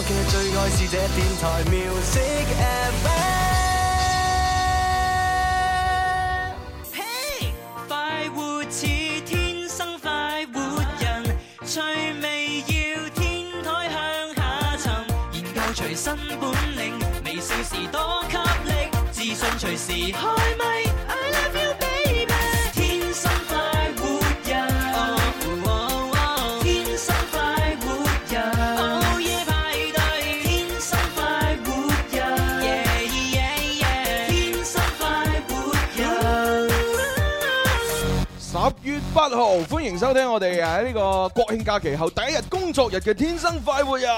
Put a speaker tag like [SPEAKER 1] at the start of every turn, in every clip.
[SPEAKER 1] 愛是這電台 music FM。
[SPEAKER 2] 嘿，快活似天生快活人，趣味要天台向下沉，研究隨身本領，微笑時多給力，自信隨時開咪。I love you baby，天生快活人，
[SPEAKER 3] Oh,
[SPEAKER 2] 哦哦天生快活人，
[SPEAKER 3] Oh,
[SPEAKER 2] 哦耶派對，天生快活人，耶耶耶，天生快活人。
[SPEAKER 4] 十月八號，歡迎收聽我哋喺呢個國慶假期後第一日工作日嘅《天生快活人》。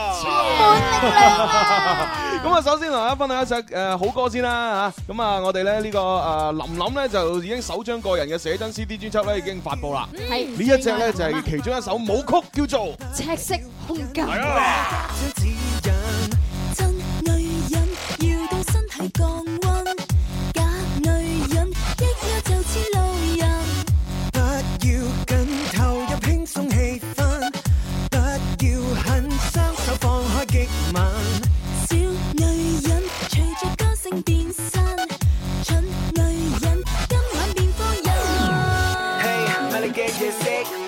[SPEAKER 4] 咁啊，首先同大家分享一首誒好歌先啦嚇。咁啊，我哋咧呢個誒林林咧就已經首張個人嘅寫真 CD 專輯咧已經發布啦。
[SPEAKER 5] 係
[SPEAKER 4] 呢一隻咧就係其中一首舞曲，叫做
[SPEAKER 5] 赤色空間。
[SPEAKER 1] 張指引，
[SPEAKER 3] 真女人要到身體降温，假女人一於就似路人。
[SPEAKER 1] 不要緊，投入輕鬆氣氛，不要狠，雙手放開極吻。
[SPEAKER 3] 小女人隨着歌聲變身，蠢女人今晚變科人。
[SPEAKER 1] 嘿，買你嘅嘢食，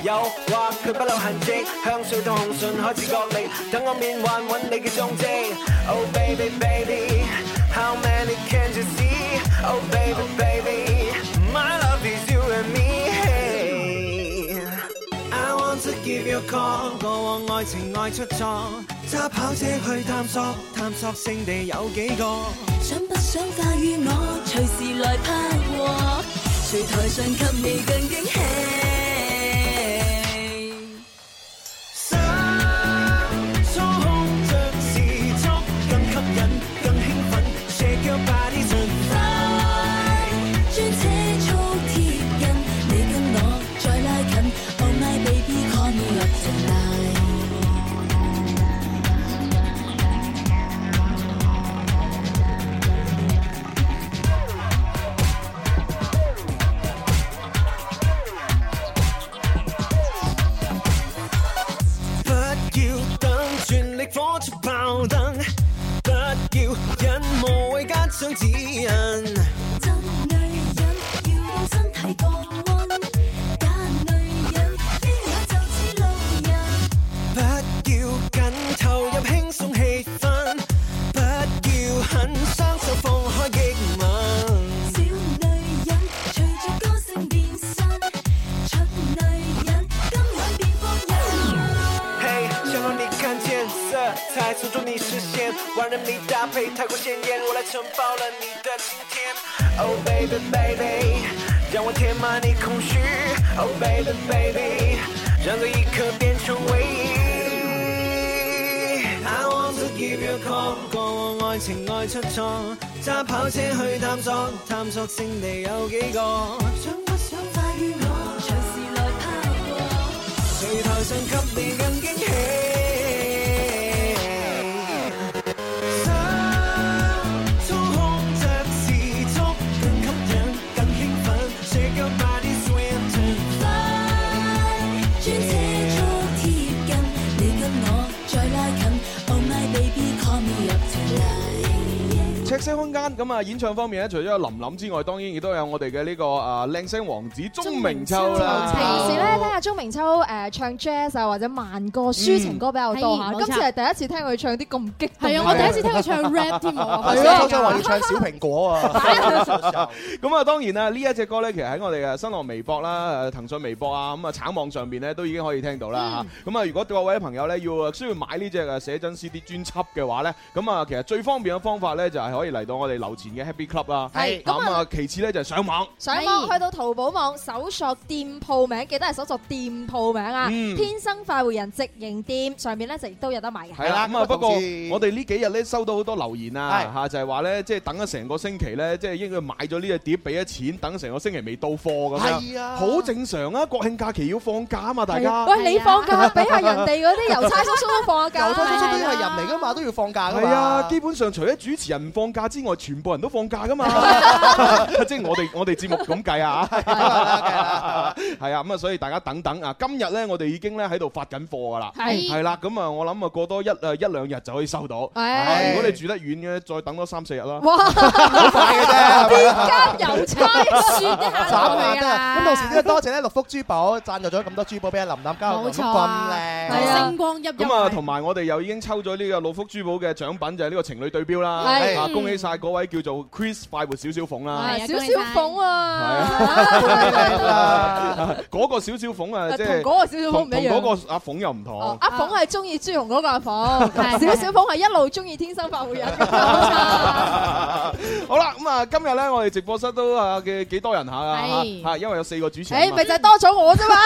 [SPEAKER 1] 誘惑佢不留痕跡，香水同紅唇開始角力，等我面幻揾你嘅蹤跡。Oh baby baby，how many can you see？Oh baby baby，my love is you and me。I want to give you a call，過往愛情愛出錯，揸跑車去探索，探索勝地有幾個？
[SPEAKER 3] 想不想嫁與我？隨時來拍和，誰台上給你更驚喜？
[SPEAKER 1] 想操控着時速，更吸引，更興奮，shake your body 盡快。
[SPEAKER 3] 專車速貼近，你跟我再拉近，Oh my baby，call me up tonight。
[SPEAKER 1] 不要等，全力火速爆燈，不要忍，無謂加上指引。
[SPEAKER 3] 真女人要到身體降溫，假女人一眼就似路人。
[SPEAKER 1] 不要緊，投入輕鬆氣氛，不要狠，雙手放開極吻。
[SPEAKER 3] 小女人隨着歌聲變身，蠢女人今晚變瘋人。
[SPEAKER 1] 嘿，想让你看见色彩，锁住你视线，万人迷搭配太过鲜艳，我来承包了你的今天。Oh baby baby，让我填满你空虚。Oh baby baby，让这一刻变成唯一。I want to give you a call，过往愛情愛出錯，揸跑車去探索，探索勝地有幾個？
[SPEAKER 3] 想不想快與我？隨時來拍和。
[SPEAKER 1] 誰台上給你更驚喜？想操控着時速，更吸引，更興奮，Shake your body, swim to
[SPEAKER 3] 快，專車速貼近，你跟我再拉近，Oh my baby，call me up tonight。
[SPEAKER 4] 赤色空間》。咁啊，演唱方面咧，除咗有林林之外，當然亦都有我哋嘅呢個啊靚聲王子鐘明秋啦。
[SPEAKER 5] 平時咧聽阿鐘明秋誒唱 jazz 啊或者慢歌、抒情歌比較多嚇，
[SPEAKER 6] 係冇錯
[SPEAKER 5] 今次係第一次聽佢唱啲咁激動嘅。
[SPEAKER 6] 係啊，我第一次聽佢唱 rap 添喎。
[SPEAKER 7] 係啊，周周話要 唱小蘋果啊，
[SPEAKER 4] 咁啊，當然啦，呢一隻歌咧，其實喺我哋嘅新浪微博啦、誒騰訊微博啊、咁啊橙網上邊咧，都已經可以聽到啦嚇。咁啊，如果各位朋友咧要呃需要買呢只嘅寫真 CD 專輯嘅話咧，咁啊，其實最方便嘅方法咧，就係可以嚟到我哋樓前嘅 Happy Club 啦。
[SPEAKER 5] 係咁
[SPEAKER 4] 咁
[SPEAKER 5] 啊，
[SPEAKER 4] 啊，其次咧就係上網。
[SPEAKER 5] 上網去到淘寶網搜索店鋪名，記得係搜索店鋪名啊！
[SPEAKER 4] 嗯
[SPEAKER 5] 天生快活人直營店上面咧就亦都有得賣嘅。
[SPEAKER 7] 係
[SPEAKER 4] 係啦，
[SPEAKER 7] 啦
[SPEAKER 4] 咁啊，
[SPEAKER 7] 咁啊
[SPEAKER 4] 不過
[SPEAKER 7] 同時
[SPEAKER 4] 我哋呢幾日咧收到好多留言啊，
[SPEAKER 7] 係
[SPEAKER 4] 嚇就係話咧，即係等咗成個星期咧，即係應該買咗呢只碟，俾咗錢，等成個星期未到貨咁樣，
[SPEAKER 7] 係啊
[SPEAKER 4] 好正常啊！國慶假期要放假啊嘛，大家。
[SPEAKER 5] 喂，你
[SPEAKER 6] 係啊
[SPEAKER 5] 放假俾下人 哋嗰啲郵差叔叔都放下假
[SPEAKER 7] 郵
[SPEAKER 5] 啦，
[SPEAKER 7] 差叔叔
[SPEAKER 5] 係
[SPEAKER 7] 都
[SPEAKER 5] 啊
[SPEAKER 7] 係人嚟噶嘛，都要放假噶
[SPEAKER 4] 係
[SPEAKER 7] 嘛。
[SPEAKER 4] 啊，基本上除咗主持人唔放假之外，全部人都放假 噶嘛，即係我哋我哋節目咁計啊，係啊，咁啊，所以大家等等等啊，今日咧我哋已經咧喺度發緊貨噶啦，
[SPEAKER 5] 係
[SPEAKER 4] 係啦，咁啊我諗啊過多一誒一兩日就可以收到。啊
[SPEAKER 5] 唉
[SPEAKER 4] 如果你住得遠嘅，再等多三四日啦。
[SPEAKER 5] 哇！邊間郵差？
[SPEAKER 6] 斬下得。啊
[SPEAKER 4] 啊
[SPEAKER 7] 咁同時都要多謝咧，六福珠寶贊助咗咁多珠寶俾阿林林，加入
[SPEAKER 6] 冇錯啊。
[SPEAKER 7] 咁靚。
[SPEAKER 5] 係啊。
[SPEAKER 6] 星光熠熠，
[SPEAKER 4] 咁啊，
[SPEAKER 6] 係。
[SPEAKER 4] 同埋我哋又已經抽咗呢個老福珠寶嘅獎品，就係呢個情侶對標啦。
[SPEAKER 5] 係
[SPEAKER 4] 啊，恭喜晒嗰位叫做 Chris 快活小小鳳啦。
[SPEAKER 5] 啊
[SPEAKER 6] 係啊
[SPEAKER 5] 少少鳳 啊！
[SPEAKER 4] 嗰個小小鳳啊，即
[SPEAKER 5] 同
[SPEAKER 4] 係
[SPEAKER 5] 嗰個少少鳳
[SPEAKER 4] 同
[SPEAKER 5] 唔
[SPEAKER 4] 同
[SPEAKER 5] 一樣。
[SPEAKER 4] 嗰個阿鳳又唔同。
[SPEAKER 5] 哦阿鳳係中意朱紅嗰個阿鳳，
[SPEAKER 6] 係
[SPEAKER 5] 小小 鳳係一路中意天生發會 人嘅冇
[SPEAKER 4] 好啦，咁啊，今日咧我哋直播室都啊嘅幾多人下啊，
[SPEAKER 6] 係
[SPEAKER 4] 嚇因為有四個主持
[SPEAKER 5] 錯。誒，
[SPEAKER 4] 人嘛
[SPEAKER 5] 咪。就係多咗我啫 嘛，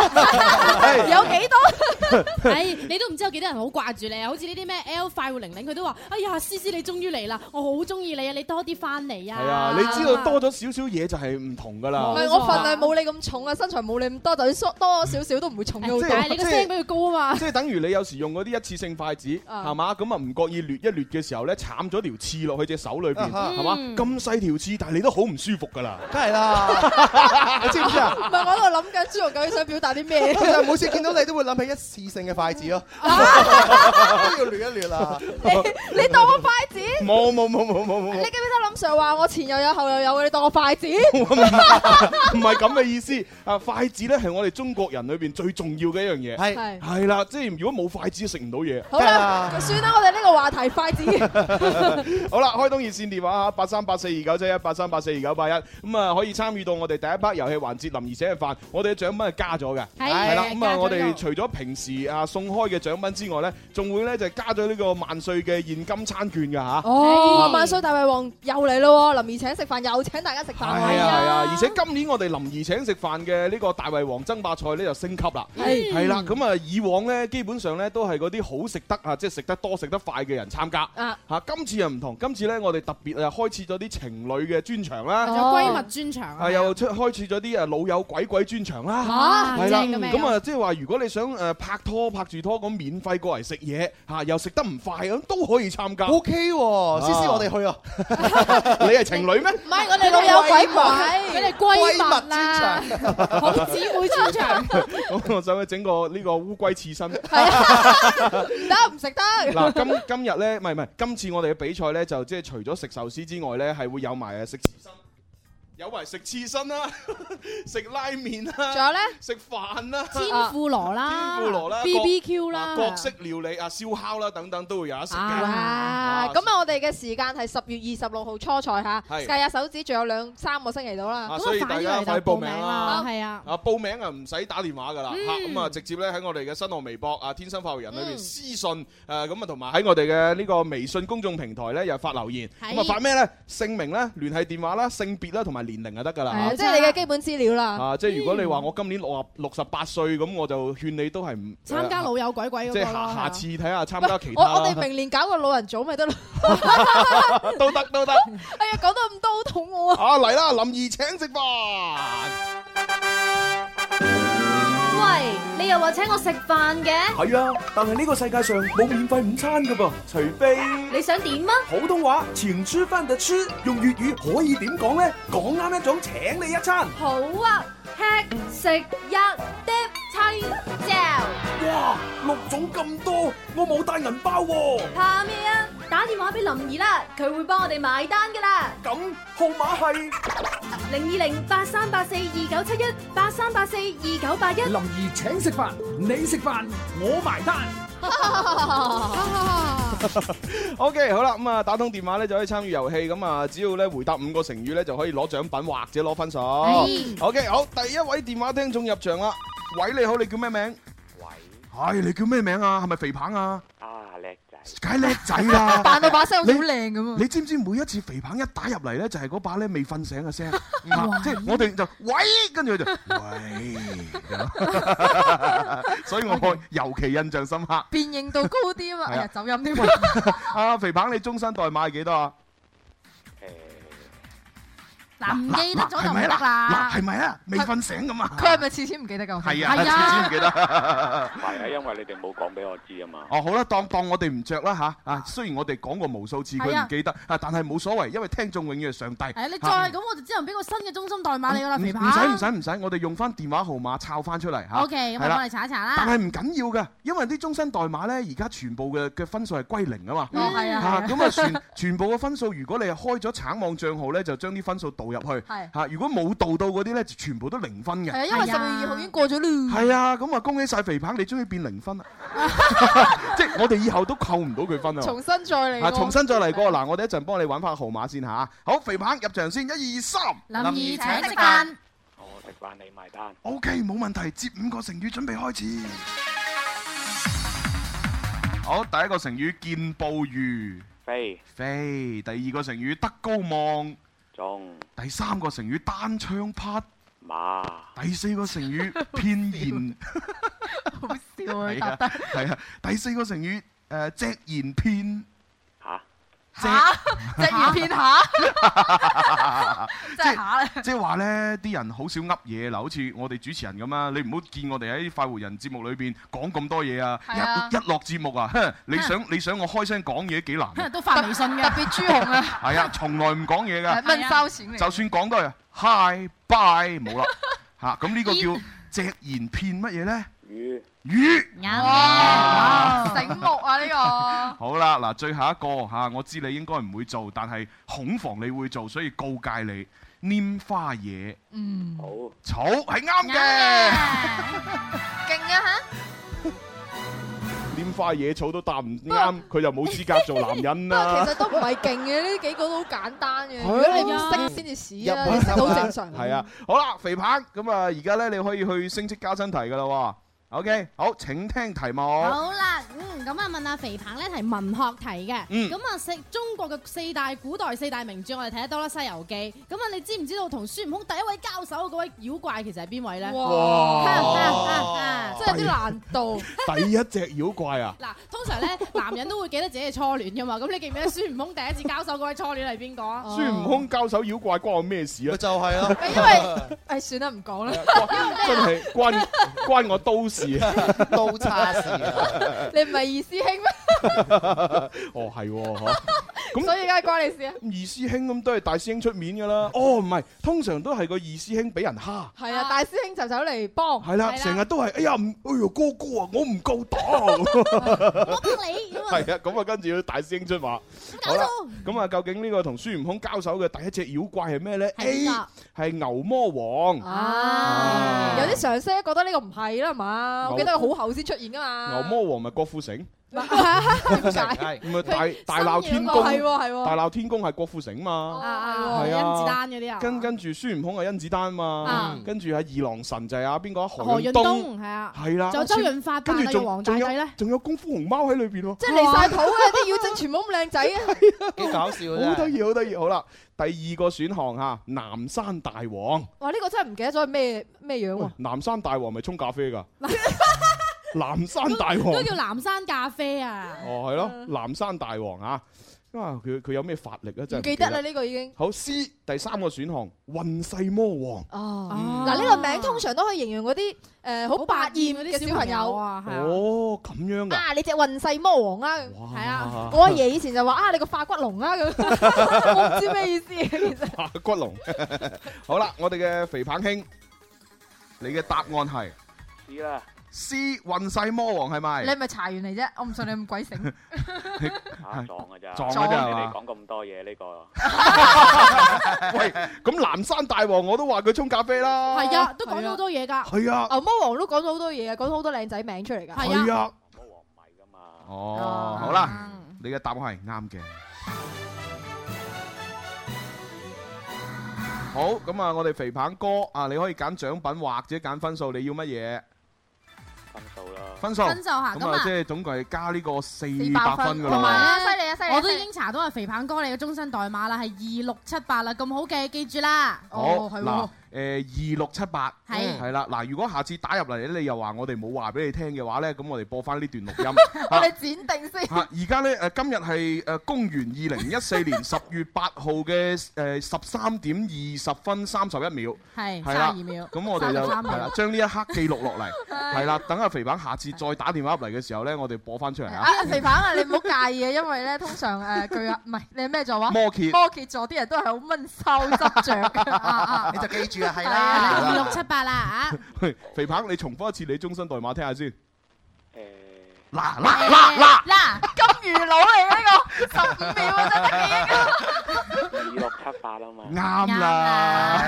[SPEAKER 4] 係
[SPEAKER 5] 有幾多？
[SPEAKER 6] 唉，你都唔知有幾多人好掛住你啊，好似呢啲咩 L 快活玲玲，佢都話，哎呀，思思你終於嚟啦，我好鍾意你啊，你多啲返嚟啊。
[SPEAKER 4] 係啊，你知道多咗少少嘢就係唔同噶
[SPEAKER 5] 唔
[SPEAKER 4] 啦。
[SPEAKER 5] 係我份量冇你咁重啊，身材冇你咁多，就算縮多少少都唔會重咗好多。
[SPEAKER 6] 但係你個聲比佢高啊嘛。
[SPEAKER 4] 即係等於你有時用嗰啲一次性筷子，
[SPEAKER 5] 啊
[SPEAKER 4] 係嘛？咁啊唔覺意掠一掠嘅時候咧，慘咗條刺落去隻手裏邊，
[SPEAKER 7] 啊哈
[SPEAKER 4] 係嘛？
[SPEAKER 6] 嗯
[SPEAKER 4] 咁細條刺，但係你都好唔舒服㗎啦。
[SPEAKER 5] 唔係我喺度諗緊朱紅究竟想表 達啲咩？
[SPEAKER 7] 梗係啦，你知唔知啊？其實每次見到你都會諗起一次性嘅筷子咯。都要捋一捋啦。
[SPEAKER 5] 你你當我筷子？你
[SPEAKER 4] 冇冇冇冇冇冇
[SPEAKER 5] 記唔記得林 Sir 話我前又有後又有嘅？你當我筷子？
[SPEAKER 4] 冇，唔係咁嘅意思。啊，筷子咧係我哋中國人裏邊最重要嘅一樣嘢。
[SPEAKER 7] 係，
[SPEAKER 5] 係。
[SPEAKER 4] 係啦，即係如果冇筷子食唔到嘢。
[SPEAKER 5] 好啦，算啦，我哋呢個話題筷子。
[SPEAKER 4] 好啦，開通熱線電話啊，八三八四二九七一八三八四二九八一，咁啊可以參與到我哋第一 part 遊戲環節林兒請嘅飯，我哋嘅獎品係加咗嘅。
[SPEAKER 6] 係，
[SPEAKER 4] 係啦，咁
[SPEAKER 6] 係，
[SPEAKER 4] 啊，
[SPEAKER 6] 加咗
[SPEAKER 4] 我哋
[SPEAKER 6] 呢度。
[SPEAKER 4] 除咗平時啊送開嘅獎品之外咧，仲會咧就加咗呢個萬歲嘅現金餐券㗎吓。
[SPEAKER 5] 哦，
[SPEAKER 6] 係
[SPEAKER 5] 萬歲大胃王又嚟咯喎，林兒請食飯又請大家食飯
[SPEAKER 4] 係
[SPEAKER 5] 喎，
[SPEAKER 4] 啊係啊，而且今年我哋林兒請食飯嘅呢個大胃王爭霸賽咧就升級啦，
[SPEAKER 5] 係
[SPEAKER 4] 係啦，咁啊以往咧基本上咧都係嗰啲好食得啊，即係食得多食得快嘅人參加，
[SPEAKER 5] 啊
[SPEAKER 4] 嚇今次又唔同，今次咧我哋特別啊開設咗啲情侶嘅專場啦，
[SPEAKER 6] 有閨蜜專場啊。
[SPEAKER 4] 啊又出開設咗啲啊老友鬼鬼專場啦。
[SPEAKER 6] 啊，
[SPEAKER 4] 係啦，
[SPEAKER 6] 正嘅咩？
[SPEAKER 4] 咁啊，即係話如果你想誒拍拖拍住拖咁免費過嚟食嘢嚇，又食得唔快咁都可以參加。
[SPEAKER 7] OK喎，思思我哋去啊。
[SPEAKER 4] 你係情侶咩？
[SPEAKER 5] 唔係我哋老友鬼鬼，
[SPEAKER 6] 佢哋閨蜜啦，
[SPEAKER 4] 啊
[SPEAKER 6] 好姊妹專場。
[SPEAKER 4] 咁我想去整個呢個烏龜刺身。
[SPEAKER 5] 係啊，唔得唔食得，
[SPEAKER 4] 嗱，今今日咧，唔係唔係，今次我哋嘅比賽咧，就即係除咗食壽司之外咧，係會有埋呃誒食刺身，有埋食刺身啦， 食拉麵啦，
[SPEAKER 5] 仲有咧，
[SPEAKER 4] 食飯啦。
[SPEAKER 6] 天婦羅啦，
[SPEAKER 4] 天婦羅啦，
[SPEAKER 6] BBQ 啦，
[SPEAKER 4] 啊各式料理啊、燒烤啦等等都會有得食嘅。
[SPEAKER 5] 哇
[SPEAKER 4] 啊，
[SPEAKER 5] 咁啊，我哋嘅時間係十月二十六號初賽嚇，
[SPEAKER 4] 係
[SPEAKER 5] 計下手指仲有兩三個星期到啦，
[SPEAKER 4] 啊，
[SPEAKER 6] 咁啊，
[SPEAKER 4] 所以
[SPEAKER 6] 快啲
[SPEAKER 4] 大家
[SPEAKER 6] 嚟
[SPEAKER 4] 快啲
[SPEAKER 6] 就
[SPEAKER 4] 報名
[SPEAKER 6] 報名
[SPEAKER 4] 啦
[SPEAKER 6] 啦，。係啊。
[SPEAKER 4] 啊，報名啊唔使打電話噶啦嚇，咁啊直接咧喺我哋嘅新浪微博啊天生發育人裏邊
[SPEAKER 5] 嗯
[SPEAKER 4] 私信誒咁啊，同埋喺我哋嘅呢個微信公眾平台咧又發留言，
[SPEAKER 6] 係
[SPEAKER 4] 咁啊發咩咧？姓名咧、聯繫電話啦、性別啦同埋年齡就得噶
[SPEAKER 5] 係嗯
[SPEAKER 4] 啦
[SPEAKER 5] 啊，
[SPEAKER 4] 嚇
[SPEAKER 5] 即係你嘅基本資料啦，
[SPEAKER 4] 啊！即係如果你話我今年六啊六十八歲咁，我就勸你都係唔
[SPEAKER 6] 參加
[SPEAKER 4] 呃
[SPEAKER 6] 老友鬼鬼嗰
[SPEAKER 4] 即
[SPEAKER 6] 個
[SPEAKER 4] 係
[SPEAKER 6] 咯
[SPEAKER 4] 下下次睇下參
[SPEAKER 5] 喂
[SPEAKER 4] 加其
[SPEAKER 5] 啊我
[SPEAKER 4] 他
[SPEAKER 5] 我哋
[SPEAKER 4] 啦，
[SPEAKER 5] 明年搞個老人組咪得咯，
[SPEAKER 4] 都得都得
[SPEAKER 5] 哎呀，講到咁多好肚餓啊！
[SPEAKER 4] 啊！嚟啦，林怡請食飯。
[SPEAKER 8] 喂，你又話請我食飯嘅，
[SPEAKER 1] 係啊，但係呢個世界上冇免費午餐噶噃，除非
[SPEAKER 8] 你想點啊？
[SPEAKER 1] 普通話前吃飯特吃，用粵語可以點講呢？講啱一種請你一餐，
[SPEAKER 8] 好啊，吃食一碟青椒，
[SPEAKER 1] 哇，六種咁多，我冇帶銀包喎、
[SPEAKER 8] 怕咩啊？打電話俾林兒啦，佢會幫我哋埋單噶啦。
[SPEAKER 1] 咁號碼係
[SPEAKER 8] 零二零八三八四二九七一八三八四二九八一，
[SPEAKER 9] 林兒請食飯，你食飯我埋單。
[SPEAKER 4] OK，好啦，咁啊打通電話咧就可以參與遊戲，咁啊只要咧回答五個成語咧就可以攞獎品或者攞分數。OK，好，第一位電話聽眾入場啦。喂，你好，你叫咩名？
[SPEAKER 10] 喂，
[SPEAKER 4] 係你叫咩名啊？係咪肥棒啊？
[SPEAKER 10] 啊叻仔，
[SPEAKER 4] 梗係叻仔 啦！
[SPEAKER 5] 扮到把聲好似好靚咁啊！
[SPEAKER 4] 你知唔知每一次肥棒一打入嚟咧，就係嗰把咧未瞓醒 嘅聲，啊即係我哋就喂，跟住佢就喂，咁 所以我尤其印象深刻。
[SPEAKER 5] 辨認度高啲啊嘛，
[SPEAKER 4] 係啊
[SPEAKER 5] 哎呀走音添，
[SPEAKER 4] 啊，肥棒，你終身代碼係幾多啊？
[SPEAKER 10] 诶、。
[SPEAKER 11] 嗱，唔記得咗就唔得啦。
[SPEAKER 4] 嗱，係咪啊？未瞓醒咁啊？
[SPEAKER 11] 佢係咪次次唔記得㗎？我想
[SPEAKER 4] 係
[SPEAKER 11] 係
[SPEAKER 4] 啊，
[SPEAKER 11] 啊
[SPEAKER 4] 次次唔記 得。
[SPEAKER 12] 唔係啊，因為你哋冇講俾我知啊嘛。
[SPEAKER 4] 哦，好啦，當當我哋唔着啦吓，啊，雖然我哋講過無數次
[SPEAKER 11] 係
[SPEAKER 4] 佢
[SPEAKER 11] 啊
[SPEAKER 4] 唔記得啊，但係冇所謂，因為聽眾永遠係上帝。
[SPEAKER 11] 係啊，你再
[SPEAKER 4] 嚇
[SPEAKER 11] 係咁，我就只能俾個新嘅中心代碼你㗎啦，肥
[SPEAKER 4] 唔使
[SPEAKER 11] 扒
[SPEAKER 4] 唔。
[SPEAKER 6] 啊
[SPEAKER 4] 使唔使，我哋用翻電話號碼抄翻出嚟嚇。
[SPEAKER 11] O K，咁啊
[SPEAKER 4] 係
[SPEAKER 11] 我
[SPEAKER 4] 啦
[SPEAKER 11] 幫你查一查
[SPEAKER 4] 但
[SPEAKER 11] 啦。
[SPEAKER 4] 係唔緊要嘅，因為啲終身代碼咧，而家全部嘅嘅分數係歸零啊嘛。
[SPEAKER 11] 哦係啊係啊
[SPEAKER 4] 嚇咁啊，全全部嘅分數，如果你係開咗橙網帳號咧，就將啲分數導入去。
[SPEAKER 11] 係
[SPEAKER 4] 嚇，如果冇導到嗰啲咧，就全部都零分嘅。
[SPEAKER 11] 係啊，因為十二月二號已經過咗啦。
[SPEAKER 4] 係啊，咁啊，恭喜晒肥棒，你終於變零 分啦！即係我哋以後都扣唔到佢分啊！
[SPEAKER 5] 重新再嚟過
[SPEAKER 4] 啊，重新再嚟過嗱，我哋一陣幫你揾翻號碼先嚇。好，肥棒入場先，一二三，
[SPEAKER 11] 林兒請食
[SPEAKER 4] 飯。
[SPEAKER 11] 飯，
[SPEAKER 12] 我食飯你埋單。
[SPEAKER 4] O K，冇問題，接五個成語，準備開始。好，第一個成語見步如
[SPEAKER 12] 飛
[SPEAKER 4] 飛，第二個成語德高望，
[SPEAKER 12] 中
[SPEAKER 4] 第三個成語單槍匹，
[SPEAKER 12] 馬
[SPEAKER 4] 第四個成語 偏言，
[SPEAKER 11] 笑啊
[SPEAKER 4] 係
[SPEAKER 11] 答
[SPEAKER 4] 啊
[SPEAKER 11] 得
[SPEAKER 4] 係啊，第四個成語誒隻言偏
[SPEAKER 12] 嚇，
[SPEAKER 11] 嚇，隻魚片嚇，
[SPEAKER 4] 即
[SPEAKER 11] 真係嚇咧。
[SPEAKER 4] 即係話呢啲人好少噏嘢嗱，好似我哋主持人咁啊，你唔好見我哋喺快活人節目裏邊講咁多嘢啊，
[SPEAKER 11] 係啊
[SPEAKER 4] 一一落節目啊，哼你想你想我開聲講嘢幾難啊？
[SPEAKER 11] 都發微信嘅，特別朱紅啊，
[SPEAKER 4] 係啊，從來唔講嘢
[SPEAKER 11] 係
[SPEAKER 4] 㗎，
[SPEAKER 11] 蚊梢錢嚟
[SPEAKER 4] 就算講都係 hi bye 冇啦嚇，咁呢個叫隻言片乜嘢呢？
[SPEAKER 12] 魚
[SPEAKER 4] 魚。
[SPEAKER 11] 哇醒目啊 呢個。
[SPEAKER 4] 好啦，嗱，最後一個嚇，我知你應該唔會做，但係恐防你會做，所以告戒你。拈花惹
[SPEAKER 11] 嗯，
[SPEAKER 12] 好
[SPEAKER 4] 草係啱嘅，
[SPEAKER 11] 勁啊
[SPEAKER 13] 拈花惹草都答唔啱，佢就冇資格做男 人啦。
[SPEAKER 5] 其實都唔係勁嘅，呢幾個都好簡單嘅。
[SPEAKER 13] 係啊
[SPEAKER 5] 如果你唔識先至屎啊啦，你識到好正常。
[SPEAKER 4] 係啊，好啦，肥棒，咁啊，而家咧你可以去升職加薪題噶啦喎。OK，好，請聽題目。
[SPEAKER 6] 好啦，嗯，咁啊問阿肥棒咧係文學題嘅，
[SPEAKER 4] 嗯
[SPEAKER 6] 咁啊四中國嘅四大古代四大名著我哋睇得多啦，《西遊記》，咁啊你知唔知道同孫悟空第一位交手嗰位妖怪其實係邊位咧？
[SPEAKER 13] 哇
[SPEAKER 6] 啊啊啊啊
[SPEAKER 13] 真係有啲難
[SPEAKER 6] 度。
[SPEAKER 13] 第一隻妖怪啊！
[SPEAKER 6] 嗱，通常咧 男人都會記得自己嘅初戀噶嘛，咁你記唔記得孫悟空第一次交手嗰位初戀係邊個啊？
[SPEAKER 5] 哦
[SPEAKER 13] 孫悟空交手妖怪關我咩事啊？就係啊，
[SPEAKER 6] 因
[SPEAKER 5] 哦
[SPEAKER 6] 為誒算啦，唔講啦。
[SPEAKER 13] 真係關關我都事啊，
[SPEAKER 14] 刀叉事
[SPEAKER 13] 啊！
[SPEAKER 5] 你唔係二師兄 咩？
[SPEAKER 13] 哦，係喎，嗬咁
[SPEAKER 5] 所以梗係關你事啊！
[SPEAKER 13] 二師兄咁都係大師兄出面噶啦。哦，唔係，通常都係個二師兄俾人蝦。
[SPEAKER 5] 係啊，大師兄就走嚟幫。
[SPEAKER 13] 係啦，成日都係，哎呀，唔，哎呦，哥哥啊，我唔夠膽，我
[SPEAKER 6] 幫你
[SPEAKER 13] 係啊，咁啊，跟住要大師兄出馬。好啦，咁啊，究竟呢個同孫悟空交手嘅第一隻妖怪係咩呢？A
[SPEAKER 5] 係邊
[SPEAKER 13] 係牛魔王，
[SPEAKER 5] 啊
[SPEAKER 13] 啊
[SPEAKER 5] 有啲常識覺得呢個唔係啦係嘛，我記得佢好後先出現噶
[SPEAKER 13] 牛
[SPEAKER 5] 嘛。
[SPEAKER 13] 魔王咪郭富城，
[SPEAKER 5] 點解？
[SPEAKER 13] 唔係大大鬧天
[SPEAKER 5] 嗰個係
[SPEAKER 13] 宮，
[SPEAKER 5] 喎係喎
[SPEAKER 13] 大鬧天宮係郭富城嘛？
[SPEAKER 6] 啊
[SPEAKER 13] 係
[SPEAKER 6] 甄子丹嗰啲啊
[SPEAKER 13] 跟跟住孫悟空係甄子丹嘛
[SPEAKER 6] 啊，
[SPEAKER 13] 跟住係二郎神就係啊邊個啊？
[SPEAKER 6] 何
[SPEAKER 13] 嗯潤
[SPEAKER 6] 潤
[SPEAKER 13] 東。
[SPEAKER 6] 東係啊，
[SPEAKER 13] 係啦，
[SPEAKER 6] 仲有周潤發扮
[SPEAKER 13] 跟住
[SPEAKER 6] 嘅
[SPEAKER 13] 仲
[SPEAKER 6] 皇大帝
[SPEAKER 13] 仲有
[SPEAKER 6] 咧，
[SPEAKER 13] 仲有功夫熊貓喺裏邊喎，
[SPEAKER 5] 即係離晒譜啊！啲妖精全部咁靚仔啊！
[SPEAKER 14] 幾搞笑啊
[SPEAKER 13] 好得意，好得意。好啦，第二個選項嚇，南山大王，
[SPEAKER 5] 哇！呢個真係唔記得咗係咩咩樣喎。
[SPEAKER 13] 南山大王咪沖咖啡㗎，南山大
[SPEAKER 6] 嗰個，
[SPEAKER 13] 王
[SPEAKER 6] 叫南山咖啡啊。
[SPEAKER 13] 哦係咯，南山大王啊，啊佢佢有咩法力啊？真係
[SPEAKER 5] 唔記得啦，呢個已經。
[SPEAKER 13] 好 C 第三個選項，運世魔王。
[SPEAKER 5] 哦，嗱呢個名通常都可以形容嗰啲誒好百厭嗰啲小朋友啊，
[SPEAKER 13] 哦，咁樣㗎。
[SPEAKER 5] 啊你隻運世魔王啊，係啊
[SPEAKER 13] 哇，
[SPEAKER 5] 我阿爺以前就話啊你個化骨龍啊咁，我唔知咩意思啊其實。
[SPEAKER 4] 白骨龍。
[SPEAKER 13] 好啦，我哋嘅肥棒兄，你嘅答案係
[SPEAKER 12] 知啦。
[SPEAKER 4] C 運勢魔王係
[SPEAKER 11] 你係
[SPEAKER 4] 咪？
[SPEAKER 11] 咪查完嚟啫？我唔信你咁鬼醒。
[SPEAKER 12] 嚇撞㗎咋？
[SPEAKER 4] 撞㗎咋
[SPEAKER 12] 你
[SPEAKER 4] 係
[SPEAKER 12] 哋
[SPEAKER 4] 嘛
[SPEAKER 12] 講咁多嘢呢個。
[SPEAKER 13] 喂，咁南山大王我都話佢沖咖啡
[SPEAKER 4] 哦
[SPEAKER 13] 啦。
[SPEAKER 6] 係啊，都講咗好多嘢㗎。
[SPEAKER 13] 係
[SPEAKER 5] 牛
[SPEAKER 13] 啊
[SPEAKER 5] 哦魔王都講咗好多嘢啊，講咗好多靚仔名出嚟㗎。
[SPEAKER 6] 係
[SPEAKER 13] 啊。
[SPEAKER 4] 哦，好啦，你嘅答案係啱嘅。好，咁啊，我哋肥棒哥啊，你可以揀獎品或者揀分數，你要乜嘢？
[SPEAKER 12] 分數啦，
[SPEAKER 4] 分數，
[SPEAKER 6] 分數嚇
[SPEAKER 4] 咁
[SPEAKER 6] 咁啊
[SPEAKER 4] 啊，即係總共係加呢個四
[SPEAKER 6] 百
[SPEAKER 4] 百分噶
[SPEAKER 6] 同
[SPEAKER 4] 啦。
[SPEAKER 6] 埋
[SPEAKER 11] 犀
[SPEAKER 6] 咧，
[SPEAKER 11] 利啊犀利啊
[SPEAKER 6] 我都已經查到係肥棒哥你嘅終身代碼啦，係二六七八啦，咁好記，記住啦。哦
[SPEAKER 4] 好
[SPEAKER 6] 係
[SPEAKER 4] 嗱
[SPEAKER 6] 喎。，
[SPEAKER 4] 誒二六七八，
[SPEAKER 15] 係
[SPEAKER 4] 係啦。嗱，如果下次打入嚟咧，你又話我哋冇話俾你聽嘅話咧，咁我哋播翻呢段錄音
[SPEAKER 10] 我
[SPEAKER 4] 啊
[SPEAKER 10] 哋剪定先。
[SPEAKER 4] 嚇！啊而家咧誒，今日係誒公元二零一四 年十月八號嘅誒十三點二十分三十一秒，
[SPEAKER 6] 係
[SPEAKER 4] 係啦
[SPEAKER 6] 32秒
[SPEAKER 4] 咁我哋就
[SPEAKER 6] 33秒
[SPEAKER 4] 係啦，將呢一刻記錄 落嚟，
[SPEAKER 10] 係
[SPEAKER 4] 係啦，等阿肥版下次再打電話入嚟嘅時候咧，我哋播翻出嚟啊！
[SPEAKER 10] 啊，肥棒啊，你唔好介意啊，因為咧通常誒巨啊，唔係你係咩座話？
[SPEAKER 4] 摩羯
[SPEAKER 10] 摩羯座啲人都係好温收執着嘅，啊啊
[SPEAKER 7] 你就記住啊，係
[SPEAKER 10] 係啊
[SPEAKER 7] 啦，
[SPEAKER 6] 二六七八啦啊！
[SPEAKER 4] 喂肥棒，你重複一次你終身代碼聽下先。嗱嗱嗱嗱！
[SPEAKER 10] 嗱嗱，金魚佬嚟呢個十五秒啊，真
[SPEAKER 12] 二六七八啊嘛，
[SPEAKER 4] 啱啦，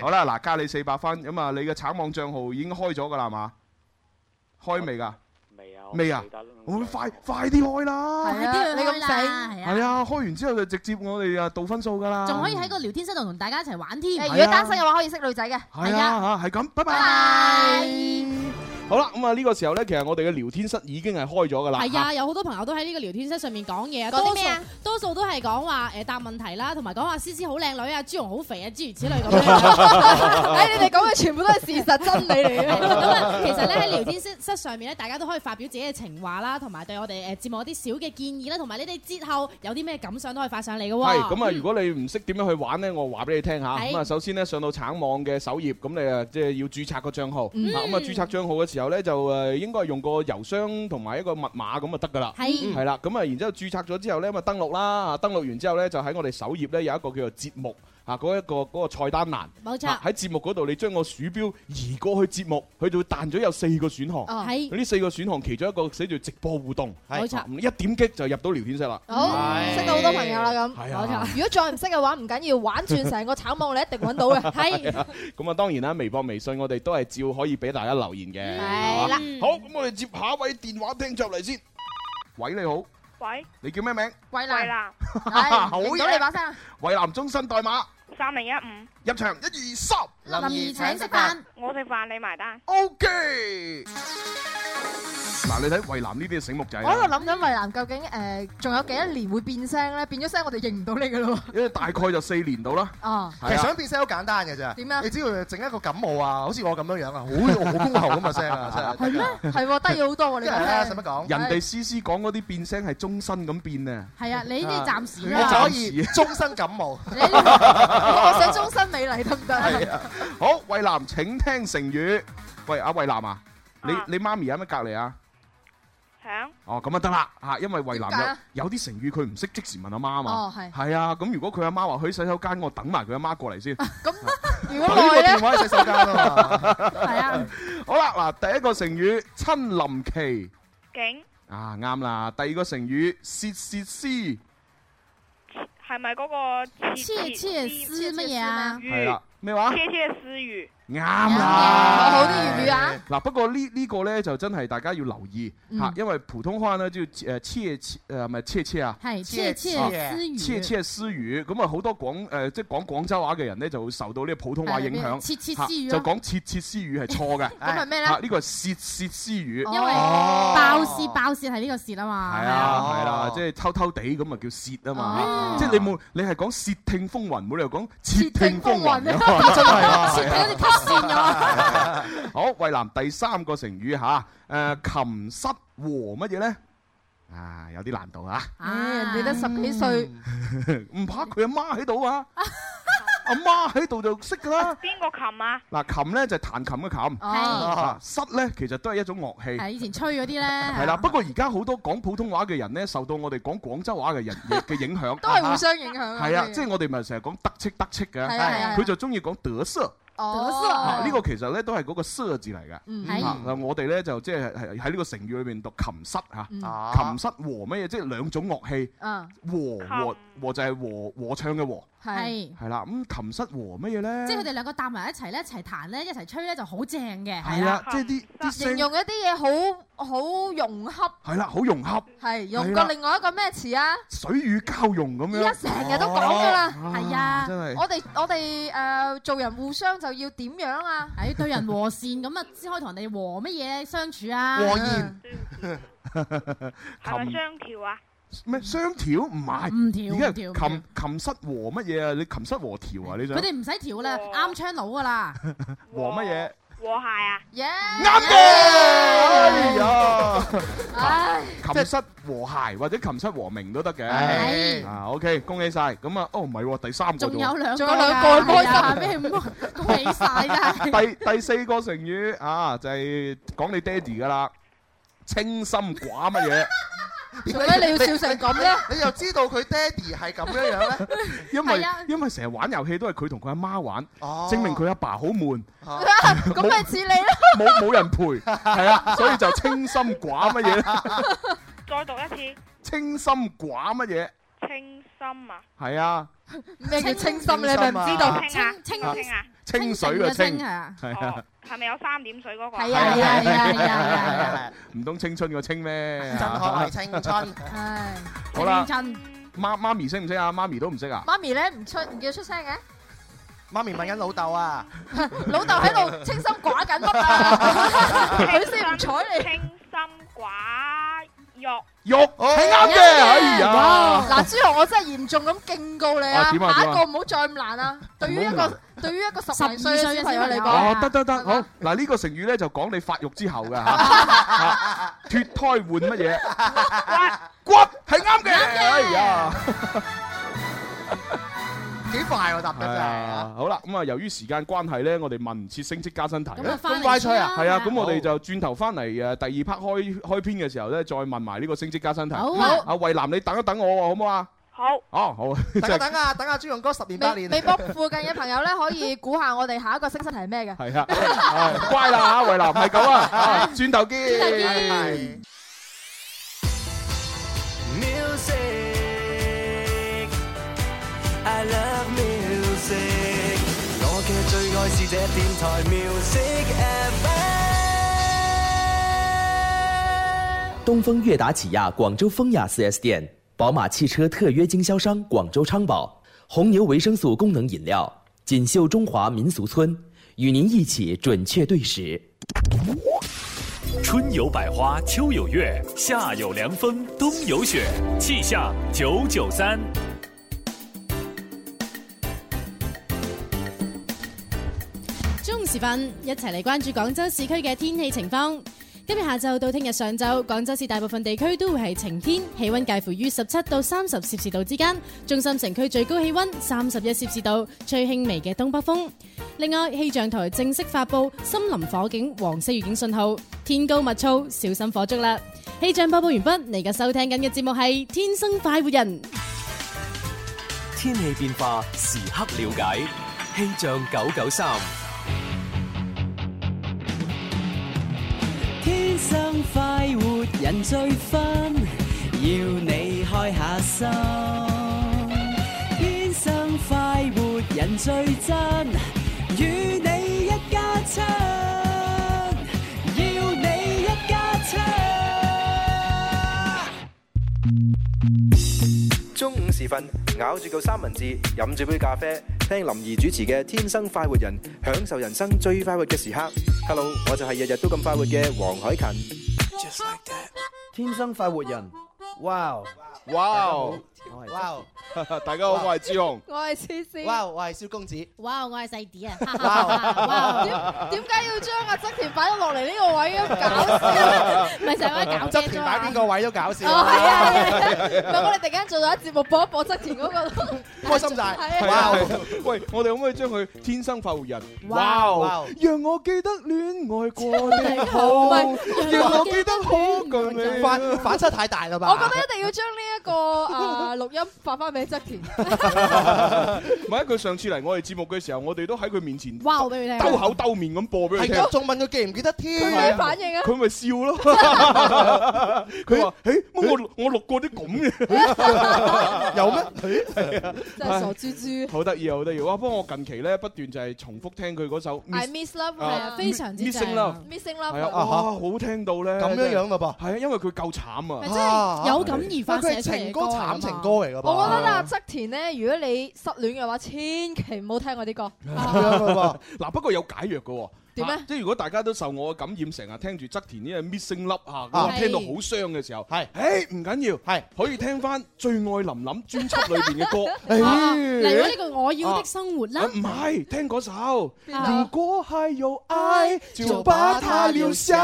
[SPEAKER 4] 好啦，嗱，加你四百分，咁啊，你嘅橙網帳號已經開咗㗎啦係嘛？開未㗎？
[SPEAKER 12] 未啊，
[SPEAKER 4] 未啊
[SPEAKER 12] 我唔記得啦？
[SPEAKER 4] 我快快啲開啦！
[SPEAKER 10] 係啊你咁醒
[SPEAKER 6] 係啊
[SPEAKER 4] 係啊，開完之後就直接我哋啊倒分數㗎啦。
[SPEAKER 6] 仲可以喺個聊天室度同大家一齊玩添。
[SPEAKER 5] 啊
[SPEAKER 4] 如果單身
[SPEAKER 6] 嘅話，可以識女仔嘅。
[SPEAKER 4] 係啊，嚇係咁，拜拜。好啦，咁啊呢個時候咧，其實我哋嘅聊天室已經係開咗㗎啦。
[SPEAKER 6] 係啊，有好多朋友都喺呢個聊天室上面講嘢啊，
[SPEAKER 5] 講啲咩啊
[SPEAKER 6] 多數？多數都係講話誒答問題啦，同埋講話思思好靚女啊，朱紅好肥啊，諸如此類咁 樣。
[SPEAKER 5] 哎你哋講嘅全部都係事實真理嚟嘅
[SPEAKER 6] 咁啊，其實咧喺聊天室 室上面咧，大家都可以發表自己嘅情話啦，同埋對我哋誒節目一啲小嘅建議啦，同埋你哋節後有啲咩感想都可以發上嚟嘅喎。
[SPEAKER 4] 係咁啊！如果你唔識點樣去玩呢，我話俾你聽嚇。咁啊，首先呢，上到橙網嘅首頁，咁你啊即係要註冊個帳號。啊
[SPEAKER 6] 嗯
[SPEAKER 4] 咁啊，註冊帳號嘅時候呢，就誒應該係用個郵箱同埋一個密碼咁就啊得㗎啦。
[SPEAKER 6] 係嗯
[SPEAKER 4] 係啦，咁啊，然之後註冊咗之後呢，咁啊登錄啦。啊登錄完之後呢，就喺我哋首頁呢，有一個叫做節目。啊！嗰一個嗰個菜單欄，
[SPEAKER 6] 冇錯
[SPEAKER 4] 啊喺節目嗰度，你將個鼠標移過去節目，佢就會彈咗有四個選項。
[SPEAKER 6] 哦係
[SPEAKER 4] 呢四個選項其中一個寫住直播互動，
[SPEAKER 5] 係冇錯
[SPEAKER 4] 啊咁一點擊就入到聊天室啦。
[SPEAKER 5] 好，識到好多朋友啦咁。
[SPEAKER 4] 係 啊冇錯
[SPEAKER 5] 如果再唔識嘅話，唔緊要，玩轉成個橙網你一定揾到嘅。係。
[SPEAKER 4] 咁啊，當然啦，微博、微信我哋都係照可以俾大家留言嘅。
[SPEAKER 5] 係啦
[SPEAKER 4] 好，咁我哋接下一位電話聽入嚟先。喂，你好，
[SPEAKER 16] 喂，
[SPEAKER 4] 你叫咩名？
[SPEAKER 10] 桂
[SPEAKER 16] 桂 林
[SPEAKER 4] 好
[SPEAKER 10] 係，到你把聲啦。
[SPEAKER 4] 蔚藍中身代碼
[SPEAKER 16] 三零一五，
[SPEAKER 4] 入場，一二三。
[SPEAKER 10] 林怡請食飯，
[SPEAKER 16] 我食飯你埋單。
[SPEAKER 4] O K。嗱，你睇蔚藍呢啲醒目仔
[SPEAKER 10] 我喺度
[SPEAKER 4] 啊，
[SPEAKER 10] 諗緊蔚藍究竟誒仲有幾多年會變聲咧？變咗聲我哋認唔到你噶咯
[SPEAKER 4] 因為大概就四年到啦。
[SPEAKER 10] 喎。啊，
[SPEAKER 4] 係啊
[SPEAKER 7] 其實想變聲好簡單嘅啫。
[SPEAKER 10] 點啊
[SPEAKER 7] 你只要整一個感冒啊，好似我咁樣樣啊，好好公喉咁嘅聲啊，真係。
[SPEAKER 10] 係咩？係喎，低咗好多喎，你
[SPEAKER 7] 真係
[SPEAKER 10] 把
[SPEAKER 7] 咧，
[SPEAKER 10] 聲
[SPEAKER 7] 使乜講？
[SPEAKER 4] 人哋 C C 講嗰啲變聲係終身咁變啊。
[SPEAKER 10] 係啊，你呢啲暫時
[SPEAKER 7] 我就
[SPEAKER 10] 啦
[SPEAKER 7] 可。以終身感冒。
[SPEAKER 10] 我想終身美麗得唔得？
[SPEAKER 4] 係啊，好，蔚藍請聽成語。喂，阿蔚藍啊，你你媽咪喺咪隔離啊？
[SPEAKER 16] 響
[SPEAKER 4] 哦，咁啊得啦嚇，因為蔚
[SPEAKER 16] 點解啊
[SPEAKER 4] 藍有有啲成語佢唔識即時問阿媽嘛。
[SPEAKER 16] 哦係
[SPEAKER 4] 係啊，咁如果佢阿媽話去洗手間，我等埋佢阿媽過嚟 先。咁
[SPEAKER 10] 如
[SPEAKER 7] 果耐咧
[SPEAKER 4] 電話去洗手間啊嘛。
[SPEAKER 10] 係啊。
[SPEAKER 4] 好啦，嗱，第一個成語親臨其
[SPEAKER 16] 景
[SPEAKER 4] 啊啱啦，第二個成語竊竊私
[SPEAKER 16] 係咪嗰個
[SPEAKER 6] 切切絲乜嘢啊？
[SPEAKER 4] 係啦，咩話？
[SPEAKER 16] 窃窃私语。
[SPEAKER 4] 啊啱
[SPEAKER 16] 有
[SPEAKER 4] 啦，
[SPEAKER 16] 嘅我好啲粵語啊！
[SPEAKER 4] 嗱，不過呢呢個咧就真係大家要留意
[SPEAKER 16] 嗯
[SPEAKER 4] 嚇，因為普通話咧就誒竊竊誒咪竊竊啊，
[SPEAKER 6] 係竊竊私
[SPEAKER 4] 竊
[SPEAKER 6] 語
[SPEAKER 4] 竊私語咁啊好多廣誒即係講廣州話嘅人咧就會受到呢個普通話影
[SPEAKER 6] 係咩
[SPEAKER 4] 響，
[SPEAKER 6] 竊竊
[SPEAKER 4] 嚇
[SPEAKER 6] 私語啊
[SPEAKER 4] 就講竊竊私語係錯嘅，
[SPEAKER 6] 咁係咩咧
[SPEAKER 4] 嚇呢個係竊竊私語，
[SPEAKER 6] 因為
[SPEAKER 4] 哦
[SPEAKER 6] 爆竊爆竊係呢個竊啊嘛。
[SPEAKER 4] 係啊，係啦，即係偷偷地咁啊叫竊啊
[SPEAKER 6] 哦
[SPEAKER 4] 嘛，即係你冇你係講竊聽風雲，冇理由講竊聽風雲
[SPEAKER 6] 竊聽風雲
[SPEAKER 4] 啊 嘛，真係 啊，
[SPEAKER 6] 竊聽好似
[SPEAKER 4] 係
[SPEAKER 6] 吸線 咁
[SPEAKER 4] 啊。好，蔚藍第三個成語吓，誒琴瑟和乜嘢咧？啊，有啲難度啊！
[SPEAKER 10] 唉，人哋得十幾歲，
[SPEAKER 4] 唔怕佢阿媽喺 度啊，阿媽喺度就識噶啦。
[SPEAKER 16] 邊個琴啊？
[SPEAKER 4] 嗱，琴咧就係彈琴嘅琴，
[SPEAKER 6] 哦
[SPEAKER 4] 啊瑟咧其實都係一種樂器。
[SPEAKER 6] 係以前吹嗰啲咧。
[SPEAKER 4] 係啦，不過而家好多講普通話嘅人咧，受到我哋講廣州話嘅人 嘅嘅影響，
[SPEAKER 10] 都係互相影響啊
[SPEAKER 4] 係啊，
[SPEAKER 10] 呢啲
[SPEAKER 4] 即係我哋咪成日講得戚得戚嘅
[SPEAKER 10] 係啊係啊，
[SPEAKER 4] 佢就中意講得瑟。啊
[SPEAKER 10] 哦
[SPEAKER 4] 呢個其實咧都係嗰個瑟字嚟
[SPEAKER 10] 嗯
[SPEAKER 4] 嘅，
[SPEAKER 10] 係
[SPEAKER 4] 啊我哋咧就即係係喺呢個成語裏面讀琴瑟嚇，
[SPEAKER 10] 嗯
[SPEAKER 4] 琴瑟和乜嘢？即係兩種樂器，
[SPEAKER 10] 嗯，
[SPEAKER 4] 和和和就係和和唱嘅和，
[SPEAKER 6] 係。
[SPEAKER 4] 係啦。咁琴瑟和乜嘢咧？
[SPEAKER 6] 即係佢哋兩個搭埋一齊咧，一齊彈咧，一齊吹咧，就好正嘅。
[SPEAKER 4] 係啦，即係啲
[SPEAKER 6] 啊
[SPEAKER 4] 啲聲
[SPEAKER 10] 形容一啲嘢好好融洽，
[SPEAKER 4] 係啦，好融洽，
[SPEAKER 10] 係用
[SPEAKER 4] 係
[SPEAKER 10] 過
[SPEAKER 4] 啦
[SPEAKER 10] 另外一個咩詞啊？
[SPEAKER 4] 水乳交融咁樣。
[SPEAKER 10] 而家成日都講噶啦，係啊
[SPEAKER 4] 真係，
[SPEAKER 10] 我哋我哋誒做人互相就要點樣啊？
[SPEAKER 6] 係對人和善咁啊，先可以同人哋和乜嘢相處啊？
[SPEAKER 4] 和言
[SPEAKER 16] 係咪
[SPEAKER 4] 琴
[SPEAKER 16] 雙調啊？
[SPEAKER 4] 咩雙條唔係？
[SPEAKER 6] 唔條
[SPEAKER 4] 而家
[SPEAKER 6] 唔條唔
[SPEAKER 4] 係琴琴室和乜嘢啊？你琴室和條啊？你想
[SPEAKER 6] 佢哋唔使調啦，啱 channel 噶啦。
[SPEAKER 4] 和乜嘢？
[SPEAKER 16] 和諧啊！
[SPEAKER 4] 啱嘅。哎呀，
[SPEAKER 6] 唉
[SPEAKER 4] 琴室和諧或者琴室和鳴都得嘅。
[SPEAKER 6] 係
[SPEAKER 4] 啊，OK，恭喜晒。咁啊，哦唔係喎，第三個
[SPEAKER 6] 仲
[SPEAKER 4] 啫喎
[SPEAKER 6] 有兩個
[SPEAKER 10] 仲
[SPEAKER 6] 㗎，
[SPEAKER 10] 有兩個開心
[SPEAKER 6] 係啊咩唔開恭喜晒啦！
[SPEAKER 4] 第第四個成語啊，就係講你爹哋噶啦，清心寡乜嘢？
[SPEAKER 10] 做咩你要笑成咁咧？
[SPEAKER 7] 你又知道佢爹哋係咁樣 樣咧？
[SPEAKER 4] 因為
[SPEAKER 10] 係啊
[SPEAKER 4] 因為成日玩遊戲都係佢同佢阿媽玩，
[SPEAKER 13] 哦
[SPEAKER 4] 證明佢阿爸好悶，
[SPEAKER 10] 咁咪似你咯。
[SPEAKER 4] 冇冇人陪，係啊，所以就清心寡乜嘢？
[SPEAKER 16] 再讀一次，
[SPEAKER 4] 清心寡乜嘢？
[SPEAKER 16] 清心啊！
[SPEAKER 4] 係啊，
[SPEAKER 10] 咩叫清心咧？咪唔知道
[SPEAKER 16] 清啊，清啊，清啊，
[SPEAKER 4] 清水嘅清，
[SPEAKER 10] 清啊
[SPEAKER 4] 係
[SPEAKER 12] 哦
[SPEAKER 4] 啊，
[SPEAKER 16] 係咪有三點水嗰個？
[SPEAKER 10] 係啊係啊係啊係啊係啊！
[SPEAKER 4] 唔通青春個清咩？啊
[SPEAKER 7] 真可謂青春。
[SPEAKER 10] 唉，
[SPEAKER 4] 好啦
[SPEAKER 10] 認真
[SPEAKER 4] 媽媽咪識唔識啊？媽咪都唔識啊？
[SPEAKER 10] 媽咪咧唔出唔叫出聲嘅，
[SPEAKER 7] 媽咪問緊老豆啊，
[SPEAKER 10] 老豆喺度清心寡緊乜
[SPEAKER 5] Ờ.
[SPEAKER 10] 啊？佢先唔睬你。
[SPEAKER 16] 清心寡欲。
[SPEAKER 4] 肉係啱嘅，哎
[SPEAKER 10] 哇
[SPEAKER 4] 呀！
[SPEAKER 10] 嗱，朱紅，我真係嚴重咁警告你
[SPEAKER 4] 啊
[SPEAKER 10] 啊！
[SPEAKER 4] 點啊
[SPEAKER 10] 下一
[SPEAKER 4] 點啊
[SPEAKER 10] 個唔好再咁難啊！對於一
[SPEAKER 4] 唔好咁
[SPEAKER 10] 個對於一個十零歲
[SPEAKER 6] 12
[SPEAKER 10] 嘅
[SPEAKER 6] 歲嘅
[SPEAKER 10] 小朋友嚟
[SPEAKER 6] 小朋友
[SPEAKER 10] 講，
[SPEAKER 4] 哦，得得得，好嗱，呢個成語咧就講你發育之後嘅嚇，脱胎換乜嘢？骨係啱嘅，哎呀！
[SPEAKER 7] 幾快我答得真係。
[SPEAKER 4] 啊，好啦，咁啊，由於時間關係咧，我哋問唔切升職加薪題
[SPEAKER 7] 咁
[SPEAKER 4] 啦
[SPEAKER 7] 啊。翻嚟咁快脆啊先啦
[SPEAKER 4] 係啊，咁我哋就轉頭翻嚟誒第二 part 開開篇嘅時候咧，再問埋呢個升職加薪題。
[SPEAKER 7] 好啊
[SPEAKER 4] 阿慧南，你等一等我喎，好唔好啊？
[SPEAKER 16] 好。
[SPEAKER 4] 哦，好啊。
[SPEAKER 7] 等啊等啊，等啊，朱勇哥十年八
[SPEAKER 10] 微
[SPEAKER 7] 年。
[SPEAKER 10] 微博附近嘅朋友咧，可以估下我哋下一個星星係咩嘅？
[SPEAKER 4] 係啊，係乖啦嚇，慧南 係咁啊啊，轉頭見。
[SPEAKER 10] 轉頭見
[SPEAKER 4] 係
[SPEAKER 1] Music, I love music。我嘅最愛是這電台 Music FM。
[SPEAKER 17] 东风悦达起亚广州风雅 4S 店、宝马汽车特约经销商广州昌宝、红牛维生素功能饮料、锦绣中华民俗村，与您一起准确对时。
[SPEAKER 18] 春有百花，秋有月，夏有凉风，冬有雪。气象九九三，
[SPEAKER 6] 中午時分，一齊嚟關注廣州市區嘅天氣情況。今日下晝到聽日上晝，廣州市大部分地區都會係晴天，氣温介乎於十七到三十攝氏度之間。中心城區最高氣温三十一攝氏度，吹輕微嘅東北風。另外，氣象台正式發布森林火警黃色預警信號，天高物燥，小心火燭啦！氣象播報完畢，你而家收聽緊嘅節目係《天生快活人》。
[SPEAKER 18] 天气变化时刻了解，气象九九三。
[SPEAKER 19] 天生快活人最分，要你開下心。天生快活人最真，與你一家親，要你一家親。
[SPEAKER 20] 中午時分，咬住嚿三文治，飲住杯咖啡，聽林怡主持嘅《天生快活人》，享受人生最快活嘅時刻。Hello，我就係日日都咁快活嘅黃海芹。
[SPEAKER 21] 天生快活人，
[SPEAKER 5] 哦
[SPEAKER 21] 哇
[SPEAKER 4] 哇！
[SPEAKER 13] 哦
[SPEAKER 21] 哇！
[SPEAKER 4] 大家好，我係志雄。
[SPEAKER 5] 我係黐線。
[SPEAKER 21] 哇！我係蕭公子。
[SPEAKER 6] 哇！我係細啲啊！
[SPEAKER 5] 哇！點點解要將阿側田擺咗落嚟呢個位啊咁搞笑？咪成日搞
[SPEAKER 21] 側田擺邊個位都搞笑。
[SPEAKER 5] 哦，係啊，係啊，唔係我哋突然間做咗一節目播一播側田嗰個，開心曬係
[SPEAKER 4] 係
[SPEAKER 5] 啊！
[SPEAKER 4] 啊
[SPEAKER 13] 哦
[SPEAKER 4] 喂，我哋可唔可以將佢天生快活人？
[SPEAKER 13] 哦
[SPEAKER 5] 哇
[SPEAKER 4] 哇！讓我記得戀愛過 的
[SPEAKER 5] 唔
[SPEAKER 4] 好
[SPEAKER 5] 係，
[SPEAKER 4] 讓我記得好過你。
[SPEAKER 21] 反反差太大啦吧？
[SPEAKER 5] 我覺得一定要將呢一個啊錄音發翻俾 側田。
[SPEAKER 4] 唔係，佢上次嚟我哋節目嘅時候，我哋都喺佢面前
[SPEAKER 6] 哇！我俾你
[SPEAKER 5] 啊
[SPEAKER 4] 兜口兜面咁播俾佢聽。
[SPEAKER 7] 係啊，仲問佢記唔記得添？
[SPEAKER 5] 佢咩反應啊
[SPEAKER 4] 佢咪笑咯，佢話：，誒，乜我我錄過啲咁嘅，有咩？
[SPEAKER 5] 真係傻豬豬。
[SPEAKER 4] 好得意啊，好得意！哇，不過我近期咧不斷就係重複聽佢嗰首
[SPEAKER 5] I
[SPEAKER 4] Miss
[SPEAKER 5] miss love
[SPEAKER 4] 啊
[SPEAKER 5] 係啊，非常之
[SPEAKER 4] Missing
[SPEAKER 5] 正
[SPEAKER 4] Love。
[SPEAKER 5] Missing
[SPEAKER 4] 係啊，
[SPEAKER 5] love
[SPEAKER 4] 哇，好聽到咧，
[SPEAKER 7] 咁樣樣
[SPEAKER 4] 噶噃，係啊，因為佢夠慘啊，
[SPEAKER 5] 咪真係有感而
[SPEAKER 13] 啊
[SPEAKER 5] 發寫出嚟嘅歌嚟㗎
[SPEAKER 7] 佢
[SPEAKER 5] 嘛
[SPEAKER 7] 係情歌慘情歌嚟㗎噃
[SPEAKER 5] 我覺得啦，側田咧，如果你失戀嘅話，千祈唔好聽我啲歌。
[SPEAKER 4] 嗱，不過有解藥嘅喎，
[SPEAKER 22] 點咧
[SPEAKER 4] 啊？即係如果大家都受我嘅感染，成日聽住側田呢個 missing love 嚇，
[SPEAKER 22] 啊
[SPEAKER 4] 咁聽到好傷嘅時候，係，誒唔緊要，係可以聽翻《最愛林林》專輯裏邊嘅歌，哎
[SPEAKER 6] 啊
[SPEAKER 4] 誒
[SPEAKER 6] 例如呢個我要的生活啦
[SPEAKER 4] 啊唔係聽嗰首。
[SPEAKER 6] 啊
[SPEAKER 4] 如果係有愛，就把它留下。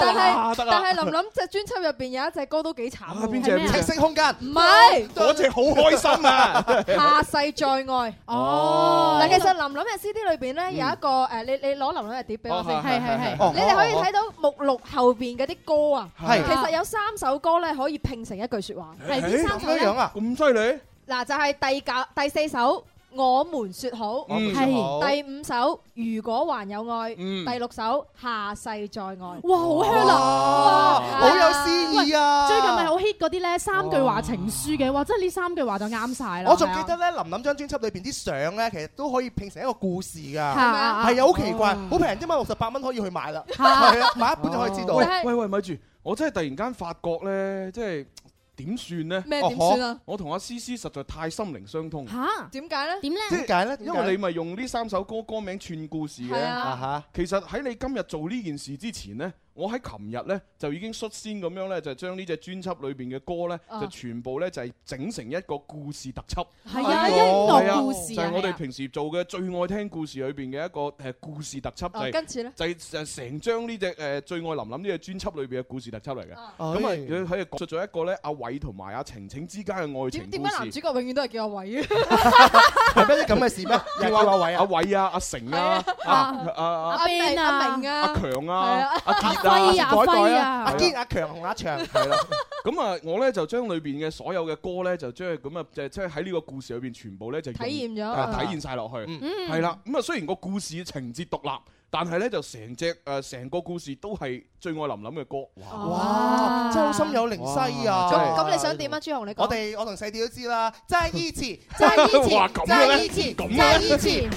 [SPEAKER 5] 但
[SPEAKER 4] 啊
[SPEAKER 5] 係
[SPEAKER 4] 得啦
[SPEAKER 5] 但係林林隻專輯入邊有一隻歌都幾慘喎。
[SPEAKER 4] 邊隻係 咩啊
[SPEAKER 5] 赤色空間？唔係。
[SPEAKER 4] 嗰隻好開心啊！
[SPEAKER 5] 下世再愛
[SPEAKER 4] 哦
[SPEAKER 5] 嗱，其實林琳嘅 CD 裏邊咧有一個誒，你你攞林琳嘅碟俾我先，
[SPEAKER 22] 哦係係係
[SPEAKER 5] 你哋可以睇到目錄後邊嗰啲歌
[SPEAKER 13] 哦
[SPEAKER 5] 啊，
[SPEAKER 22] 係
[SPEAKER 5] 其實有三首歌咧可以拼成一句説話，係邊三
[SPEAKER 4] 誒
[SPEAKER 5] 首
[SPEAKER 4] 咁樣
[SPEAKER 5] 咧？
[SPEAKER 4] 啊？咁犀利？
[SPEAKER 5] 嗱，就係第九第四首。我們說好，
[SPEAKER 4] 嗯係
[SPEAKER 5] 第五首如果還有愛，
[SPEAKER 4] 嗯
[SPEAKER 5] 第六首下世再愛。
[SPEAKER 6] 哇，好香啊！
[SPEAKER 5] 好有詩意啊
[SPEAKER 6] 喂最近咪好 hit 嗰啲咧，三句話情書嘅，哇！真係呢三句話就啱晒啦。
[SPEAKER 13] 我仲記得咧，林琳張專輯裏邊啲相咧，其實都可以拼成一個故事㗎，係
[SPEAKER 6] 咪啊
[SPEAKER 13] 啊，好奇怪，好平啫嘛，六十八蚊可以去買啦，
[SPEAKER 6] 嚇
[SPEAKER 13] 係啊，買一本就可以知道。
[SPEAKER 4] 喂喂喂，咪住！我真係突然間發覺咧，即係點算咧？
[SPEAKER 5] 咩點算啊
[SPEAKER 4] 我同阿思思實在太心靈相通。
[SPEAKER 5] 嚇？點解咧？
[SPEAKER 6] 點咧？
[SPEAKER 4] 即係因為你咪用呢三首歌歌名串故事嘅。
[SPEAKER 5] 係啊啊
[SPEAKER 13] 哈
[SPEAKER 4] 其實喺你今日做呢件事之前呢，我喺琴日呢就已經率先咁樣呢，就將呢隻專輯裏邊嘅歌呢，
[SPEAKER 6] 啊
[SPEAKER 4] 就全部呢就係整成一個故事特輯。
[SPEAKER 6] 係啊
[SPEAKER 4] 哎呦
[SPEAKER 6] 音樂
[SPEAKER 4] 係啊
[SPEAKER 6] 故事啊
[SPEAKER 4] 就係我
[SPEAKER 6] 係
[SPEAKER 4] 哋
[SPEAKER 6] 啊
[SPEAKER 4] 平時做嘅最愛聽故事裏邊嘅一個誒故事特輯，就
[SPEAKER 5] 哦
[SPEAKER 4] 係
[SPEAKER 5] 跟住呢
[SPEAKER 4] 就係就係成張呢隻誒最愛琳琳呢隻專輯裏邊嘅故事特輯嚟嘅。咁啊，
[SPEAKER 5] 哦
[SPEAKER 4] 佢佢係講述咗一個呢阿偉同埋阿晴晴之間嘅愛情
[SPEAKER 5] 點點
[SPEAKER 4] 故
[SPEAKER 5] 解男主
[SPEAKER 4] 事。
[SPEAKER 5] 角永遠都係叫阿偉？
[SPEAKER 4] 係咩咁嘅事咩？叫阿偉啊，阿偉啊，阿成啊，啊啊啊
[SPEAKER 5] 阿 Ben 啊
[SPEAKER 6] 阿明
[SPEAKER 5] 啊
[SPEAKER 4] 阿強
[SPEAKER 5] 係啊
[SPEAKER 4] 啊，阿傑
[SPEAKER 5] 阿
[SPEAKER 4] 啊，
[SPEAKER 5] 輝啊
[SPEAKER 4] 改改
[SPEAKER 5] 阿輝
[SPEAKER 4] 啦
[SPEAKER 5] 啊
[SPEAKER 13] 阿堅、阿強同阿長，
[SPEAKER 4] 係啦。咁啊，我咧就將裏邊嘅所有嘅歌咧，就將佢咁啊，即係即係喺呢個故事裏邊全部咧就用
[SPEAKER 5] 體驗咗
[SPEAKER 4] 啊
[SPEAKER 5] 啊
[SPEAKER 4] 體現晒落去，
[SPEAKER 5] 嗯
[SPEAKER 4] 係啦。咁啊，雖然個故事情節獨立。但係咧就成隻誒成個故事都係最愛琳琳嘅歌，
[SPEAKER 13] 哇，真係好心有靈犀啊！
[SPEAKER 4] 哇真係
[SPEAKER 5] 咁你想點啊？朱紅，你講
[SPEAKER 13] 我哋我同細啲都知啦，在一起，
[SPEAKER 5] 在
[SPEAKER 13] 一 起
[SPEAKER 4] 哇咁
[SPEAKER 13] 在
[SPEAKER 4] 嘅
[SPEAKER 13] 一
[SPEAKER 4] 咧
[SPEAKER 13] 起，
[SPEAKER 4] 咁嘅
[SPEAKER 13] 在一
[SPEAKER 4] 咧
[SPEAKER 13] 起，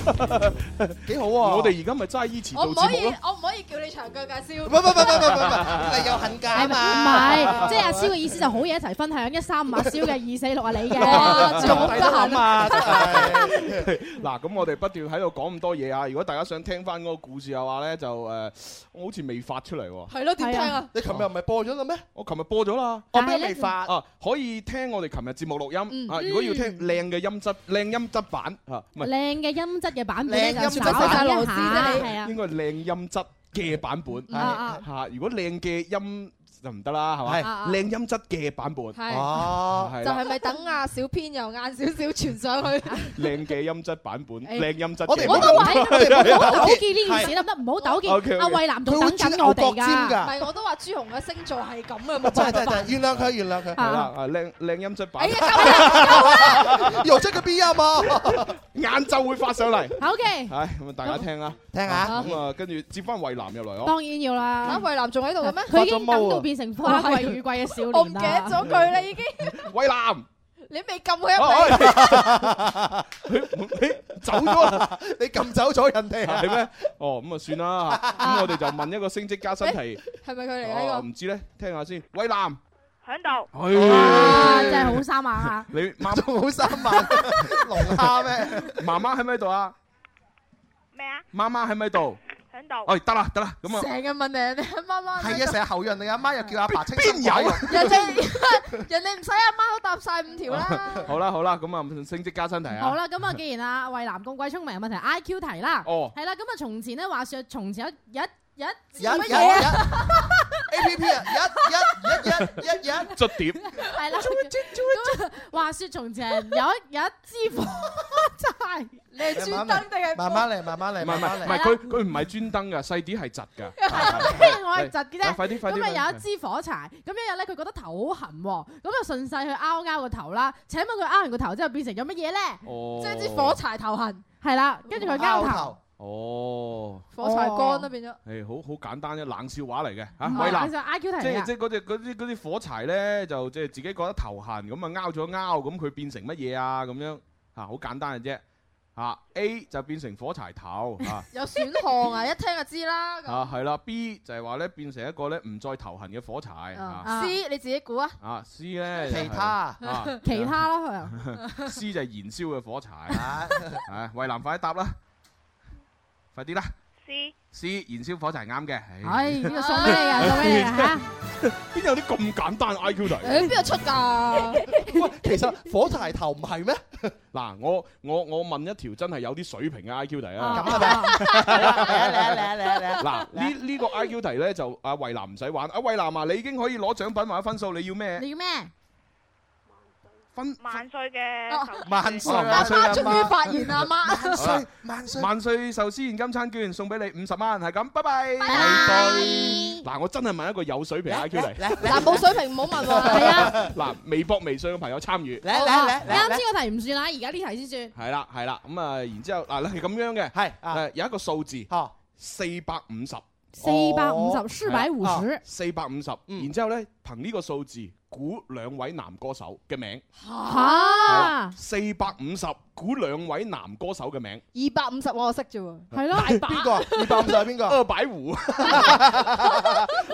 [SPEAKER 4] 幾好啊！我哋而家咪齋依詞
[SPEAKER 5] 哦我
[SPEAKER 4] 做節
[SPEAKER 5] 唔可
[SPEAKER 4] 目
[SPEAKER 5] 以
[SPEAKER 4] 咯，，
[SPEAKER 5] 我唔可以叫你長腳介紹。
[SPEAKER 13] 唔唔唔唔唔唔，你有恨嫁啊
[SPEAKER 6] 係咪唔
[SPEAKER 13] 嘛？
[SPEAKER 6] 係，即係阿蕭嘅意思就好嘢一齊分享，一三五阿蕭嘅，二四六啊你嘅，
[SPEAKER 13] 哦
[SPEAKER 4] 哇
[SPEAKER 6] 仲
[SPEAKER 4] 咁
[SPEAKER 6] 好得
[SPEAKER 4] 抵得
[SPEAKER 6] 閒
[SPEAKER 4] 諗啊真
[SPEAKER 6] 啊！
[SPEAKER 4] 嗱，咁我哋不斷喺度講咁多嘢啊！如果大家想聽翻嗰個故事嘅話咧，就誒、呃我好似未發出嚟喎。
[SPEAKER 5] 係咯點聽啊係啊
[SPEAKER 13] 你琴日唔係播咗啦咩？
[SPEAKER 4] 我琴日播咗啦，
[SPEAKER 13] 我咩未發？
[SPEAKER 4] 啊，可以聽我哋琴日節目錄音
[SPEAKER 6] 嗯
[SPEAKER 4] 啊！如果要聽靚嘅音質、靚音質版啊，唔係
[SPEAKER 6] 靚嘅音質嘅版本咧
[SPEAKER 4] 靚音
[SPEAKER 6] 就
[SPEAKER 4] 質
[SPEAKER 6] 找
[SPEAKER 4] 版
[SPEAKER 6] 晒
[SPEAKER 5] 羅
[SPEAKER 6] 一
[SPEAKER 5] 斯
[SPEAKER 6] 下，
[SPEAKER 5] 啫你
[SPEAKER 6] 係啊
[SPEAKER 4] 應。該係靚音質嘅版本
[SPEAKER 6] 啊啊
[SPEAKER 4] 嚇。如果靚嘅音就唔得啦，係
[SPEAKER 5] 係啊
[SPEAKER 4] 嘛？
[SPEAKER 5] 啊
[SPEAKER 4] 靚音質嘅版本，
[SPEAKER 5] 係
[SPEAKER 4] 哦，係
[SPEAKER 5] 就
[SPEAKER 4] 啦
[SPEAKER 5] 係咪等阿小編又晏少少傳上 去？
[SPEAKER 4] 靚嘅音質版本，
[SPEAKER 5] 哎
[SPEAKER 4] 靚音質嘅版本。
[SPEAKER 6] 我哋我都話我哋唔好糾結呢件
[SPEAKER 4] 係
[SPEAKER 6] 事得唔得？唔好糾
[SPEAKER 4] OK，OK
[SPEAKER 6] 結。阿慧南仲等緊
[SPEAKER 4] 佢會
[SPEAKER 6] 我
[SPEAKER 4] 轉牛角
[SPEAKER 6] 哋
[SPEAKER 4] 尖㗎
[SPEAKER 6] 㗎。
[SPEAKER 5] 唔係，我都話朱紅嘅星座係咁嘅，冇
[SPEAKER 13] 真係
[SPEAKER 5] 辦
[SPEAKER 13] 真係
[SPEAKER 5] 法
[SPEAKER 13] 真係，。原諒佢，原諒佢。
[SPEAKER 4] 係啦，啊靚靚音質版
[SPEAKER 5] 哎。呀，夠啦，夠啦！
[SPEAKER 13] 由即個 B 音啊！
[SPEAKER 4] 晏晝會發上嚟。
[SPEAKER 6] O K，
[SPEAKER 4] 唉，咁啊大家聽啦，
[SPEAKER 13] 聽
[SPEAKER 6] 下
[SPEAKER 4] 咁啊，跟住接翻衛南入嚟哦。
[SPEAKER 6] 當然要啦。
[SPEAKER 5] 阿慧南仲喺度嘅咩？
[SPEAKER 6] 佢已經
[SPEAKER 4] 啊
[SPEAKER 6] 等到變成花季雨季嘅少年啦
[SPEAKER 5] 我唔記得咗佢啦，已經。
[SPEAKER 4] 衛南，
[SPEAKER 5] 你未撳佢一咪？
[SPEAKER 4] 走咗啦，
[SPEAKER 13] 你撳走咗人哋啊
[SPEAKER 4] 係咩？哦，咁啊算啦，咁我哋就問一個升職加薪題，
[SPEAKER 5] 係咪佢嚟
[SPEAKER 4] 哦
[SPEAKER 5] 啊？呢
[SPEAKER 4] 唔知咧，聽下先。衛南，
[SPEAKER 5] 個喺度。
[SPEAKER 6] 啊，真
[SPEAKER 4] 唉，
[SPEAKER 6] 係好三眼啊！
[SPEAKER 4] 你媽
[SPEAKER 13] 仲好三萬 龍蝦咩？
[SPEAKER 4] 媽媽喺咪度啊？咩啊？媽媽喺咪度？
[SPEAKER 5] 喺度
[SPEAKER 4] 哎，得啦得啦，咁啊，
[SPEAKER 5] 成日問你人哋 阿媽媽
[SPEAKER 13] 係啊，成日後人你阿媽又叫阿爸清
[SPEAKER 4] 邊有啊？
[SPEAKER 5] 人哋 人哋唔使阿媽都答晒五條啦。
[SPEAKER 4] 好啦好啦，咁啊升職加薪題啊。
[SPEAKER 6] 好啦，咁啊，既然啊慧南咁鬼聰明，有問題 I Q 題啦。
[SPEAKER 4] 哦
[SPEAKER 6] 係啦，咁啊，從前咧話説，從前有一有一有
[SPEAKER 13] 有
[SPEAKER 6] 一
[SPEAKER 13] 有
[SPEAKER 6] 乜嘢啊？
[SPEAKER 13] A P P 啊，dạ, 一一一一一一。
[SPEAKER 4] 捽碟。
[SPEAKER 6] 係啦，咁啊話説從前有一有一支火柴，你
[SPEAKER 5] 係專登定係
[SPEAKER 13] 慢慢嚟，慢慢嚟，
[SPEAKER 4] 唔係
[SPEAKER 13] 慢
[SPEAKER 4] 唔
[SPEAKER 13] 慢
[SPEAKER 4] 係
[SPEAKER 13] 嚟。
[SPEAKER 4] 唔係，佢佢唔係專登㗎，細啲係窒㗎。
[SPEAKER 6] 哎我係窒嘅啫。
[SPEAKER 4] 快啲快啲
[SPEAKER 6] 咁啊有
[SPEAKER 4] 快
[SPEAKER 6] 一
[SPEAKER 4] 啲
[SPEAKER 6] 支火柴，咁一日咧佢覺得頭好痕喎，咁啊順勢去拗拗個頭啦。請問佢拗完個頭之後變成咗乜嘢咧？
[SPEAKER 4] 哦
[SPEAKER 5] 即係支火柴頭痕，
[SPEAKER 6] 係啦，跟住佢拗頭。
[SPEAKER 4] 哦，
[SPEAKER 5] 火柴乾啦變咗。
[SPEAKER 4] 誒，好好簡單嘅冷笑話嚟嘅嚇，
[SPEAKER 6] 唔
[SPEAKER 4] 衛
[SPEAKER 6] 係
[SPEAKER 4] 南
[SPEAKER 6] 其實。I Q 題
[SPEAKER 4] 即
[SPEAKER 6] 嚟
[SPEAKER 4] 係
[SPEAKER 6] 啊㗎
[SPEAKER 4] 即係嗰隻嗰啲嗰啲火柴咧，就即係自己覺得頭痕，咁啊拗咗拗，咁佢變成乜嘢啊？咁樣嚇好簡單嘅啫嚇。A 就變成火柴頭嚇 啊
[SPEAKER 5] 有選項啊，一聽就知啦。咁
[SPEAKER 4] 嚇係啦。B 就係話咧變成一個咧唔再頭痕嘅火
[SPEAKER 6] 嗯
[SPEAKER 4] 柴嚇。
[SPEAKER 5] C 你自己估啊。
[SPEAKER 4] 啊 C 咧
[SPEAKER 13] 其他
[SPEAKER 4] 啊
[SPEAKER 6] 其他啦，
[SPEAKER 4] C 就係燃
[SPEAKER 13] Dạ.
[SPEAKER 4] 燒嘅火柴。啊，衛南快啲答啦，快啲啦。
[SPEAKER 12] C
[SPEAKER 15] C 燃燒火柴啱嘅。唉
[SPEAKER 5] 唉，呢個送俾你啊，送俾你啊嚇！
[SPEAKER 4] 邊有啲咁簡單 I Q 題？
[SPEAKER 5] 誒，邊度出 㗎？
[SPEAKER 4] 喂，其實火柴頭唔係咩？嗱，我我我問一條真係有啲水平嘅 I Q 題啊！
[SPEAKER 3] 咁啊嘛
[SPEAKER 6] 哦
[SPEAKER 4] 嗱，呢呢個 I Q 題咧就阿慧南唔使玩，阿慧南啊，你已經可以攞獎品或者分數，你要咩？
[SPEAKER 5] 你要咩？
[SPEAKER 4] 分
[SPEAKER 16] 萬歲嘅頭
[SPEAKER 4] 萬歲
[SPEAKER 16] 哦
[SPEAKER 4] 萬
[SPEAKER 16] 媽
[SPEAKER 4] 歲
[SPEAKER 16] 媽
[SPEAKER 4] 啊
[SPEAKER 16] 終於發現啦媽
[SPEAKER 4] 好啦
[SPEAKER 16] 萬歲
[SPEAKER 4] 萬歲壽司現金餐券送俾你五十蚊，係咁，拜拜。拜拜。嗱，我真係問一個有水
[SPEAKER 13] Dạ,
[SPEAKER 4] 平 I Q 嚟。
[SPEAKER 5] 嗱，冇水平唔好問喎。係啊，
[SPEAKER 4] 嗱，微博、微信嘅朋友參與。嚟
[SPEAKER 6] 你哦啱先個題唔算啦，啊而家呢題先算。
[SPEAKER 4] 係啦，係啦，咁啊，然之後嗱係咁樣嘅，係
[SPEAKER 13] à,
[SPEAKER 5] 啊
[SPEAKER 4] 誒有一個數字，四百五十，
[SPEAKER 6] 450450
[SPEAKER 4] 四百五十，
[SPEAKER 5] 嗯
[SPEAKER 4] 然之後咧憑呢個數字估兩位男歌手嘅名，
[SPEAKER 5] 嚇
[SPEAKER 4] 四百五十估兩位男歌手嘅名，
[SPEAKER 5] 二百五十我識啫喎，係
[SPEAKER 4] 係
[SPEAKER 5] 咯，
[SPEAKER 4] 邊個？二百五十係
[SPEAKER 5] 啊
[SPEAKER 4] 邊個？阿擺 胡，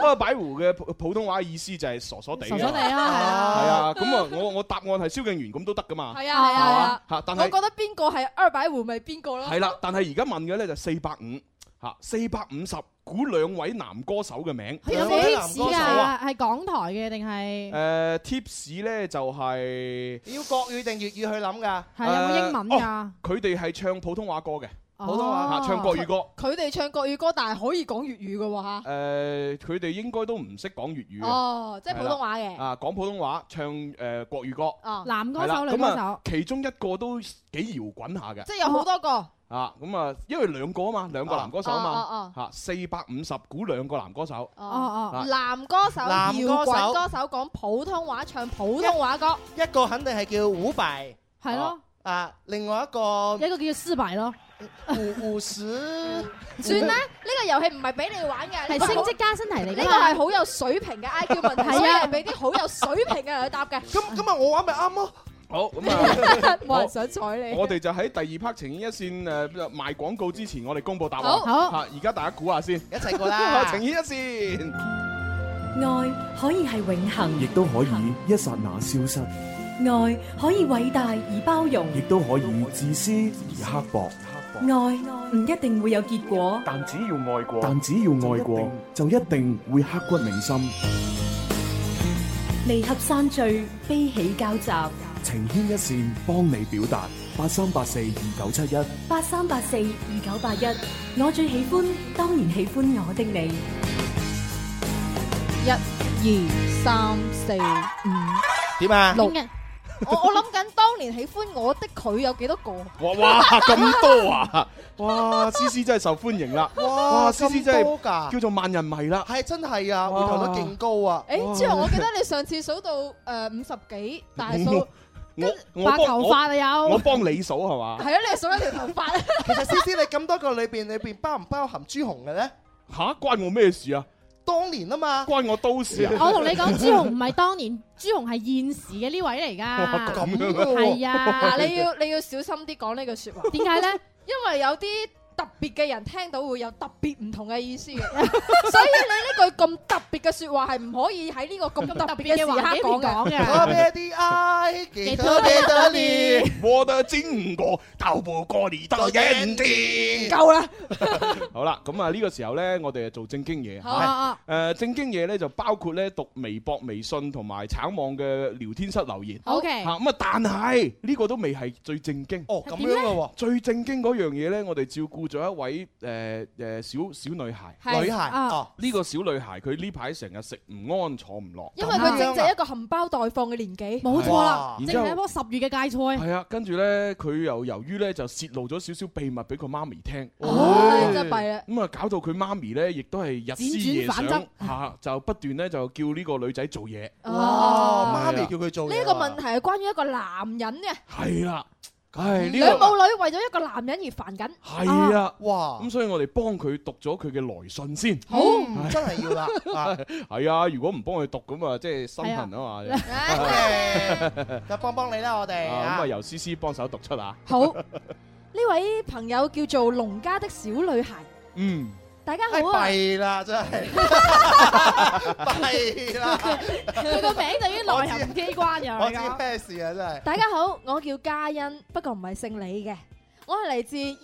[SPEAKER 4] 阿擺胡嘅普普通話意思就係傻傻地，
[SPEAKER 5] 傻傻地啊係啊
[SPEAKER 4] 係啊，咁啊，我我答案係蕭敬元咁都得噶嘛，
[SPEAKER 5] 係啊係啊係啊，
[SPEAKER 4] 嚇，但
[SPEAKER 5] 我
[SPEAKER 4] 係
[SPEAKER 5] 覺。得邊個係二百胡咪邊個咯，
[SPEAKER 4] 係啊啦，但係而家問嘅咧就四百五嚇，四百五十估兩位男歌手嘅名。
[SPEAKER 6] 佢有冇 tips 啊？係港台嘅定係
[SPEAKER 4] 誒 tips 咧就係
[SPEAKER 13] 要國語定粵語去諗㗎？
[SPEAKER 6] 係有冇英文㗎？
[SPEAKER 4] 佢哋係唱普通話歌嘅，
[SPEAKER 5] 哦
[SPEAKER 4] 普通話嚇唱國語歌。
[SPEAKER 5] 佢哋唱國語歌，但係可以講粵語嘅喎嚇。
[SPEAKER 4] 誒，佢哋應該都唔識講粵語嘅
[SPEAKER 5] 哦即係普通話嘅
[SPEAKER 4] 係啦啊，講普通話唱誒國語歌。
[SPEAKER 5] 哦
[SPEAKER 6] 男
[SPEAKER 4] 係
[SPEAKER 6] 歌手
[SPEAKER 4] 啦
[SPEAKER 6] 女歌
[SPEAKER 4] 咁啊
[SPEAKER 6] 手
[SPEAKER 4] 其中一個都幾搖滾下嘅。
[SPEAKER 5] 即係有好多個。
[SPEAKER 4] 啊，咁啊，因為兩個啊嘛，兩個男歌手啊
[SPEAKER 5] 哦
[SPEAKER 4] 嘛，嚇四百五十估兩個男歌手。
[SPEAKER 5] 哦
[SPEAKER 4] 啊
[SPEAKER 5] 男歌手、搖
[SPEAKER 13] 男歌手
[SPEAKER 5] 滾歌手講普通話，唱普通話歌，
[SPEAKER 13] 一個肯定係叫伍佰，
[SPEAKER 5] 係咯。
[SPEAKER 13] 啊，另外一個
[SPEAKER 6] 一個叫思白咯，
[SPEAKER 13] 胡胡史。
[SPEAKER 5] 算啦，呢個遊戲唔係俾你玩嘅，
[SPEAKER 6] 係升職加薪題嚟㗎嘛
[SPEAKER 5] 呢個係好有水平嘅 I Q 問題，
[SPEAKER 6] 係啊
[SPEAKER 5] 所以係俾啲好有水平嘅人去答嘅。咁
[SPEAKER 13] 咁啊，我玩咪啱咯。
[SPEAKER 4] 好咁啊
[SPEAKER 5] ，冇人想睬你
[SPEAKER 4] 我哋就喺第二 part 情牽一線誒賣廣告之前，我哋公布答案。
[SPEAKER 3] 好
[SPEAKER 4] 啊
[SPEAKER 3] 好
[SPEAKER 4] 嚇而家大家估下先，一
[SPEAKER 13] 齊估啦
[SPEAKER 4] 情牽一線。
[SPEAKER 3] 愛可以係永恒，
[SPEAKER 23] 亦都可以一剎那消失，
[SPEAKER 3] 愛可以偉大而包容，
[SPEAKER 23] 亦都可以自私而刻薄。
[SPEAKER 3] 愛唔一定會有結果。
[SPEAKER 23] 但只要愛過，但只要愛過，就一定會刻骨銘心。
[SPEAKER 3] 離合散聚，悲喜交集。
[SPEAKER 23] 情牽一線，幫你表達。八三八四二九七一。
[SPEAKER 3] 八三八四二九八一，我最喜歡，當然喜歡我的你。
[SPEAKER 5] 一、二、三、四、五、
[SPEAKER 13] 點啊？
[SPEAKER 5] 六。我我諗緊當年喜歡我的佢有幾多個？
[SPEAKER 4] 哇哇咁多啊！ 哇，思思真係受歡迎啦！
[SPEAKER 13] 哇
[SPEAKER 4] 思思
[SPEAKER 13] 咁
[SPEAKER 4] 真
[SPEAKER 13] 多㗎
[SPEAKER 4] 係叫做萬人迷啦！
[SPEAKER 13] 係真係啊，回頭率勁高 啊！
[SPEAKER 5] 誒，朱紅，我記得你上次數到誒五十 幾，但係數
[SPEAKER 4] 我我我
[SPEAKER 5] 白
[SPEAKER 4] 幫
[SPEAKER 5] 頭
[SPEAKER 4] 我
[SPEAKER 5] 髮啊有
[SPEAKER 4] 我幫你數係嘛？
[SPEAKER 5] 係啊，你係數一條頭 髮。
[SPEAKER 13] 其實思思你咁多個裏邊，裏邊包唔包含朱紅嘅咧？
[SPEAKER 4] 吓，關我咩事啊？
[SPEAKER 13] 當年啊嘛，
[SPEAKER 4] 關我都事啊！
[SPEAKER 6] 我同你講， 朱紅唔係當年，朱紅係現時嘅呢位嚟㗎。
[SPEAKER 4] 咁樣啊
[SPEAKER 6] 係 啊，
[SPEAKER 5] 嗱，你要你要小心啲講呢句説話。
[SPEAKER 6] 點解咧？
[SPEAKER 5] 因為有啲特別嘅人聽到會有特別唔同嘅意思嘅，所以你呢句咁特別嘅説話係唔可以喺呢個咁特別嘅時刻講嘅。
[SPEAKER 13] 我俾啲愛，幾多幾多年。
[SPEAKER 4] 我的經過透不過你的眼睛。
[SPEAKER 5] 夠啦！
[SPEAKER 4] 好啦，咁啊呢個時候呢，我哋就做正經嘢。
[SPEAKER 5] 好啊
[SPEAKER 4] 誒，正經嘢呢，就包括呢讀微博、微信同埋橙網嘅聊天室留言。
[SPEAKER 6] OK
[SPEAKER 4] 嚇咁啊，但係呢個都未係最正經。
[SPEAKER 13] 哦，咁樣嘅喎。
[SPEAKER 4] 最正經嗰樣嘢呢，我哋照顧咗一位誒誒小小女孩。
[SPEAKER 5] 係女孩啊哦
[SPEAKER 4] 呢個小女孩佢呢排成日食唔安，坐唔落。
[SPEAKER 5] 因為佢正值一個含包待放嘅年紀，
[SPEAKER 4] 冇錯啦哇正係一棵
[SPEAKER 5] 十月嘅芥菜。
[SPEAKER 4] 係啊，跟住呢，佢又由於呢就泄露咗少少秘密俾佢媽咪聽，
[SPEAKER 5] 哦唉真係弊啦
[SPEAKER 4] 咁啊搞到佢媽咪呢亦都係日思夜
[SPEAKER 5] 輾轉反
[SPEAKER 4] 想
[SPEAKER 5] 側
[SPEAKER 4] 嚇，就不斷呢就叫呢個女仔做嘢。
[SPEAKER 5] 哦
[SPEAKER 4] 係啊
[SPEAKER 13] 媽咪叫佢做
[SPEAKER 5] 呢個問題係關於一個男人嘅，
[SPEAKER 4] 係啦，唉呢
[SPEAKER 5] 兩母
[SPEAKER 4] 個
[SPEAKER 5] 女為咗一個男人而煩緊。
[SPEAKER 4] 係啊，
[SPEAKER 13] 哇！
[SPEAKER 4] 咁所以我哋幫佢讀咗佢嘅來信先。
[SPEAKER 5] 好
[SPEAKER 4] 嗯
[SPEAKER 13] 真係要啦啊
[SPEAKER 4] 係啊，如果唔幫佢讀咁啊，即係心痕啊嘛。
[SPEAKER 13] 就幫幫你啦，我哋
[SPEAKER 4] 啊咁
[SPEAKER 13] 啊
[SPEAKER 4] 啊，。由思思幫手讀出啊。
[SPEAKER 5] 好，呢位朋友叫做農家的小女孩，
[SPEAKER 4] 嗯，
[SPEAKER 5] 大家好啊！
[SPEAKER 13] 哎弊啦， 真係弊啦！
[SPEAKER 5] 佢個名就已經內含機關㗎
[SPEAKER 13] 我
[SPEAKER 5] 你講
[SPEAKER 13] 知咩事啊，真係。
[SPEAKER 5] 大家好，我叫嘉欣，不過唔係姓李嘅，我係嚟自英誒、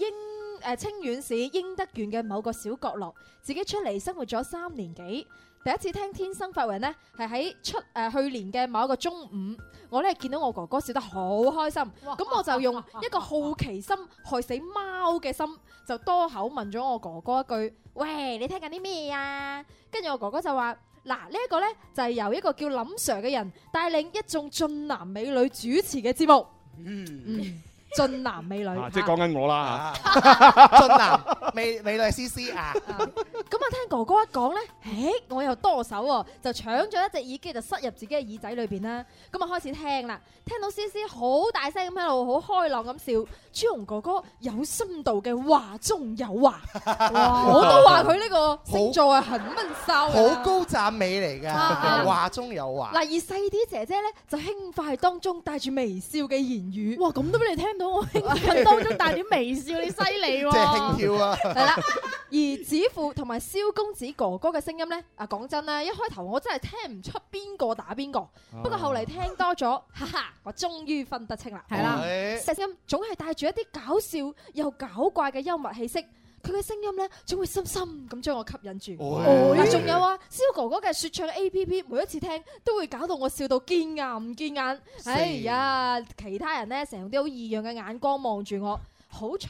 [SPEAKER 5] 誒清遠市英德縣嘅某個小角落，自己出嚟生活咗三年幾。第一次聽《天生發人》呢，係喺出誒、呃去年嘅某一個中午，我咧見到我哥哥笑得好開心，咁我就用一個好奇心害死貓嘅心，就多口問咗我哥哥一句：喂，你聽緊啲咩啊？跟住我哥哥就話。嗱，呢一個呢，就係由一個叫林 Sir 嘅人帶領一眾俊男美女主持嘅節目。嗯， 俊男美女，
[SPEAKER 4] 啊即係講緊我啦嚇。
[SPEAKER 13] 俊男美美女 C C 啊，
[SPEAKER 5] 咁啊，聽哥哥一講咧，誒，我又多手喎，就搶咗一隻耳機就塞入自己嘅耳仔裏邊啦。咁啊，開始聽啦，聽到詩詩好大聲咁喺度，好開朗咁笑。朱紅哥哥有深度嘅話中有 話，哇我都話佢呢個星座係很悶騷嘅
[SPEAKER 13] 好高讚美嚟
[SPEAKER 5] 啊
[SPEAKER 13] 㗎，話中有話
[SPEAKER 5] 嗱，而。細啲姐姐咧就輕快當中帶住微笑嘅言語，哇！咁都俾你聽到，我啊輕
[SPEAKER 13] 快當中帶
[SPEAKER 5] 住微笑，你犀利
[SPEAKER 13] 喎即係輕佻啊
[SPEAKER 5] 係啦，而子父同埋蕭公子哥哥嘅聲音咧，啊講真咧，一開頭我真係聽唔出邊個打邊
[SPEAKER 4] 哦
[SPEAKER 5] 個，
[SPEAKER 4] 啊
[SPEAKER 5] 不過後嚟聽多咗，哈哈，我終於分得清啦。係
[SPEAKER 6] 啦
[SPEAKER 4] 哦
[SPEAKER 5] 聲音總係帶住一啲搞笑又搞怪嘅幽默氣息。佢嘅聲音咧，總會深深咁將我吸引住。
[SPEAKER 6] 哦
[SPEAKER 5] 嗱，仲有啊，蕭哥哥嘅説唱 A P P，每一次聽都會搞到我笑到見牙唔見眼。哎呀，其他人咧成日用啲好異樣嘅眼光望住我。好彩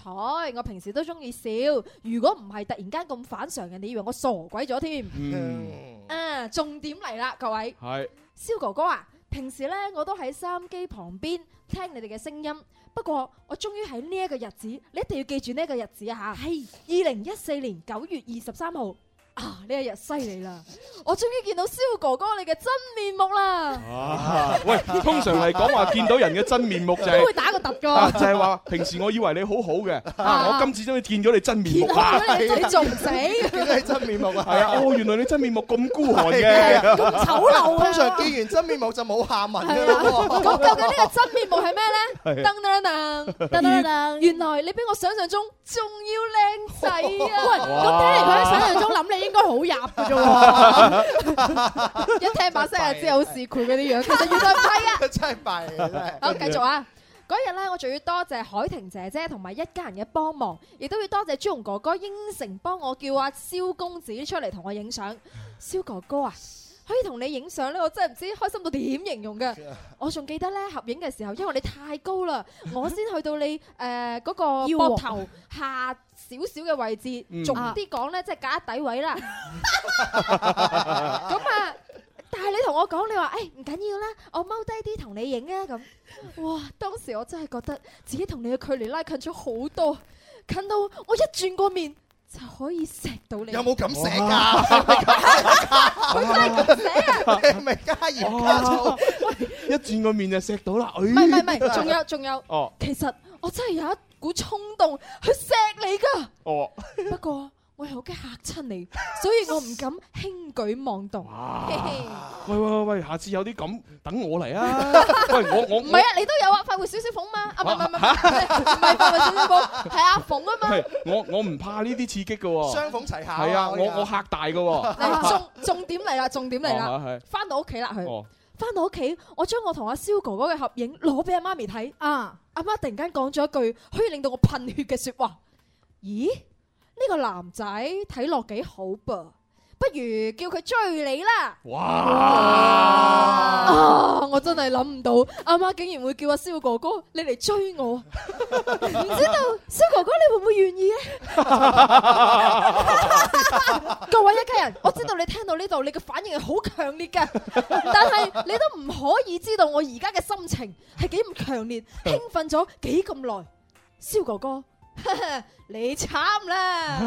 [SPEAKER 5] 我平時都中意笑，如果唔係突然間咁反常嘅，你以為我傻鬼咗添？
[SPEAKER 4] 嗯，
[SPEAKER 5] 啊，重點嚟啦，各位。
[SPEAKER 4] 係。
[SPEAKER 5] 蕭哥哥啊，平時呢我都喺收音機旁邊聽你哋嘅聲音，不過我終於喺呢一個日子，你一定要記住呢一個日子啊嚇！係二零一四年九月二十三號啊，呢一日犀利啦！我終於見到蕭哥哥你嘅真面目啦！
[SPEAKER 4] 啊 喂，通常嚟講話見到人嘅真面目就係
[SPEAKER 5] 都 會打個突㗎
[SPEAKER 4] 啊就係話平時我以為你好好嘅， 啊我今次終於見咗你真面目啦，
[SPEAKER 5] 見到你你仲 死
[SPEAKER 13] 見到你真面目啊！
[SPEAKER 4] 係啊，哦原來你真面目咁孤寒
[SPEAKER 13] 係
[SPEAKER 4] 嘅，
[SPEAKER 13] 啊咁醜陋啊通常見完真面目就冇下文㗎啦喎
[SPEAKER 5] 咁究竟呢個真面目係咩
[SPEAKER 13] 係
[SPEAKER 5] 咧？噔噔噔噔
[SPEAKER 6] 噔噔 噔
[SPEAKER 5] 原來你比我想象中仲要 靚仔啊！
[SPEAKER 6] 喂咁睇嚟佢喺想象中
[SPEAKER 5] 諗你應該好入 嘅啫喎，一聽把聲就知好市儈嗰啲 樣，其實原來唔係啊！
[SPEAKER 13] 真係弊啊，真係。
[SPEAKER 5] 好，繼續啊！嗰日咧，我仲要多謝海婷姐姐同埋一家人嘅幫忙，亦都要多謝朱紅哥哥應承幫我叫阿蕭公子出嚟同我影相。蕭哥哥啊，可以同你影相咧，我真係唔知開心到點形 容嘅。我仲記得咧合影嘅時候，因為你太高啦，我先去到你誒嗰、個
[SPEAKER 6] 腰喎
[SPEAKER 5] 膊頭下少少嘅位置
[SPEAKER 6] 嗯，
[SPEAKER 5] 重啲講咧，即係假底位啦。 咁啊，但係你同我講，你話哎誒唔緊要啦，我踎低啲同你影啊咁。哇！當時我真係覺得自己同你嘅距離拉近咗好多，近到我一轉個面就可以錫到你。
[SPEAKER 13] 有冇咁寫㗎？
[SPEAKER 5] 佢
[SPEAKER 13] 真係咁寫啊！咪加鹽加 醋，
[SPEAKER 4] 哦一轉個面就錫到啦，唔哎
[SPEAKER 5] 唔係唔係唔係，仲有仲有，
[SPEAKER 4] 哦
[SPEAKER 5] 其實我真係有一股衝動去錫你㗎。
[SPEAKER 4] 哦，
[SPEAKER 5] 不過我又好驚嚇親你，所以我唔敢輕舉妄動。
[SPEAKER 4] 喂喂喂喂，下次有啲咁等我嚟啊， 喂我我
[SPEAKER 5] 唔係啊，你都有啊，快活小小鳳嘛？啊，唔係唔係唔係，唔係快活小小 鳳，係阿鳳啊嘛。
[SPEAKER 4] 係我我唔怕呢啲刺激嘅喎，
[SPEAKER 13] 雙鳳齊下。
[SPEAKER 4] 係啊，我我嚇大嘅
[SPEAKER 5] 嚟
[SPEAKER 4] 喎，
[SPEAKER 5] 重重點嚟啦，重點嚟
[SPEAKER 4] 哦
[SPEAKER 5] 啦
[SPEAKER 4] 係係，
[SPEAKER 5] 翻到屋企啦佢
[SPEAKER 4] 哦。
[SPEAKER 5] 翻到屋企，我將我同阿蕭哥哥嘅合影攞俾阿媽咪睇。啊，阿媽突然間講咗一句可以令到我噴血嘅説話：咦，呢個男仔睇落幾好噃，不如叫佢追你啦！啊！我真係諗唔到，阿媽竟然會叫阿蕭哥哥你嚟追我，唔知道蕭哥哥你會唔會願意咧？各位一家人，我知道你聽到呢度，你嘅反應係好強烈嘅，但係你都唔可以知道我而家嘅心情係幾咁強烈，興奮咗幾咁耐。蕭哥哥， 你慘啦，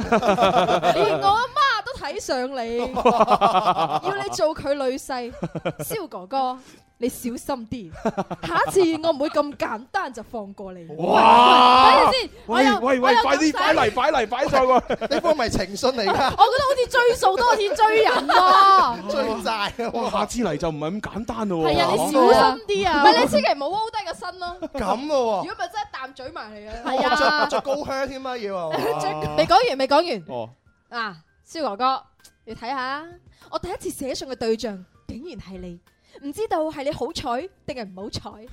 [SPEAKER 5] 連我阿媽都睇上你， 要你做佢女婿。蕭哥哥，你小心啲，下一次我唔會咁簡單就放過你。
[SPEAKER 4] 哇喂
[SPEAKER 5] 喂喂等陣先，
[SPEAKER 4] 喂
[SPEAKER 5] 我
[SPEAKER 4] 喂
[SPEAKER 5] 有，
[SPEAKER 4] 快啲擺嚟擺嚟擺上 喎，
[SPEAKER 13] 呢封咪情信 嚟㗎？
[SPEAKER 5] 我覺得好似追數多過似追人 喎。
[SPEAKER 13] 追債
[SPEAKER 4] 哇！下次嚟就唔係咁簡單咯喎，
[SPEAKER 5] 係啊，你
[SPEAKER 4] 講
[SPEAKER 5] 小
[SPEAKER 4] 到
[SPEAKER 5] 心啲啊！唔係你千祈唔好踎低個身咯。
[SPEAKER 13] 咁咯喎
[SPEAKER 5] 如果咪真係一啖嘴埋嚟嘅。
[SPEAKER 13] 我着着高靴添啊，要 啊！
[SPEAKER 5] 未講完，未講完。
[SPEAKER 4] 哦，
[SPEAKER 5] 啊，蕭哥哥，你睇下，我第一次寫信嘅對象竟然係你，唔知道係你好彩定係唔好 彩。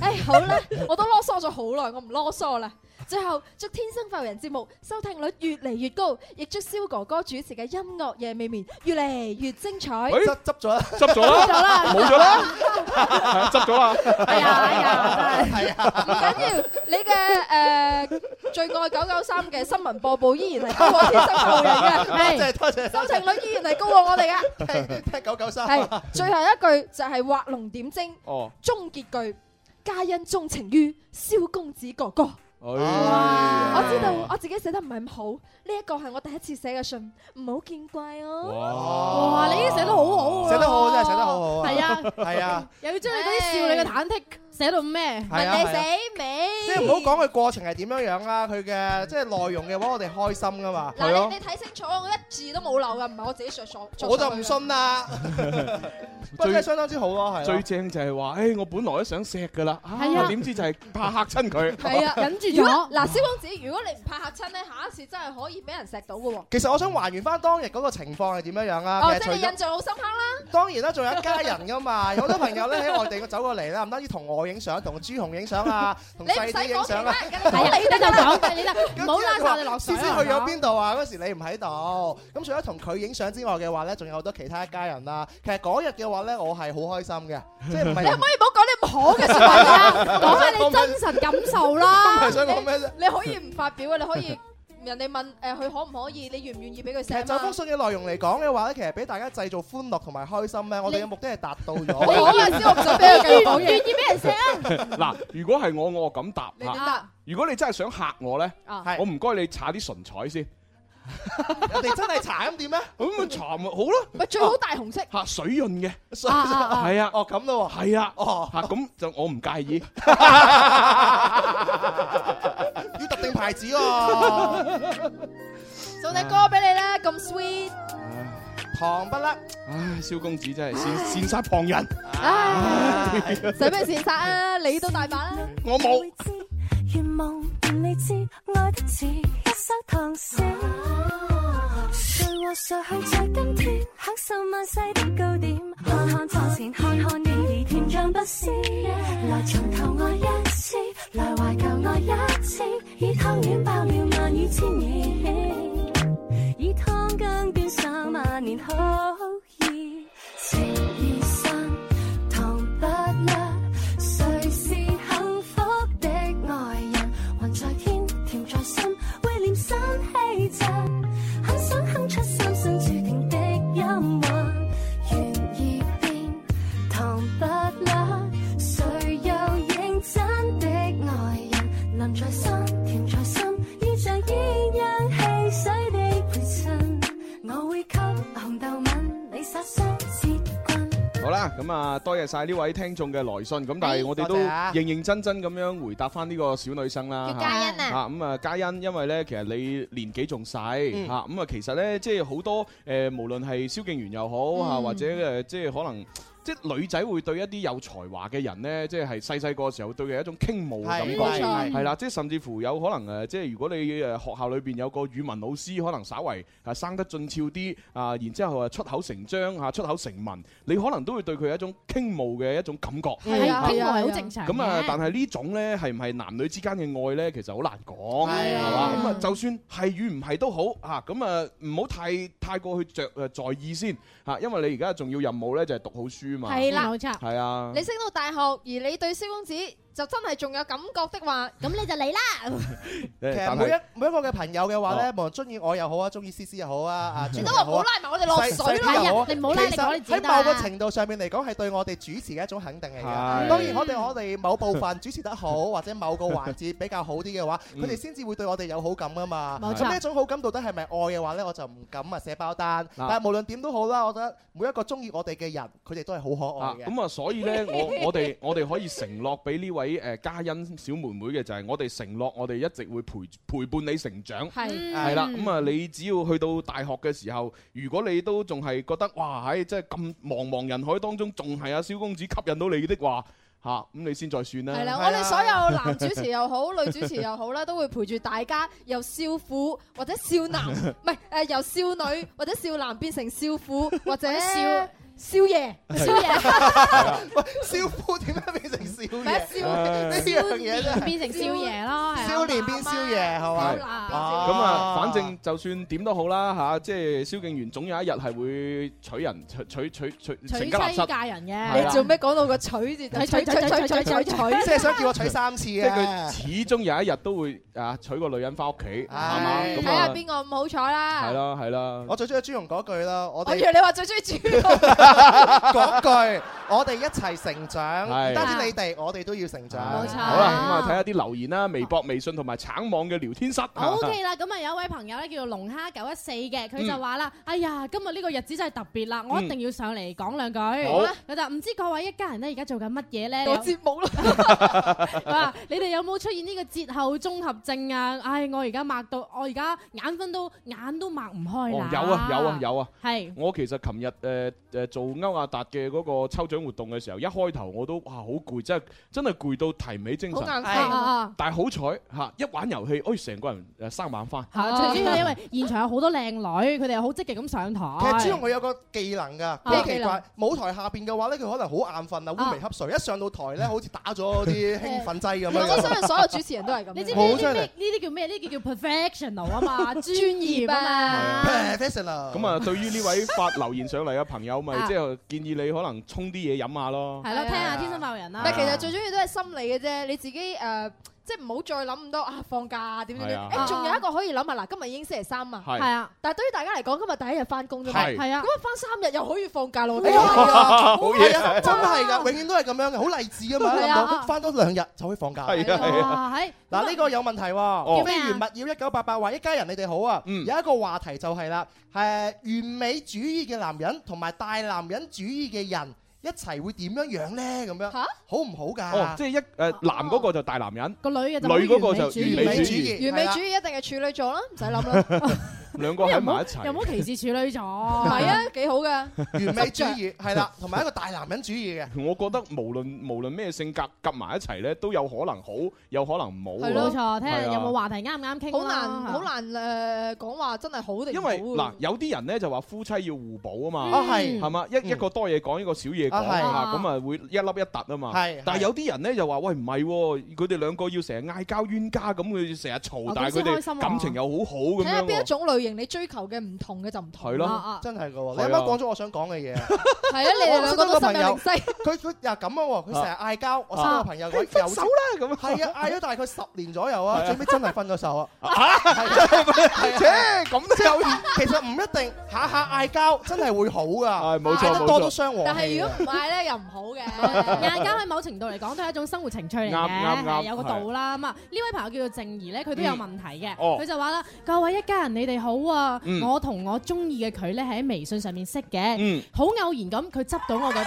[SPEAKER 5] 唉，好啦，我都啰嗦咗好耐，我唔啰嗦啦。最後祝《天生快活人》節目收聽率越嚟越高，亦祝蕭哥哥主持嘅音樂夜未眠越嚟越精彩。
[SPEAKER 4] 喂執
[SPEAKER 5] 執
[SPEAKER 13] 咗啦，
[SPEAKER 4] 哦執咗啦
[SPEAKER 5] 咗啦，
[SPEAKER 4] 冇咗啦。執咗啦。
[SPEAKER 5] 係啊係啊，真係。唔緊要，你嘅誒最愛九九三嘅新聞播報依然係高過天生後人嘅，
[SPEAKER 13] 多謝多謝
[SPEAKER 5] 收聽率依然係高過我哋嘅。
[SPEAKER 13] 聽九九三
[SPEAKER 5] 係最後一句就係畫龍點睛，
[SPEAKER 4] 哦，
[SPEAKER 5] 終結句皆因鍾情於蕭公子哥哥。
[SPEAKER 4] 哇
[SPEAKER 5] 我知道我自己寫得唔係咁好，呢一個係我第一次寫嘅信，唔好見怪哦。
[SPEAKER 6] 哇你已經寫得好好喎
[SPEAKER 13] 寫得好好真係寫得好好啊
[SPEAKER 6] 係啊，
[SPEAKER 13] 係啊，
[SPEAKER 6] 又要將你嗰啲少女嘅忐忑寫到咩？
[SPEAKER 13] 係啊問你係啊
[SPEAKER 5] 未
[SPEAKER 13] 即係唔好講佢過程係點樣樣啦，佢嘅即係內容嘅話，我哋開心噶嘛。
[SPEAKER 5] 嗱，你你睇清楚，我一字都冇漏噶，唔係我自己著數。
[SPEAKER 13] 我就唔信啦，不過真係相當之好咯，係啊
[SPEAKER 4] 最
[SPEAKER 13] 咯。
[SPEAKER 4] 正就係話，誒，我本來都想錫噶啦，
[SPEAKER 5] 係啊
[SPEAKER 4] 啊，點知就係怕嚇親 佢，
[SPEAKER 5] 係 啊，如果嗱，蕭公子，如果你唔怕嚇親咧，下一次真係可以俾人錫到嘅喎。
[SPEAKER 13] 其實我想還原翻當日嗰個情況係點樣樣啦。
[SPEAKER 5] 哦，
[SPEAKER 13] 其實
[SPEAKER 5] 即
[SPEAKER 13] 除
[SPEAKER 5] 係
[SPEAKER 13] 咗
[SPEAKER 5] 你印象好深刻啦。
[SPEAKER 13] 當然啦，仲有一家人 噶嘛，有好多朋友咧喺外地走過嚟啦，唔單止同我影相，同朱紅影相啊，同
[SPEAKER 5] 你唔
[SPEAKER 13] 細
[SPEAKER 5] 使
[SPEAKER 13] 啲影
[SPEAKER 5] 講其
[SPEAKER 13] 相啊
[SPEAKER 5] 他，人
[SPEAKER 6] 係啊，你
[SPEAKER 13] 得
[SPEAKER 6] 就
[SPEAKER 13] 啦
[SPEAKER 6] 講嘅，你就唔好拉晒我哋落水
[SPEAKER 13] 思思
[SPEAKER 6] 啊
[SPEAKER 13] 去咗邊度啊？嗰時你唔喺度，咁除咗同佢影相之外嘅話咧，仲有好多其他一家人啦。其實嗰日嘅話咧，我係好開心嘅，即係唔係
[SPEAKER 5] 你可唔可以唔好講啲唔好嘅説話啊？講翻你真實感受啦。
[SPEAKER 13] 我唔係想講咩啫
[SPEAKER 5] 你你可以唔發表啊，你可以人哋問誒佢可唔可以，你願唔願意俾佢
[SPEAKER 13] 其實
[SPEAKER 5] 錫
[SPEAKER 13] 就
[SPEAKER 5] 啊
[SPEAKER 13] 封？信嘅內容嚟講嘅話咧，其實俾大家製造歡樂同埋開心咧，我哋嘅目的係達到咗。
[SPEAKER 5] 你講啊蕭我唔想俾佢繼續講嘢願唔願意俾人錫啊
[SPEAKER 4] 嗱，如果係我，我咁答
[SPEAKER 5] 你點
[SPEAKER 4] 嚇
[SPEAKER 5] 答
[SPEAKER 4] 如果你真係想嚇我咧
[SPEAKER 5] 啊，
[SPEAKER 4] 我唔該你搽啲唇彩先。
[SPEAKER 13] 我哋真係搽咁點咧？
[SPEAKER 4] 咁咪搽咪好咯。
[SPEAKER 5] 咪最好大紅色。
[SPEAKER 4] 嚇水潤嘅，
[SPEAKER 13] À,
[SPEAKER 5] 水潤
[SPEAKER 4] à,
[SPEAKER 5] 啊啊啊
[SPEAKER 4] 係啊，
[SPEAKER 13] 哦 咁咯
[SPEAKER 4] 喎，係啊，哦嚇咁就我唔介意，
[SPEAKER 13] 要特定牌子喎，
[SPEAKER 5] 送隻歌俾你啦，咁 sweet。
[SPEAKER 13] 糖不甩。
[SPEAKER 4] 唉，蕭公子真係善善殺旁人，
[SPEAKER 5] 唉，使咩善殺啊？你都大把啦。
[SPEAKER 4] 我冇。
[SPEAKER 3] 願望便你知，愛得似一首唐詩。誰和誰去在今天享受萬世的糕點？看看床前，看看你兒甜像不思。來重頭愛一次，來懷舊愛一次，以湯圓爆了萬語千言，以湯羹捐上萬年好意。情意深，糖不甩。誰是幸福的愛人？雲在天，甜在心，會念心氣質。很想哼出三生注定的音韻，願意變糖不甩。誰又認真的愛人？淋在心，甜在心，要像鴛鴦戲水地陪襯。我會給紅豆吻，你撒雙節棍。
[SPEAKER 4] 好啦，咁啊，多謝晒呢位聽眾嘅來信，咁但係我哋都
[SPEAKER 3] 多謝啊
[SPEAKER 4] 認認真真咁樣回答翻呢個小女生啦。
[SPEAKER 3] 叫嘉欣啊
[SPEAKER 4] 嚇咁啊，嘉欣，因為咧其實你年紀仲細
[SPEAKER 3] 嗯
[SPEAKER 4] 嚇，咁啊其實咧即係好多誒，無論係蕭敬元又好嚇，
[SPEAKER 3] 嗯
[SPEAKER 4] 或者誒即係可能。即係女仔會對一啲有才華嘅人咧，即係細細個嘅時候對佢有一種傾慕嘅感
[SPEAKER 3] 係冇
[SPEAKER 4] 覺，
[SPEAKER 13] 嗯
[SPEAKER 3] 錯
[SPEAKER 4] 係啦，即係甚至乎有可能誒，呃即係如果你誒學校裏邊有個語文老師，可能稍為誒生得俊俏啲啊，然之後誒出口成章嚇，出口成文，你可能都會對佢有一種傾慕嘅一種感覺。
[SPEAKER 6] 係
[SPEAKER 4] 嚇
[SPEAKER 6] 啊傾慕係好正常嘅
[SPEAKER 4] 咁啊，但係呢種咧係唔係男女之間嘅愛咧，其實好難講，
[SPEAKER 6] 係啊
[SPEAKER 4] 係嘛？咁啊，就算係與唔係都好嚇，咁啊唔好太太過去着誒在意先嚇，因為你而家仲要任務咧就係讀好書嘛。
[SPEAKER 5] 係啦冇錯
[SPEAKER 4] 係啊。
[SPEAKER 5] 你升到大學，而你對蕭公子就真係仲有感覺的話，咁你就嚟啦。
[SPEAKER 13] 其實
[SPEAKER 4] 但
[SPEAKER 13] 每一
[SPEAKER 4] 係哦
[SPEAKER 13] 每一個嘅朋友嘅話咧，無論中意我又好啊，中意思思又好啊，
[SPEAKER 4] 嗯
[SPEAKER 13] 啊，
[SPEAKER 5] 你都話唔好拉埋我哋落水啦
[SPEAKER 13] 細細啲又好
[SPEAKER 5] 係啊你唔好拉你講你自
[SPEAKER 13] 其實
[SPEAKER 5] 己得
[SPEAKER 13] 喺
[SPEAKER 5] 啊
[SPEAKER 13] 某個程度上面嚟講，係對我哋主持嘅一種肯定嚟
[SPEAKER 4] 係
[SPEAKER 13] 嘅。啊當然，我哋我哋某部分主持得好，或者某個環節比較好啲嘅話，
[SPEAKER 4] 嗯
[SPEAKER 13] 佢哋先至會對我哋有好感噶嘛。
[SPEAKER 4] 冇錯
[SPEAKER 13] 咁呢一種好感到底係咪愛嘅話咧，我就唔敢啊寫包單。
[SPEAKER 4] 嗱
[SPEAKER 13] 但係無論點都好啦，我覺得每一個中意我哋嘅人，佢哋都係好可愛
[SPEAKER 4] 啊，
[SPEAKER 13] 哦嘅。
[SPEAKER 4] 咁啊，所以咧，我我哋我哋可以承諾俾呢位誒嘉欣小妹妹嘅就係，我哋承諾我哋一直會陪陪伴你成長，
[SPEAKER 5] 係嗯
[SPEAKER 4] 係啦，咁啊，你只要去到大學嘅時候，如果你都仲係覺得哇，喺即係咁茫茫人海當中，仲係阿啊蕭公子吸引到你的話，嚇咁你先再算啦。
[SPEAKER 5] 係啦，我哋所有男主持又好，女主持又好啦，都會陪住大家由少婦 或者少男，唔係誒由少女或者少男變成少婦或者少。少爺，少爺，
[SPEAKER 13] 喂，少婦點解變成少 爺？呢 樣嘢真係
[SPEAKER 6] 變成少爺咯，係啊
[SPEAKER 13] 少年變少爺係嘛？
[SPEAKER 4] 係咁啊，反正就算點都好啦嚇，即係蕭敬元總有一日係會娶人娶娶娶娶成
[SPEAKER 6] 娶
[SPEAKER 4] 家立室
[SPEAKER 6] 妻。嫁人嘅，
[SPEAKER 5] 你做咩講到個取字？取取取取取取取，
[SPEAKER 13] 即係想叫我娶三次
[SPEAKER 4] 即係佢
[SPEAKER 13] 啊！
[SPEAKER 4] 始終有一日都會啊娶個女人翻屋企，係嘛？
[SPEAKER 5] 睇
[SPEAKER 4] 咁
[SPEAKER 5] 下
[SPEAKER 4] 啊，
[SPEAKER 5] 邊個唔好彩啦。
[SPEAKER 4] 係啦係啦。
[SPEAKER 13] 我最中意朱容嗰句啦，我
[SPEAKER 5] 我
[SPEAKER 13] 哋
[SPEAKER 5] 以為你話最中意豬肉。
[SPEAKER 13] 嗰句， 我哋一齊成長，
[SPEAKER 4] 係
[SPEAKER 13] 唔單止你哋，我哋都要成長。
[SPEAKER 6] 冇錯
[SPEAKER 4] 好啦，咁啊睇下啲留言啦，微博、微信同埋橙網嘅聊天室。
[SPEAKER 6] O K 啦，咁啊有一位朋友咧叫做龍蝦九一四嘅，佢就話啦：哎呀，今日呢個日子真係特別啦，我一定要上嚟講兩句。
[SPEAKER 4] 好啦
[SPEAKER 6] 佢就唔知各位一家人咧而家做緊乜嘢咧？
[SPEAKER 5] 做
[SPEAKER 6] 節目啦。你哋有冇出現呢個節後綜合症啊？唉，我而家擘到，我而家眼瞓到眼都擘唔開
[SPEAKER 4] 哦
[SPEAKER 6] 啦。，
[SPEAKER 4] 有啊有啊有啊！
[SPEAKER 6] 係
[SPEAKER 4] 我其實琴日誒誒做歐亞達嘅嗰個抽獎活動嘅時候，一開頭我都哇好攰，真係真係攰到提唔起精神。
[SPEAKER 6] 好眼瞓啊啊啊
[SPEAKER 4] 但係好彩嚇，一玩遊戲，哎成個人誒生猛翻。
[SPEAKER 6] 係最主要係因為現場有好多靚女，佢哋又好積極咁上台。
[SPEAKER 13] 其實朱容佢有個技能㗎，
[SPEAKER 6] 咩
[SPEAKER 13] 好
[SPEAKER 6] 技
[SPEAKER 13] 奇
[SPEAKER 6] 能
[SPEAKER 13] 怪。舞台下邊嘅話咧，佢可能好眼瞓啊，烏眉瞌睡，一上到台咧，好似打咗啲興奮劑咁樣。啊
[SPEAKER 5] 我相信所有主持人都係咁。
[SPEAKER 6] 你知唔知
[SPEAKER 13] 好
[SPEAKER 6] 呢
[SPEAKER 13] 犀
[SPEAKER 6] 啲
[SPEAKER 13] 利
[SPEAKER 6] 咩呢啲叫咩？呢啲叫 professional 啊 嘛，專業啊嘛。
[SPEAKER 13] professional
[SPEAKER 4] 咁啊，對於呢位發留言上嚟嘅朋友，咪
[SPEAKER 6] 啊
[SPEAKER 4] 即係建議你可能沖啲嘢飲下咯。
[SPEAKER 6] 係咯，聽下天生快活人啦。啊
[SPEAKER 5] 但其實最主要都係心理嘅啫，你自己誒。即係唔好再諗咁多啊！放假點點點
[SPEAKER 4] 係啊
[SPEAKER 5] 誒，仲有一個可以諗下嗱，今日已經星期三啊，
[SPEAKER 4] 係係啊。
[SPEAKER 5] 但係對於大家嚟講，今日第一日翻工啫嘛，
[SPEAKER 4] 係係啊
[SPEAKER 5] 咁啊翻三日又可以放假咯。
[SPEAKER 13] 哎呀係
[SPEAKER 4] 好
[SPEAKER 13] 啊係
[SPEAKER 4] 嘢
[SPEAKER 13] 啊，真係㗎，永遠都係咁樣嘅，好勵志啊嘛！
[SPEAKER 5] 係啊
[SPEAKER 13] 諗到翻多兩日就可以放假。
[SPEAKER 4] 係啊係啊
[SPEAKER 6] 係
[SPEAKER 13] 嗱，呢個有問題
[SPEAKER 4] 哦
[SPEAKER 13] 喎。飛魚物要一九八八話一家人你哋好啊，有一個話題就係啦，係完美主義嘅男人同埋大男人主義嘅人一齊會點樣樣咧？咁樣好唔好㗎？
[SPEAKER 4] 哦，即係一誒男嗰個就大男 人，
[SPEAKER 6] 個女嘅
[SPEAKER 5] 就
[SPEAKER 4] 女嗰個就
[SPEAKER 13] 義
[SPEAKER 4] 完美主
[SPEAKER 5] 完美主
[SPEAKER 4] 義，
[SPEAKER 5] 義一定係處女座啦，唔使諗 啦，
[SPEAKER 4] 兩個喺埋一齊。
[SPEAKER 6] 有冇歧視處女座？
[SPEAKER 5] 係啊，幾好㗎。
[SPEAKER 13] 完美主義係 啦，同埋一個大男人主義嘅。
[SPEAKER 4] 我覺得無論無論咩性格夾埋一齊咧，都有可能好，有可能唔好喎。
[SPEAKER 6] 係咯冇錯，睇
[SPEAKER 4] 係
[SPEAKER 6] 下
[SPEAKER 4] 啊
[SPEAKER 6] 有冇話題啱唔啱傾啦
[SPEAKER 5] 好難好難誒講話真係好定
[SPEAKER 4] 因
[SPEAKER 5] 唔好
[SPEAKER 4] 為
[SPEAKER 5] 㗎
[SPEAKER 4] 嗱，有啲人咧就話夫妻要互補啊
[SPEAKER 6] 嗯
[SPEAKER 4] 嘛，
[SPEAKER 13] 啊係
[SPEAKER 4] 係嘛，一一個多嘢講，一個少嘢講
[SPEAKER 13] 啊係
[SPEAKER 4] 啊，咁啊會一粒一突啊嘛。
[SPEAKER 13] 係
[SPEAKER 4] 但係有啲人咧就話喂唔係喎，佢哋兩個要成日嗌交冤家咁，佢成日嘈
[SPEAKER 5] 哦，
[SPEAKER 4] 但係
[SPEAKER 5] 咁
[SPEAKER 4] 佢
[SPEAKER 5] 先開心
[SPEAKER 4] 哋
[SPEAKER 5] 喎
[SPEAKER 4] 感情又好好咁
[SPEAKER 5] 睇下
[SPEAKER 4] 樣
[SPEAKER 5] 邊一
[SPEAKER 4] 喎。
[SPEAKER 5] 種類型你追求嘅唔同嘅就唔同。
[SPEAKER 4] 係咯，
[SPEAKER 13] 真係
[SPEAKER 4] 係
[SPEAKER 13] 㗎喎！
[SPEAKER 4] 啊
[SPEAKER 13] 你啱啱講咗我想講嘅嘢啊。
[SPEAKER 5] 係啊，你哋兩個都心有靈犀。
[SPEAKER 13] 佢佢又咁啊喎，佢成日嗌交，我識個朋友佢
[SPEAKER 4] 啊分 手啦咁啊
[SPEAKER 13] 係啊，嗌咗大概十年左右啊
[SPEAKER 4] 係啊，
[SPEAKER 13] 最尾真係分咗手 啊！
[SPEAKER 4] 切咁都有，
[SPEAKER 13] 其實唔一定下下嗌交真係會好噶，
[SPEAKER 4] 冇錯
[SPEAKER 13] 嗌得多都傷和氣㗎。
[SPEAKER 5] 但係如果唔嗌咧又唔好嘅。
[SPEAKER 6] 嗌交喺某程度嚟講都係一種生活情趣嚟嘅，
[SPEAKER 5] 啱啱啱
[SPEAKER 6] 係有個度啦。咁啊，呢位朋友叫做靜怡咧，佢都有問題嘅。
[SPEAKER 5] 嗯哦
[SPEAKER 6] 佢就話啦：各位一家人，你哋好啊！
[SPEAKER 5] 嗯
[SPEAKER 6] 我同我中意嘅佢咧係喺微信上面識嘅
[SPEAKER 5] 嗯，
[SPEAKER 6] 好偶然咁佢執到我嘅。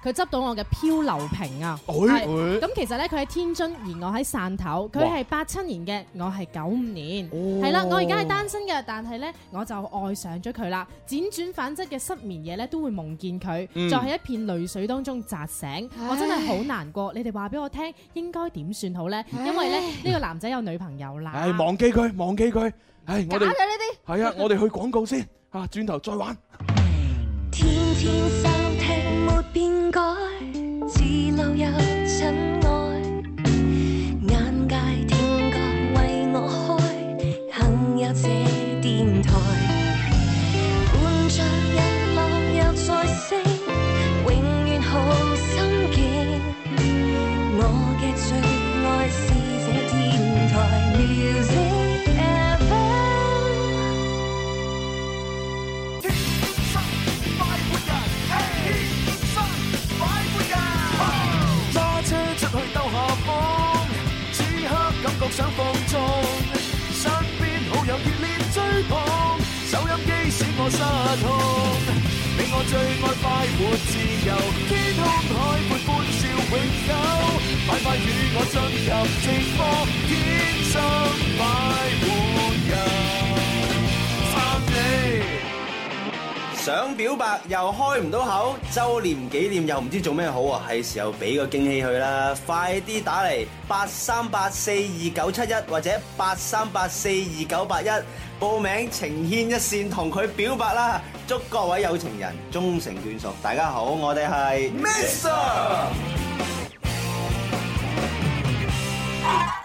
[SPEAKER 6] 佢執到我嘅漂流瓶啊！
[SPEAKER 4] 哎
[SPEAKER 6] 係
[SPEAKER 4] 哎
[SPEAKER 6] 咁其實咧，佢喺天津，而我喺汕頭。佢
[SPEAKER 4] 哇
[SPEAKER 6] 係八七年嘅，我係九五年。係啦，我而家係單身嘅，但係咧我就愛上咗佢啦。輾轉反側嘅失眠夜咧，都會夢見佢，
[SPEAKER 3] 嗯
[SPEAKER 6] 就喺一片淚水當中扎醒。我真係好難過，你哋話俾我聽應該點算好咧？因為咧呢個男仔有女朋
[SPEAKER 5] 啊
[SPEAKER 6] 友啦。
[SPEAKER 4] 唉，忘記佢，忘記佢，唉， 我哋
[SPEAKER 6] 假嘅呢啲
[SPEAKER 4] 係啊，我哋去廣告先啊，轉頭再玩。
[SPEAKER 3] 天天收聽沒變改，自留有塵埃。眼界聽覺為我開，幸有這電台。伴着日落又再升，永遠好心境。我嘅最愛是這電台 music ever。
[SPEAKER 1] 揸車出去兜下風，此刻感覺想放縱，身邊好友熱烈追捧，收音機使我失控。你我最愛快活自由，天空海闊歡笑永久，快快與我進入直播，天生快活人，翻你。
[SPEAKER 8] 想表白又開唔到口，周年紀念又唔知做咩好啊！係時候俾個驚喜佢啦，快啲打嚟八三八四二九七一或者八三八四二九八一報名情牽一線，同佢表白啦！祝各位有情人終成眷屬。大家好，我哋係
[SPEAKER 24] Mr.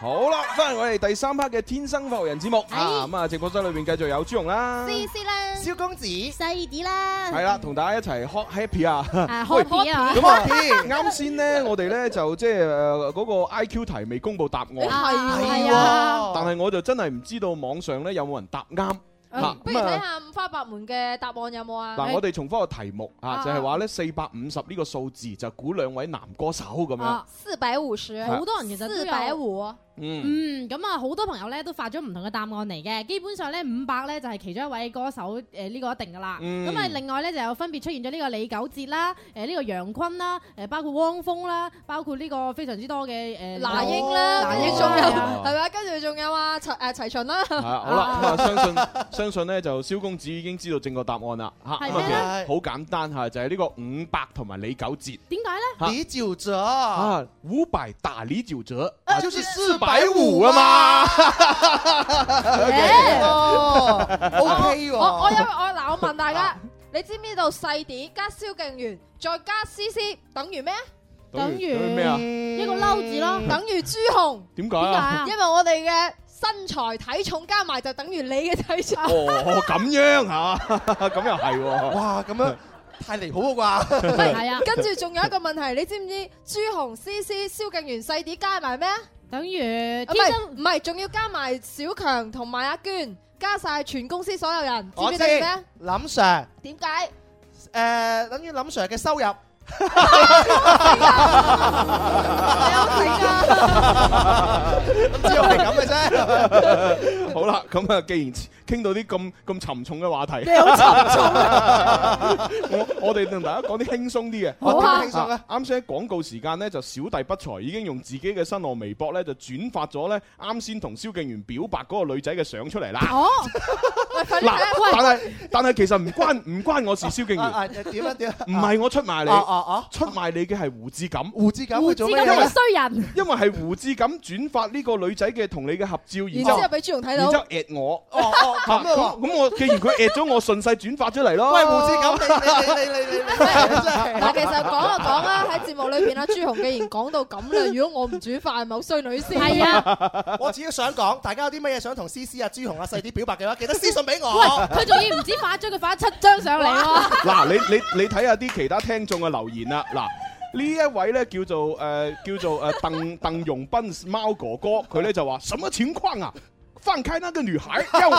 [SPEAKER 4] 好啦，翻嚟我哋第三 part 嘅《天生發育人》節目
[SPEAKER 5] 哎
[SPEAKER 4] 啊，咁啊，直播室裏邊繼續有朱容啦。
[SPEAKER 10] 思思啦，
[SPEAKER 13] 萧公子，
[SPEAKER 10] 細啲啦
[SPEAKER 4] 系啦，，同大家一齊 hot happy 啊！
[SPEAKER 10] 啊
[SPEAKER 4] 喂
[SPEAKER 10] happy 啊
[SPEAKER 4] 咁啊
[SPEAKER 10] happy，
[SPEAKER 4] 啱先咧，我哋咧就即係誒嗰個 I Q 題未公布答案，
[SPEAKER 5] 啊係啊
[SPEAKER 4] 但係我就真係唔知道網上咧有冇人答啱嚇
[SPEAKER 5] 嗯不如睇下五花八門嘅答案有冇啊？
[SPEAKER 4] 嗱，我哋重複個題目啊，
[SPEAKER 5] 啊
[SPEAKER 4] 就係話咧四百五十呢個數字就估兩位男歌手咁樣
[SPEAKER 5] 啊，。四百五十，
[SPEAKER 4] 好多
[SPEAKER 6] 人其實都有
[SPEAKER 5] 四百五，
[SPEAKER 4] 嗯，
[SPEAKER 6] 嗯，咁啊，好多朋友咧都發咗唔同嘅答案嚟嘅，基本上咧五百咧就係其中一位歌手誒呢個一定噶啦。
[SPEAKER 5] 嗯
[SPEAKER 6] 咁啊，另外咧就有分別出現咗呢個李九哲啦，誒呢個楊坤啦，誒包括汪峰啦，包括呢個非常之多嘅誒
[SPEAKER 5] 那英啦，啊
[SPEAKER 6] 那
[SPEAKER 5] 跟
[SPEAKER 6] 英
[SPEAKER 5] 住仲有
[SPEAKER 4] 哦
[SPEAKER 5] 係咪啊？跟住仲有啊齊誒齊 秦啦，
[SPEAKER 4] 係啊好啦，咁啊，相信 相信咧就蕭公子已經知道正確答案啦嚇。
[SPEAKER 5] 係
[SPEAKER 4] 咁啊
[SPEAKER 5] 咩
[SPEAKER 4] 其
[SPEAKER 5] 咧
[SPEAKER 4] 實好簡單嚇，就係呢個五百同埋李九哲。
[SPEAKER 6] 點解咧？
[SPEAKER 4] 啊
[SPEAKER 13] 李九哲
[SPEAKER 4] 啊，五百打李九折，
[SPEAKER 13] 啊
[SPEAKER 4] 啊
[SPEAKER 13] 就是
[SPEAKER 4] 450啊嘛。
[SPEAKER 13] 哦，OK 喎，
[SPEAKER 5] 我我有我嗱，我問 大家，你知唔知道細啲加蕭敬元再加思思等於咩？
[SPEAKER 4] 等於等於咩啊
[SPEAKER 5] 一個嬲字咯，等於朱紅。
[SPEAKER 4] 點解嗯啊
[SPEAKER 5] 因為我哋嘅身材體重加埋就等於你嘅體 重。
[SPEAKER 4] 哦，咁樣嚇， 咁又係喎。
[SPEAKER 13] 哇，咁樣太離譜啦啩？
[SPEAKER 5] 係啊，跟住仲有一個問題，你知唔知朱紅、思思、蕭敬元、細啲加埋咩啊？
[SPEAKER 6] 等於
[SPEAKER 5] 唔
[SPEAKER 6] 天
[SPEAKER 5] 係
[SPEAKER 6] 生
[SPEAKER 5] 唔係，仲要加埋小強同埋阿娟，加晒全公司所有人，知唔
[SPEAKER 13] 我
[SPEAKER 5] 知
[SPEAKER 13] 知，
[SPEAKER 5] 等於咩？
[SPEAKER 13] 林 Sir，
[SPEAKER 5] 點解？
[SPEAKER 13] 誒，等於林 Sir 嘅 收入。
[SPEAKER 4] 只係咁嘅啫。好啦，咁啊，既然傾到啲咁咁沉重嘅話題，
[SPEAKER 13] 你好沉重啊
[SPEAKER 4] 我我哋同大家講啲輕鬆啲嘅。
[SPEAKER 13] 好啊輕鬆啊！
[SPEAKER 4] 啱先喺廣告時間呢，就小弟不才已經用自己嘅新浪微博呢，就轉發咗呢啱先同蕭敬元表白嗰個女仔嘅相出嚟啦。
[SPEAKER 6] 哦，
[SPEAKER 5] 喂，
[SPEAKER 4] 嗱，
[SPEAKER 5] 快啲睇下
[SPEAKER 4] 但係但係其實唔關唔關我事，蕭敬
[SPEAKER 13] 啊啊
[SPEAKER 4] 元。
[SPEAKER 13] 點啊點啊！
[SPEAKER 4] 唔係我出賣你
[SPEAKER 13] 啊啊啊，
[SPEAKER 4] 出賣你嘅係胡志錦。
[SPEAKER 13] 胡志錦
[SPEAKER 4] 佢
[SPEAKER 13] 佢
[SPEAKER 4] 做
[SPEAKER 13] 做
[SPEAKER 4] 咩
[SPEAKER 13] 乜嘢咧？
[SPEAKER 6] 人，
[SPEAKER 4] 因為係胡志錦轉發呢個女仔嘅同你嘅合照，然
[SPEAKER 5] 然
[SPEAKER 4] 之
[SPEAKER 5] 之
[SPEAKER 4] 後
[SPEAKER 5] 後俾朱紅睇到
[SPEAKER 4] 然之後 at 我。
[SPEAKER 13] 哦哦咁啊
[SPEAKER 4] 嚇咁我既然佢 at 咗我，順勢轉發出嚟咯。
[SPEAKER 13] 喂，胡志錦，你你你你你你
[SPEAKER 5] 嗱，其實講就講啦，喺節目裏邊啦，朱紅既然講到咁啦，如果我唔煮飯，咪好衰女先。係啊，
[SPEAKER 13] 我只要想講，大家有啲乜嘢想同思思啊、朱紅啊、細啲表白嘅話，記得私信俾我。啊
[SPEAKER 6] 喂，佢仲要唔止發咗，佢發咗七張上嚟喎。
[SPEAKER 4] 嗱，你你你睇下啲其他聽眾嘅留言啦。嗱。呢一位咧叫做誒、呃叫做誒鄧鄧容斌貓哥哥，佢咧就話什麼情況啊？放開那個女 孩，讓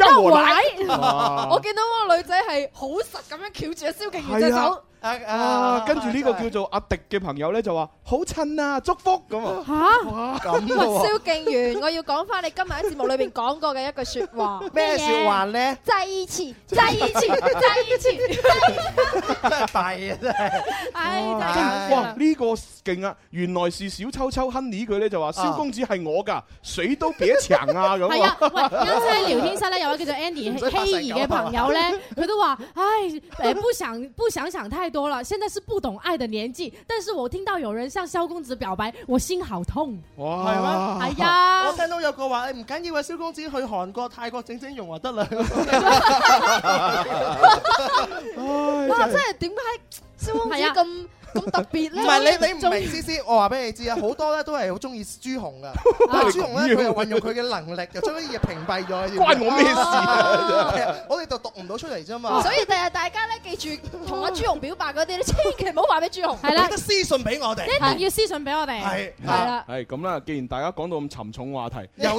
[SPEAKER 4] 讓我來。哇
[SPEAKER 5] 我見到嗰個女仔係好實咁樣翹住阿蕭敬元隻
[SPEAKER 4] 係啊
[SPEAKER 5] 手。
[SPEAKER 4] 啊，跟住呢個叫做阿迪嘅朋友咧就話好襯啊，祝福咁啊。
[SPEAKER 5] 吓
[SPEAKER 4] 咁嘅喎
[SPEAKER 5] 蕭敬元，我要講翻你今日喺節目裏邊講過嘅一句説話。
[SPEAKER 13] 咩説話咧？
[SPEAKER 5] 在一起，在一起，在一起。
[SPEAKER 13] 真 係弊啊！真係。
[SPEAKER 5] 唉，
[SPEAKER 4] 哇！呢個勁啊！原來是小秋秋 Honey 佢咧
[SPEAKER 13] 啊
[SPEAKER 4] 就話：蕭公子係我㗎，水都別強啊咁
[SPEAKER 6] 係啊，喂，啱先喺
[SPEAKER 4] 先
[SPEAKER 6] 聊天室咧有位叫
[SPEAKER 4] 唔使
[SPEAKER 6] 做
[SPEAKER 4] 拍
[SPEAKER 6] Andy
[SPEAKER 4] 成咁啊
[SPEAKER 6] 希怡嘅朋友咧， 佢都話：唉，誒不想不想想太多了，現在是不懂愛的年紀。但是我聽到有人向蕭公子表白，我心好痛。
[SPEAKER 13] 係咩？
[SPEAKER 6] 係啊
[SPEAKER 13] 我聽到有個話誒唔緊要啊，蕭公子去韓國、泰國整整容就得啦。
[SPEAKER 5] 哇！真係點解蕭公子
[SPEAKER 13] 係啊
[SPEAKER 5] 咁咁特別
[SPEAKER 13] 唔
[SPEAKER 5] 咧？
[SPEAKER 13] 係你你唔
[SPEAKER 5] 仲
[SPEAKER 13] 明思思，我話俾你知啊，好多咧都係好中意朱紅 噶，但係朱紅咧佢又運用佢嘅能力，就將啲嘢屏蔽咗。 你知唔知
[SPEAKER 4] 關我咩事
[SPEAKER 13] 哦
[SPEAKER 4] 啊
[SPEAKER 13] 係啊？ 我哋就讀唔到出嚟啫嘛。
[SPEAKER 5] 哦所以第日大家咧，記住同阿朱紅表白嗰啲咧，千祈唔好話俾朱紅。
[SPEAKER 13] 記得私信俾我哋，
[SPEAKER 6] 一定要私信俾我哋。
[SPEAKER 13] 係啊
[SPEAKER 5] 係啦，
[SPEAKER 4] 係咁啦，既然大家講到咁沉重話題，
[SPEAKER 5] 你又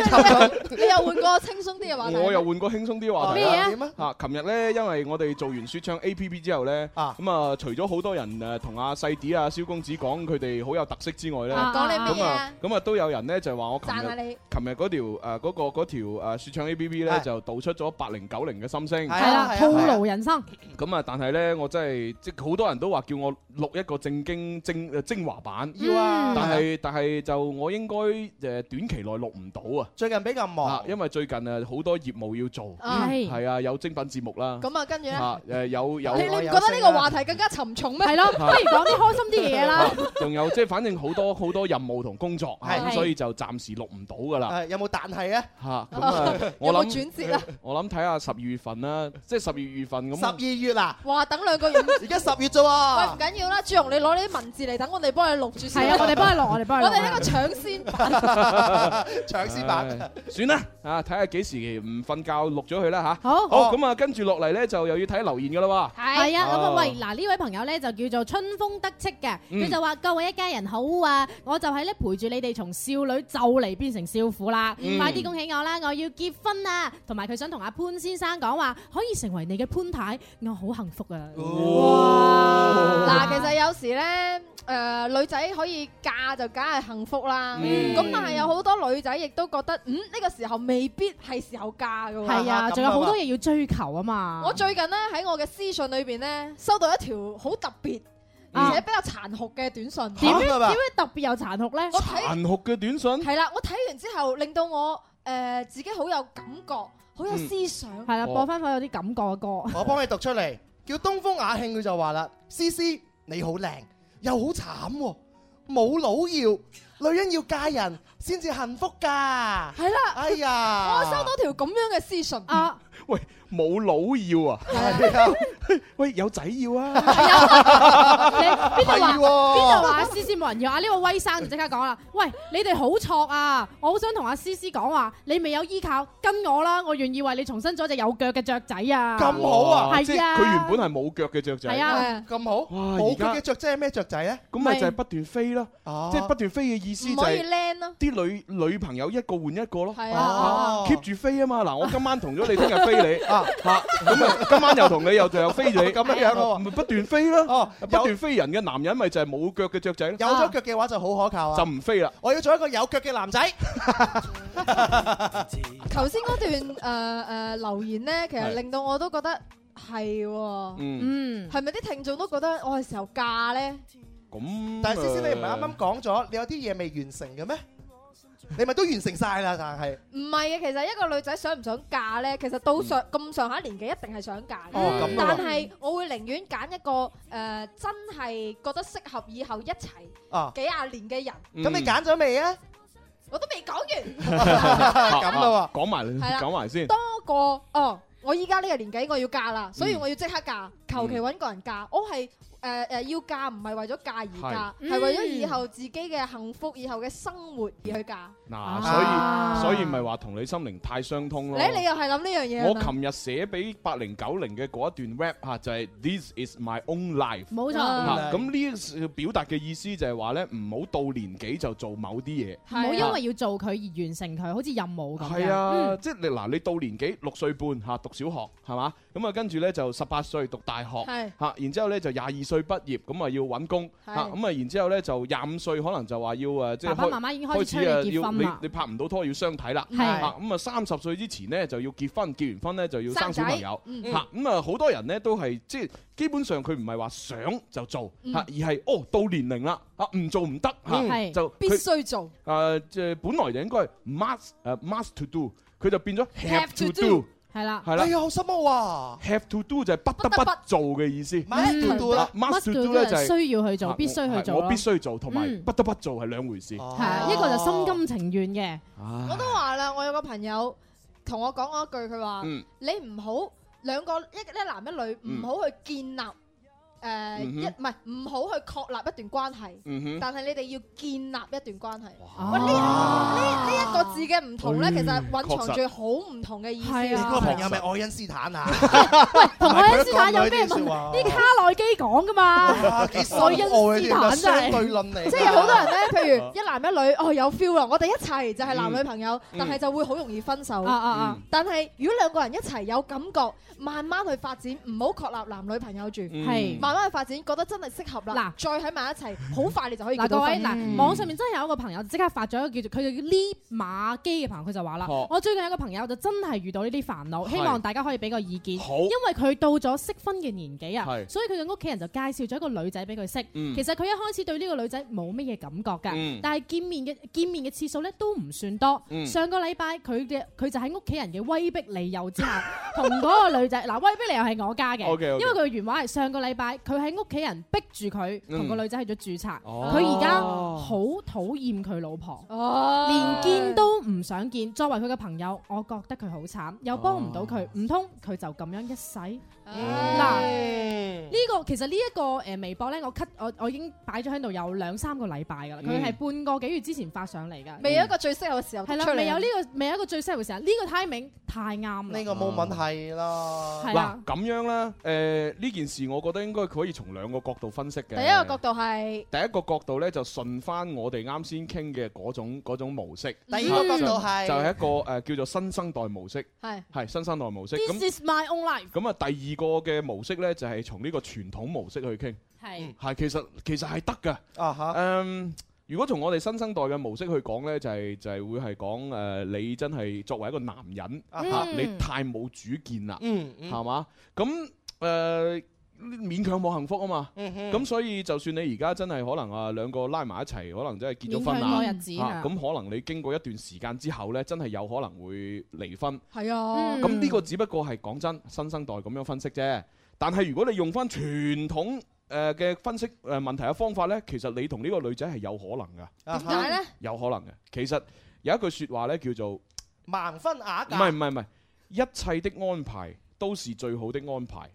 [SPEAKER 5] 換個輕鬆啲嘅話題。
[SPEAKER 4] 我又換個輕鬆啲話題
[SPEAKER 5] 咩
[SPEAKER 4] 啦
[SPEAKER 5] 嘢啊
[SPEAKER 13] 嗯
[SPEAKER 4] 啊嚇，琴日咧，因為我哋做完説唱 A P P 之後咧，咁啊，除咗好多人誒同阿細細啲啊、蕭公子講佢哋好有特色之外咧，
[SPEAKER 5] 啊講你乜
[SPEAKER 4] 咁
[SPEAKER 5] 嘢啊
[SPEAKER 4] 啊咁啊都有人咧就話我琴
[SPEAKER 5] 讚下啊你
[SPEAKER 4] 日琴日嗰條誒呃嗰個嗰條誒説唱 A P P 咧
[SPEAKER 6] 係
[SPEAKER 4] 就道出咗八零九零嘅心聲，
[SPEAKER 6] 係啦，套路人生。
[SPEAKER 4] 咁啊，但係咧，我真係即係好多人都話叫我錄一個正經精誒精華版，
[SPEAKER 5] 嗯
[SPEAKER 13] 要啊
[SPEAKER 4] 但係但係就我應該誒短期內錄唔到啊。
[SPEAKER 13] 最近比較忙，
[SPEAKER 4] 因為最近誒好多業務要做，
[SPEAKER 5] 啊係
[SPEAKER 4] 係啊，有精品節目啦，
[SPEAKER 5] 咁啊跟住咧
[SPEAKER 4] 啊誒有有，
[SPEAKER 5] 你你唔覺得呢個話題更加沉重咩？
[SPEAKER 4] 係咯不如講啲
[SPEAKER 5] 開心啲嘢啦
[SPEAKER 4] 啊仲有即係反正好多好多任務同工作，
[SPEAKER 13] 係
[SPEAKER 4] 咁所以就暫時錄唔到噶啦。
[SPEAKER 13] 誒有冇但係啊？
[SPEAKER 4] 嚇咁啊！我諗
[SPEAKER 5] 有冇轉 折啊？
[SPEAKER 4] 我諗睇下十二月份啦，即係十二月份咁。
[SPEAKER 13] 十二月啦，
[SPEAKER 5] 哇！等兩個月，而
[SPEAKER 13] 家十月咋喎
[SPEAKER 5] 喂，唔緊要啦，朱紅，你攞你啲文字嚟等我哋幫你錄住先。
[SPEAKER 6] 係啊我哋幫你錄我哋幫你錄
[SPEAKER 5] 我哋呢個搶先版。
[SPEAKER 4] 搶
[SPEAKER 13] 先版
[SPEAKER 4] 算啦，啊睇下幾時唔瞓覺錄咗佢啦吓。
[SPEAKER 6] 好
[SPEAKER 4] 好咁啊，跟住落嚟咧就又要睇留言噶啦喎。
[SPEAKER 6] 係啊，咁啊
[SPEAKER 4] 哦
[SPEAKER 6] 喂，嗱呢位朋友咧就叫做春風得戚嘅，
[SPEAKER 4] 嗯
[SPEAKER 6] 佢就話：各位一家人好啊，我就係咧陪住你哋從少女就嚟變成少婦啦，
[SPEAKER 5] 嗯
[SPEAKER 6] 快啲恭喜我啦，我要結婚啦！同埋佢想同阿潘先生講話，可以成為你嘅潘太，我好幸福啊！
[SPEAKER 4] 哦
[SPEAKER 5] 嗱，其實有時咧，誒女仔可以嫁就梗係幸福啦。
[SPEAKER 6] 嗯
[SPEAKER 5] 咁但係有好多女仔亦都覺得，嗯呢個時候未必係時候嫁㗎喎。
[SPEAKER 6] 係啊，仲有好多嘢要追求啊嘛。
[SPEAKER 5] 我最近咧喺我嘅私信裏邊咧，收到一條好特別而且比較殘酷嘅短信。
[SPEAKER 4] 點樣啊
[SPEAKER 6] 啊點解特別又殘酷咧？
[SPEAKER 5] 我睇
[SPEAKER 4] 殘酷嘅短信。
[SPEAKER 5] 係啦，我睇完之後令到我誒自己好有感覺，好
[SPEAKER 6] 嗯
[SPEAKER 5] 有思想。
[SPEAKER 6] 係啦，播翻首有啲感覺啊嘅歌。
[SPEAKER 13] 我幫你讀出嚟，叫東風雅慶佢就話啦：思思你好靚，又好慘喎，冇老要，女人要嫁人先至幸福㗎。係
[SPEAKER 5] 啦，
[SPEAKER 13] 哎呀，
[SPEAKER 5] 我收到條咁樣嘅私信
[SPEAKER 6] 啊！
[SPEAKER 4] 喂，冇佬要啊！
[SPEAKER 13] 係啊，
[SPEAKER 4] 喂，有仔要啊！
[SPEAKER 6] 哎 你邊度話
[SPEAKER 4] 係喎
[SPEAKER 6] 邊度話阿思思冇人要啊？呢個威生就即刻講啦，喂，你哋好錯啊！我好想同阿思思講話，你未有依靠，跟我啦，我願意為你重新做一隻有腳嘅雀仔啊！
[SPEAKER 13] 咁好啊！
[SPEAKER 4] 即係
[SPEAKER 6] 係啊，
[SPEAKER 4] 佢原本係冇腳嘅雀仔。
[SPEAKER 6] 係啊，
[SPEAKER 13] 咁好，冇腳嘅雀仔係咩雀仔咧？
[SPEAKER 4] 咁咪就係不斷飛咯，即係不斷飛嘅意思就
[SPEAKER 5] 唔可以
[SPEAKER 4] 係
[SPEAKER 5] 靚咯。
[SPEAKER 4] 啲女女朋友一個換一個咯
[SPEAKER 5] 係啊
[SPEAKER 4] ，keep 住飛啊嘛！嗱，我今晚同咗你，聽日 飛你
[SPEAKER 13] 啊
[SPEAKER 4] 嚇，咁啊，今晚又同你，又就又飛你，
[SPEAKER 13] 咁樣樣咯喎
[SPEAKER 4] 咪不斷飛咯，不斷飛人嘅男人咪就係冇腳嘅雀仔咯，
[SPEAKER 13] 有咗腳嘅話就好可靠啊！
[SPEAKER 4] 就唔飛啦。
[SPEAKER 13] 我要做一個有腳嘅男仔。
[SPEAKER 5] 頭先嗰段誒誒呃留言咧，其實
[SPEAKER 13] 係
[SPEAKER 5] 令到我都覺得係喎。
[SPEAKER 13] 嗯
[SPEAKER 5] 係咪啲聽眾都覺得我係時候嫁咧？
[SPEAKER 4] 咁
[SPEAKER 13] 但係思思，你唔係啱啱講咗你有啲嘢未完成嘅咩？你咪都完成晒啦，但係
[SPEAKER 5] 唔係嘅，其實一個女仔想唔想嫁呢？其實到上咁上下年紀一定係想嫁嘅。
[SPEAKER 13] 嗯哦咁啊
[SPEAKER 5] 但係我會寧願揀一個誒、呃真係覺得適合以後一齊
[SPEAKER 13] 啊
[SPEAKER 5] 幾廿年嘅人。
[SPEAKER 13] 咁你揀咗未啊？
[SPEAKER 5] 我都未講 完，
[SPEAKER 4] 咁
[SPEAKER 13] 啦
[SPEAKER 4] 講埋你
[SPEAKER 5] 係啦
[SPEAKER 4] 講埋先。
[SPEAKER 5] 多過哦，我依家呢個年紀我要嫁啦，所以
[SPEAKER 4] 嗯
[SPEAKER 5] 我要即刻嫁，求其揾個人嫁。我係誒誒要嫁，唔係為咗嫁而嫁，
[SPEAKER 6] 係
[SPEAKER 5] 係為咗
[SPEAKER 6] 嗯
[SPEAKER 5] 以後自己嘅幸福、以後嘅生活而去嫁。
[SPEAKER 6] 啊
[SPEAKER 4] 嗱，啊所以所以咪話同你心靈太相通咯。
[SPEAKER 5] 你你又係諗呢樣嘢啊
[SPEAKER 4] 嗯我
[SPEAKER 5] 嘛？
[SPEAKER 4] 琴日寫俾八零九零嘅嗰一段 rap 嚇，就係 This is my own life。
[SPEAKER 6] 冇錯
[SPEAKER 4] 嚇啊咁呢呃表達嘅意思就係話咧，唔好到年紀就做某啲嘢。
[SPEAKER 6] 唔好因為
[SPEAKER 4] 要。
[SPEAKER 6] 要做佢而完成佢，好似任務咁樣。
[SPEAKER 4] 係啊，
[SPEAKER 6] 嗯
[SPEAKER 4] 即係你嗱，你到年紀六歲半嚇讀小學係嘛，咁啊跟住咧就十八歲讀大學
[SPEAKER 6] 係
[SPEAKER 4] 嚇，然之後咧就廿二歲畢業，咁啊要揾工嚇，
[SPEAKER 6] 係
[SPEAKER 4] 咁啊然之後咧就廿五歲可能就話要誒即係
[SPEAKER 6] 爸
[SPEAKER 4] 開
[SPEAKER 6] 爸媽媽已經開始
[SPEAKER 4] 開
[SPEAKER 6] 催
[SPEAKER 4] 啊
[SPEAKER 6] 你結
[SPEAKER 4] 要
[SPEAKER 6] 婚
[SPEAKER 4] 你
[SPEAKER 6] 啦
[SPEAKER 4] 你拍唔到拖要相睇啦
[SPEAKER 6] 係
[SPEAKER 4] 嚇，咁啊三十歲之前咧就要結婚，結完婚咧就要生小朋友
[SPEAKER 6] 生仔嗯
[SPEAKER 4] 嚇，咁啊好多人咧都係即係基本上佢唔係話想就做
[SPEAKER 5] 嗯
[SPEAKER 4] 嚇，而係哦到年齡啦啊唔做唔得
[SPEAKER 5] 嗯
[SPEAKER 4] 嚇，
[SPEAKER 5] 係
[SPEAKER 4] 就
[SPEAKER 5] 必
[SPEAKER 4] 佢
[SPEAKER 5] 須做。
[SPEAKER 4] 誒，即係本來就應該係 must 誒 must to do，佢就變咗
[SPEAKER 5] Have
[SPEAKER 4] have to
[SPEAKER 5] to
[SPEAKER 4] do，
[SPEAKER 5] do 係啦
[SPEAKER 4] 係啦
[SPEAKER 13] 哎呀，好失望啊！
[SPEAKER 4] have to do 就係不得不做嘅意思。
[SPEAKER 13] must to do 啦
[SPEAKER 4] 嗯 must to
[SPEAKER 6] must to
[SPEAKER 4] do
[SPEAKER 6] do
[SPEAKER 4] 咧就係
[SPEAKER 6] 需要去做
[SPEAKER 4] 啊
[SPEAKER 6] 必須去
[SPEAKER 4] 我係
[SPEAKER 6] 做
[SPEAKER 4] 我
[SPEAKER 6] 咯
[SPEAKER 4] 必須做同埋
[SPEAKER 5] 嗯
[SPEAKER 4] 不得不做係兩回事。
[SPEAKER 6] 係啊一個就心甘情願
[SPEAKER 4] 唉
[SPEAKER 5] 我都話啦，我有個朋友同我講嗰一句，佢話：
[SPEAKER 4] 嗯
[SPEAKER 5] 你唔好兩個一一男一女，
[SPEAKER 4] 嗯
[SPEAKER 5] 唔好去建立誒、呃
[SPEAKER 4] 嗯哼
[SPEAKER 5] 一唔係唔好去確立一段關係。
[SPEAKER 4] 嗯哼
[SPEAKER 5] 但係你哋要建立一段關係。
[SPEAKER 6] 哦
[SPEAKER 5] 哇！呢呢呢一個字嘅唔
[SPEAKER 6] 哎
[SPEAKER 5] 同咧，其實隱藏住好唔同嘅意思。啊
[SPEAKER 13] 你
[SPEAKER 6] 啊
[SPEAKER 13] 嗰個朋友係咪愛因斯坦啊？
[SPEAKER 6] 同愛因斯坦有咩
[SPEAKER 13] 佢
[SPEAKER 6] 問
[SPEAKER 13] 講
[SPEAKER 5] 哦
[SPEAKER 6] 題？啲卡內基講噶嘛，
[SPEAKER 13] 哇幾深奧啊
[SPEAKER 6] 愛因斯坦
[SPEAKER 13] 呢啲咪相
[SPEAKER 6] 真
[SPEAKER 13] 對
[SPEAKER 6] 係
[SPEAKER 13] 論嚟㗎
[SPEAKER 5] 即係好多人咧譬如 一男一女，哦有 feel 啦，我哋一齊就係男女朋友，
[SPEAKER 6] 嗯
[SPEAKER 5] 但係就會好容易分手。
[SPEAKER 6] 啊啊啊嗯
[SPEAKER 5] 但係如果兩個人一齊有感覺，慢慢去發展，唔好確立男女朋友住，
[SPEAKER 6] 嗯係
[SPEAKER 5] 慢慢去發展，覺得真係適合啦，再喺埋一齊，好快你就可以
[SPEAKER 6] 嗱，
[SPEAKER 5] 結
[SPEAKER 6] 各
[SPEAKER 5] 到
[SPEAKER 6] 位
[SPEAKER 5] 婚。
[SPEAKER 6] 嗱，網上面真係有一個朋友即刻發咗一個叫做佢叫呢馬基嘅朋友，佢就話啦：
[SPEAKER 5] 哦
[SPEAKER 6] 我最近有個朋友就真係遇到呢啲煩惱，
[SPEAKER 5] 係
[SPEAKER 6] 希望大家可以俾個意見。
[SPEAKER 5] 好
[SPEAKER 6] 因為佢到咗適婚嘅年紀啊，
[SPEAKER 5] 係
[SPEAKER 6] 所以佢嘅屋企人就介紹咗一個女仔俾佢識。
[SPEAKER 5] 嗯
[SPEAKER 6] 其實佢一開始對呢個女仔冇乜嘢感覺
[SPEAKER 5] 嗯
[SPEAKER 6] 㗎，但係見面嘅見面嘅次數咧都唔算多。
[SPEAKER 5] 嗯
[SPEAKER 6] 上個禮拜佢嘅佢就喺屋企人嘅威逼利誘之 下，同嗰個女仔嗱威逼利誘係我家嘅，
[SPEAKER 5] OK，OK
[SPEAKER 6] 因為佢原話係上個禮拜佢喺屋企人逼住佢同個
[SPEAKER 5] 嗯
[SPEAKER 6] 女仔去咗註冊。
[SPEAKER 5] 哦
[SPEAKER 6] 佢而家好討厭佢老婆，
[SPEAKER 5] 哦
[SPEAKER 6] 連見都唔想見。作為佢嘅朋友，我覺得佢好慘，又幫唔到
[SPEAKER 5] 哦
[SPEAKER 6] 佢，唔通佢就咁樣一世？哎嗱，呢個其實呢一個誒微博咧，我 cut 我我已經擺咗喺度有兩三個禮拜㗎啦。
[SPEAKER 5] 嗯
[SPEAKER 6] 佢係半個幾月之前發上嚟㗎，
[SPEAKER 5] 未有一個最適合嘅時候
[SPEAKER 6] 係啦
[SPEAKER 4] 啊
[SPEAKER 5] 出，嚟
[SPEAKER 6] 未有呢個未有一個最適合嘅時候，呢個 timing 太啱啦。呢
[SPEAKER 13] 個冇問題啦
[SPEAKER 6] 係啦
[SPEAKER 5] 啊
[SPEAKER 4] 嗱，咁樣啦，誒呢件事我覺得應該可以從兩個角度分析嘅。
[SPEAKER 5] 第一個角度係
[SPEAKER 4] 第一個角度咧就順翻我哋啱先傾嘅嗰種嗰種模式。
[SPEAKER 5] 第二個角度係
[SPEAKER 4] 就係一個誒叫做新生代模式，
[SPEAKER 5] 係
[SPEAKER 4] 係新生代模式。
[SPEAKER 6] This
[SPEAKER 4] 咁
[SPEAKER 6] is my own life。
[SPEAKER 4] 咁啊，第二個嘅模式咧就係從呢個傳統模式去傾。
[SPEAKER 6] 係
[SPEAKER 4] 係其實其實係得㗎。
[SPEAKER 13] 啊嚇。
[SPEAKER 4] 誒，如果從我哋新生代嘅模式去講呢，就係就係會係講誒，你真係作為一個男人
[SPEAKER 13] 啊
[SPEAKER 4] 嚇，
[SPEAKER 13] 嗯
[SPEAKER 4] 你太冇主見啦，
[SPEAKER 13] 嗯嗯
[SPEAKER 4] 係嘛？咁誒。勉強冇幸福啊嘛，
[SPEAKER 13] 嗯哼
[SPEAKER 4] 咁所以就算你而家真係可能啊兩個拉埋一齊，可能真係結咗婚
[SPEAKER 6] 勉強
[SPEAKER 4] 啦，
[SPEAKER 6] 過日子
[SPEAKER 4] 啊
[SPEAKER 6] 係
[SPEAKER 4] 咁可能你經過一段時間之後呢，真係有可能會離婚。
[SPEAKER 5] 係
[SPEAKER 13] 嗯
[SPEAKER 5] 啊，
[SPEAKER 6] 嗯
[SPEAKER 4] 咁呢個只不過係講真新生代咁樣分析啫。但係如果你用翻傳統誒嘅分析誒呃問題嘅方法呢，其實你同呢個女仔係有可能噶。
[SPEAKER 13] 點解呢？
[SPEAKER 4] 有可能嘅。其實有一句説話呢，叫做唔
[SPEAKER 13] 盲婚啞嫁。
[SPEAKER 4] 係唔係唔係，一切的安排都是最好的安排。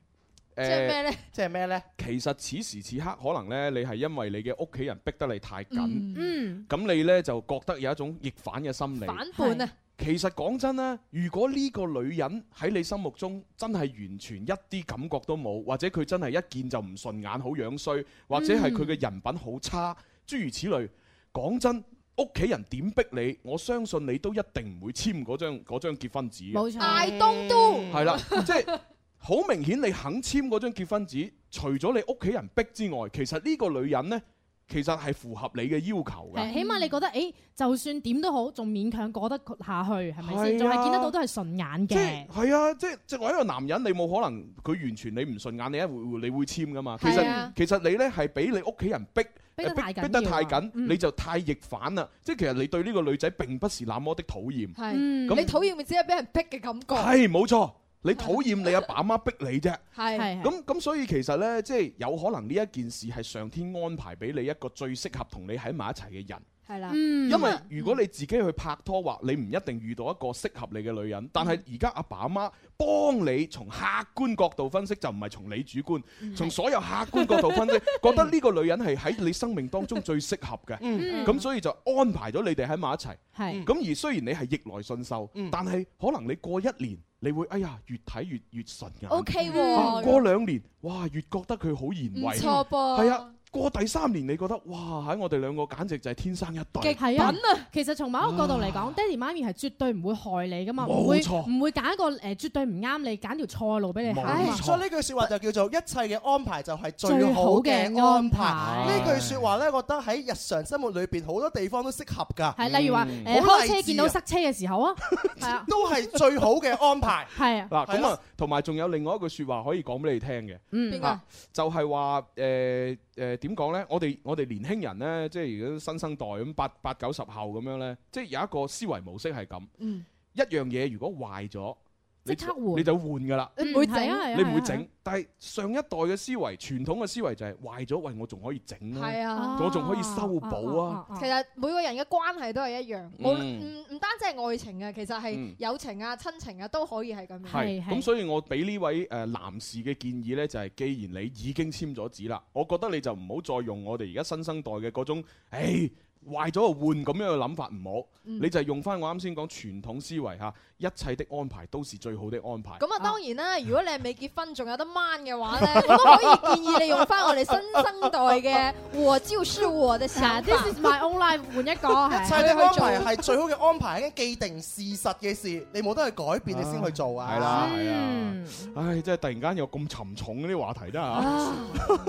[SPEAKER 4] 呃誒
[SPEAKER 6] 呃
[SPEAKER 13] 即係咩咧？即係咩咧？
[SPEAKER 4] 其實此時此刻，可能呢，你係因為你嘅屋企人逼得你太緊，
[SPEAKER 6] 嗯，
[SPEAKER 4] 咁你呢就覺得有一種逆反嘅心理。
[SPEAKER 5] 反叛啊！
[SPEAKER 4] 其實講真咧，如果呢個女人喺你心目中真係完全一啲感覺都冇，或者佢真係一見就唔順眼，好樣衰，或者係佢嘅人品好差，諸如此類。講真，屋企人點逼你，我相信你都一定唔會簽嗰張嗰張結婚紙嘅。
[SPEAKER 6] 冇錯。
[SPEAKER 5] I don't do。
[SPEAKER 4] 係啦，即係好明顯，你肯簽嗰張結婚紙，除咗你屋企人逼之外，其實呢個女人呢，其實係符合你嘅要求
[SPEAKER 6] 係
[SPEAKER 4] 㗎。
[SPEAKER 6] 起碼你覺得，誒，就算點都好，仲勉強過得下去，係咪
[SPEAKER 4] 係啊
[SPEAKER 6] 先？仲係見得到都係順眼
[SPEAKER 4] 即
[SPEAKER 6] 嘅
[SPEAKER 4] 係。係啊，即係作為一個男人，你冇可能佢完全你唔順眼，你一會會你會簽噶嘛。其
[SPEAKER 6] 係
[SPEAKER 4] 實
[SPEAKER 6] 啊
[SPEAKER 4] 其實你咧係俾你屋企人逼。
[SPEAKER 6] 逼得太緊要啊
[SPEAKER 4] 逼得太緊，
[SPEAKER 6] 嗯
[SPEAKER 4] 你就太逆反啦！即係其實你對呢個女仔並不是那麼的討厭，
[SPEAKER 5] 係，
[SPEAKER 6] 嗯
[SPEAKER 4] 咁
[SPEAKER 5] 你討厭咪只係俾人逼嘅感覺。
[SPEAKER 4] 係冇錯，你討厭你阿爸阿媽逼你啫。
[SPEAKER 5] 係係
[SPEAKER 4] 咁咁，所以其實呢，即係有可能呢一件事係上天安排俾你一個最適合同你喺埋一齊嘅人。
[SPEAKER 5] 係啦，
[SPEAKER 6] 嗯
[SPEAKER 4] 因為如果你自己去拍拖或你唔一定遇到一個適合你嘅女人，但係而家阿爸阿媽幫你從客觀角度分析，就唔係從你主觀，從所有客觀角度分析，覺得呢個女人係喺你生命當中最適合嘅，
[SPEAKER 6] 嗯
[SPEAKER 4] 咁所以就安排咗你哋喺埋一齊。
[SPEAKER 6] 係
[SPEAKER 4] 咁而雖然你係逆來順受，但係可能你過一年，你會哎呀越睇越越順眼。
[SPEAKER 5] OK 喎
[SPEAKER 4] 啊過兩年，哇越覺得佢好賢
[SPEAKER 5] 唔
[SPEAKER 4] 惠。
[SPEAKER 5] 錯噃
[SPEAKER 4] 係啊，過第三年你覺得哇喺我哋兩個簡直就係天生一對。
[SPEAKER 6] 係啊，其實從某一個角度嚟講，爹哋媽咪係絕對唔會害你噶嘛，唔
[SPEAKER 4] 嗯
[SPEAKER 6] 會
[SPEAKER 4] 冇錯
[SPEAKER 6] 唔會揀一個誒絕對唔啱你，揀條錯路俾你行㗎嘛。
[SPEAKER 13] 所以呢句説話就叫做一切嘅安排就係最
[SPEAKER 6] 最
[SPEAKER 13] 好
[SPEAKER 6] 好
[SPEAKER 13] 嘅
[SPEAKER 6] 嘅
[SPEAKER 13] 安
[SPEAKER 6] 安
[SPEAKER 13] 排。
[SPEAKER 6] 排
[SPEAKER 13] 呢句説話呢，我覺得喺日常生活裏邊好多地方都適合 㗎。
[SPEAKER 6] 係例如話誒開
[SPEAKER 13] 好勵志啊
[SPEAKER 6] 車見到塞車嘅時 候啊，係啊，
[SPEAKER 13] 都係最好嘅安排。
[SPEAKER 6] 係啊。
[SPEAKER 4] 嗱，咁
[SPEAKER 6] 係
[SPEAKER 4] 啊，同埋仲有另外一句説話可以講俾你聽嘅，
[SPEAKER 6] 嗯邊個
[SPEAKER 4] 啊就係話誒誒點講呢？我哋我哋年輕人呢，即係如果新生代咁八八九十後咁樣呢，即係有一個思維模式係咁，
[SPEAKER 5] 嗯
[SPEAKER 4] 一樣嘢如果壞咗，你
[SPEAKER 6] 即
[SPEAKER 4] 就
[SPEAKER 6] 刻換
[SPEAKER 4] 你就換㗎啦，
[SPEAKER 6] 你唔會整嗯係啊係啊
[SPEAKER 4] 你唔會
[SPEAKER 6] 係啊係
[SPEAKER 4] 整
[SPEAKER 6] 啊。
[SPEAKER 4] 但係上一代嘅思維，傳統嘅思維就係壞咗，喂，我仲可以整啦，
[SPEAKER 5] 係啊
[SPEAKER 4] 我仲可以修補啊，
[SPEAKER 5] 其實每個人嘅關係都係一樣，冇
[SPEAKER 4] 嗯
[SPEAKER 5] 唔唔單止係愛情啊，其實係
[SPEAKER 4] 嗯
[SPEAKER 5] 友情啊、親情啊都可以係咁樣。
[SPEAKER 4] 係，咁所以我俾呢位誒男士嘅建議呢，就係既然你已經簽咗紙啦，我覺得你就唔好再用我哋而家新生代嘅嗰種，誒壞咗就換咁樣嘅諗法唔好，
[SPEAKER 5] 嗯
[SPEAKER 4] 你就係用翻我啱先講傳統思維嚇，一切的安排都是最好的安排。
[SPEAKER 5] 咁啊，當然啦，如果你係未結婚仲有得掹 嘅話咧，我都可以建議你用翻我哋新生代嘅我就是我的想 法。
[SPEAKER 6] This is my own life，換一個
[SPEAKER 13] 一切嘅安排係最好嘅安排，已經既定事實嘅事，你冇得去改變，你先去做啊！
[SPEAKER 4] 係啦，係啊，
[SPEAKER 6] 嗯
[SPEAKER 4] 唉，真係突然間有咁沉重嗰啲話題真係嚇。
[SPEAKER 5] 啊，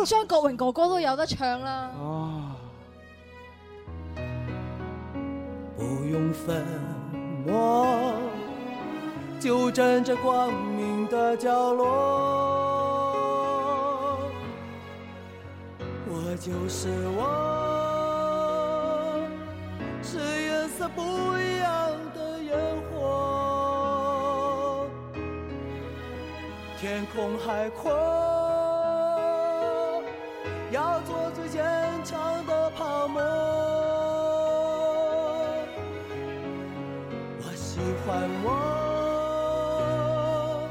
[SPEAKER 5] 張國榮哥哥都有得唱啦。
[SPEAKER 4] 啊，
[SPEAKER 1] 不用粉墨，就站在光明的角落。我就是我，是颜色不一样的烟火。天空海阔，要做最坚强的泡沫。我喜欢我，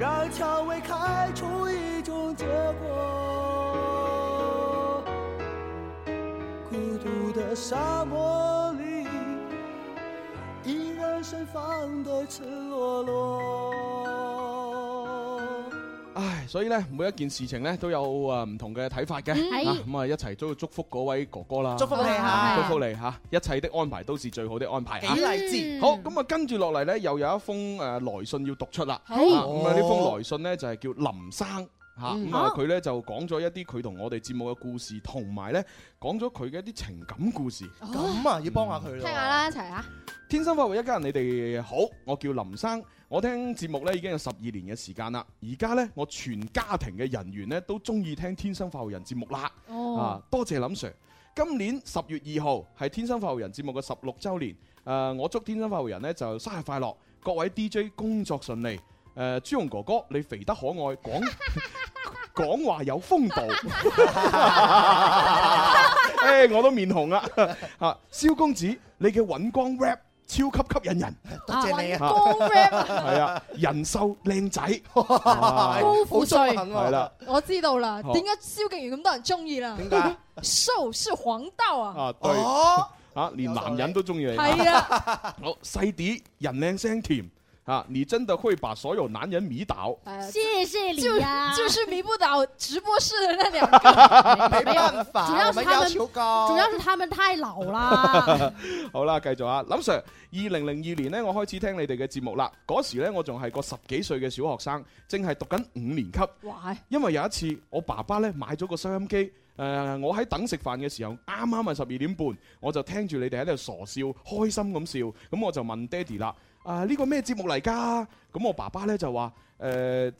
[SPEAKER 1] 让蔷薇开出一种结果。孤独的沙漠里，依然盛放的赤裸裸。
[SPEAKER 4] 唉，所以咧，每一件事情咧都有誒唔同嘅睇法嘅，
[SPEAKER 1] 嗯
[SPEAKER 4] 啊咁啊一齊都要祝福嗰位哥哥啦，
[SPEAKER 13] 祝福你嚇
[SPEAKER 4] 啊祝福你嚇，一切的安排都是最好的安排嚇。
[SPEAKER 13] 幾勵
[SPEAKER 5] 嗯
[SPEAKER 13] 志
[SPEAKER 4] 好，咁啊跟住落嚟咧，又有一封呃誒來信要讀出啦。
[SPEAKER 13] 好
[SPEAKER 4] 啊
[SPEAKER 5] 哦
[SPEAKER 4] 咁啊呢封來信咧就係叫林生。嚇
[SPEAKER 13] 嗯
[SPEAKER 4] 咁啊！
[SPEAKER 13] 好
[SPEAKER 4] 佢咧就講咗一啲佢同我哋節目嘅故事，同埋咧講咗佢嘅一啲情感故事。
[SPEAKER 13] 咁啊，要幫下佢
[SPEAKER 5] 聽
[SPEAKER 13] 咯。
[SPEAKER 5] 下啦，一齊啊！
[SPEAKER 4] 天生發育一家人，你哋好，我叫林生，我聽節目咧已經有十二年嘅時間啦。而家咧，我全家庭嘅人員咧都中意聽天生發育人節目啦。
[SPEAKER 3] 哦
[SPEAKER 4] 啊，多謝林 Sir。今年十月二號係天生發育人節目嘅十六週年。誒、呃我祝天生發育人咧就生日快樂，各位 DJ 工作順利。誒、呃朱紅哥哥，你肥得可愛， 講講話有風度。 誒，我都面紅啦。嚇，蕭公子，你嘅尹光 rap 超級吸引人。
[SPEAKER 13] 多謝你啊
[SPEAKER 4] 嚇
[SPEAKER 13] 尹光 rap
[SPEAKER 4] 係啊，人瘦靚仔，
[SPEAKER 5] 高富帥
[SPEAKER 4] 係啦。
[SPEAKER 5] 我知道啦，
[SPEAKER 4] 好
[SPEAKER 5] 點解蕭敬元咁多人中意啦？
[SPEAKER 4] 點解？
[SPEAKER 5] 瘦是黃道啊！
[SPEAKER 4] 啊， 對，
[SPEAKER 5] 哦
[SPEAKER 4] 啊，連男人都中意你。
[SPEAKER 5] 係啊
[SPEAKER 4] 好，細啲，人靚聲甜。啊！你真的會把所有男人迷倒。
[SPEAKER 6] 呃
[SPEAKER 5] 谢谢
[SPEAKER 3] 你
[SPEAKER 5] 就
[SPEAKER 6] 啊
[SPEAKER 3] 呀
[SPEAKER 5] 就是迷不倒直播室的那两个，
[SPEAKER 13] 没办法
[SPEAKER 6] 主要是他们，
[SPEAKER 13] 我们要求高
[SPEAKER 6] 哦主要是他们太老啦。
[SPEAKER 4] 好啦，繼續啊，林 Sir，二零零二年呢，我開始聽你哋嘅節目啦。嗰時呢，我仲係個十幾歲嘅小學生，正係讀緊五年級。
[SPEAKER 5] 哇！
[SPEAKER 4] 因為有一次我爸爸咧買咗個收音機，誒、我喺等食飯嘅時候，啱啱係十二點半，我就聽住你哋喺度傻笑，開心咁笑，咁我就問爹哋啦，啊呢、個咩節目嚟㗎？咁我爸爸咧就話。誒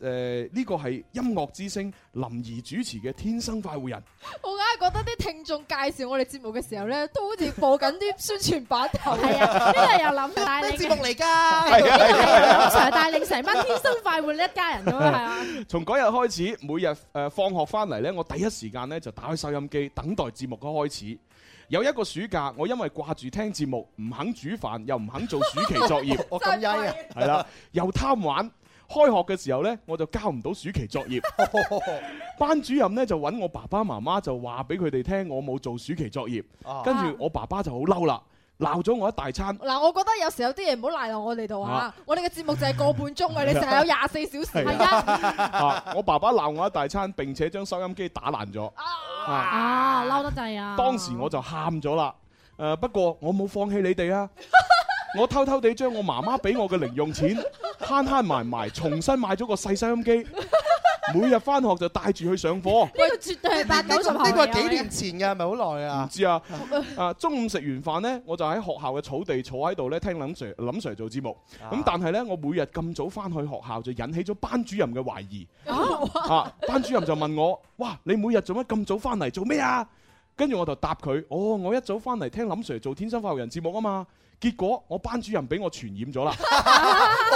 [SPEAKER 4] 誒，呢個係音樂之星林怡主持嘅《天生快活人》。
[SPEAKER 5] 我梗係覺得啲聽眾介紹我哋節目嘅時候咧，都好似播緊啲宣傳版頭。係
[SPEAKER 6] 啊，呢個又諗帶領
[SPEAKER 5] 咩
[SPEAKER 6] 節目
[SPEAKER 13] 嚟㗎，
[SPEAKER 4] 係啊係啊
[SPEAKER 6] 通常帶領成班天生快活一家人咁樣係啊。
[SPEAKER 4] 從嗰日開始，每日誒、呃放學翻嚟呢，我第一時間呢就打開收音機，等待節目嘅開始。有一個暑假，我因為掛住聽節目，唔肯煮飯，又唔肯做暑期作
[SPEAKER 13] ，
[SPEAKER 4] 業
[SPEAKER 13] 我咁曳啊
[SPEAKER 4] 係啦，又貪玩。開學嘅時候呢，我就交唔到暑期作業。班主任呢就揾我爸爸媽媽就話俾佢哋聽，我冇做暑期作業
[SPEAKER 5] 啊。
[SPEAKER 4] 跟住我爸爸就好嬲啦，鬧咗我一大餐。
[SPEAKER 5] 嗱，我覺得有時有啲嘢唔好賴落我哋度啊
[SPEAKER 4] 啊！
[SPEAKER 5] 我哋嘅節目就係個半 鐘啊，你成日有廿四小時。係啊，
[SPEAKER 4] 啊！我爸爸鬧我一大餐，並且將收音機打爛咗。啊
[SPEAKER 6] 啊，嬲得滯啊！
[SPEAKER 4] 當時我就喊咗啦。誒、不過我冇放棄你哋啊！我偷偷地將我媽媽俾我嘅零用錢慳慳埋埋，重新買咗個細收音機，每日翻學就帶住去上課。
[SPEAKER 6] 呢個絕對係八九十後
[SPEAKER 13] 呢個係
[SPEAKER 6] 嚟
[SPEAKER 13] 幾
[SPEAKER 6] 啊
[SPEAKER 13] 年前嘅，係咪好耐啊
[SPEAKER 4] 唔？知啊，啊中午食完飯呢，我就喺學校嘅草地坐喺度咧聽林 Sir 林 Sir 做節目。咁但係呢，我每日咁早翻去學校就引起咗班主任嘅懷疑。 啊，班主任就問我：，哇，你每日做乜咁早翻嚟做咩啊？跟住我就答佢：，哦，我一早翻嚟聽林 Sir 做《天生發育人》節目啊嘛。結果我班主任俾我傳染咗啦，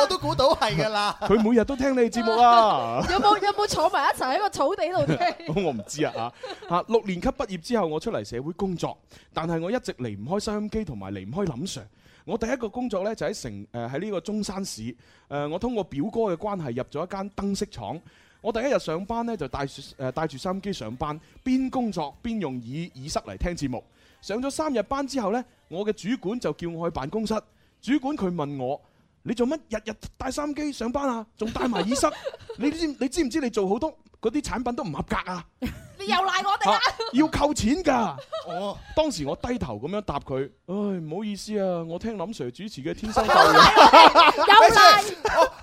[SPEAKER 13] 我都估到係 㗎啦。
[SPEAKER 4] 佢每日都聽你哋節目啊。
[SPEAKER 5] 有冇有冇坐埋一齊喺個草地度聽？
[SPEAKER 4] 我唔知啊嚇嚇六年級畢業之後，我出嚟社會工作，但係我一直離唔開收音機同埋離唔開林 Sir。我第一個工呃作呢，呃就喺城誒喺呢個中山市誒、我通過表哥嘅關係入咗一間燈飾廠。我第一日上班咧就帶住誒帶住收音機上班，邊工作邊用耳耳塞嚟聽節目。上咗三日班之後呢，我嘅主管就叫我去辦公室。主管佢問我：你做乜日日帶收音機上班啊？仲帶埋耳塞？你知你知唔知你做好多嗰啲產品都唔合格啊？
[SPEAKER 5] 你又賴我哋啦！
[SPEAKER 4] 要扣錢㗎。哦，當時我低頭咁樣答佢：，唉，唔好意思啊，我聽林 Sir 主持嘅《天生快活人》。
[SPEAKER 13] 有賴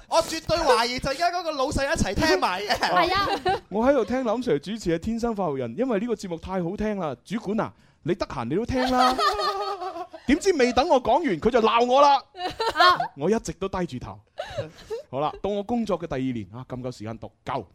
[SPEAKER 13] 我，我絕對懷疑就而家嗰個老細一齊聽埋嘅。
[SPEAKER 5] 係啊，
[SPEAKER 4] 我喺度聽林 Sir 主持嘅《天生快活人》，因為呢個節目太好聽啦。主管啊，你得閒你都聽啦。點知未等我講完，佢就鬧我啦。我一直都低住頭。好啦，到我工作嘅第二年啊，咁夠時間讀夠。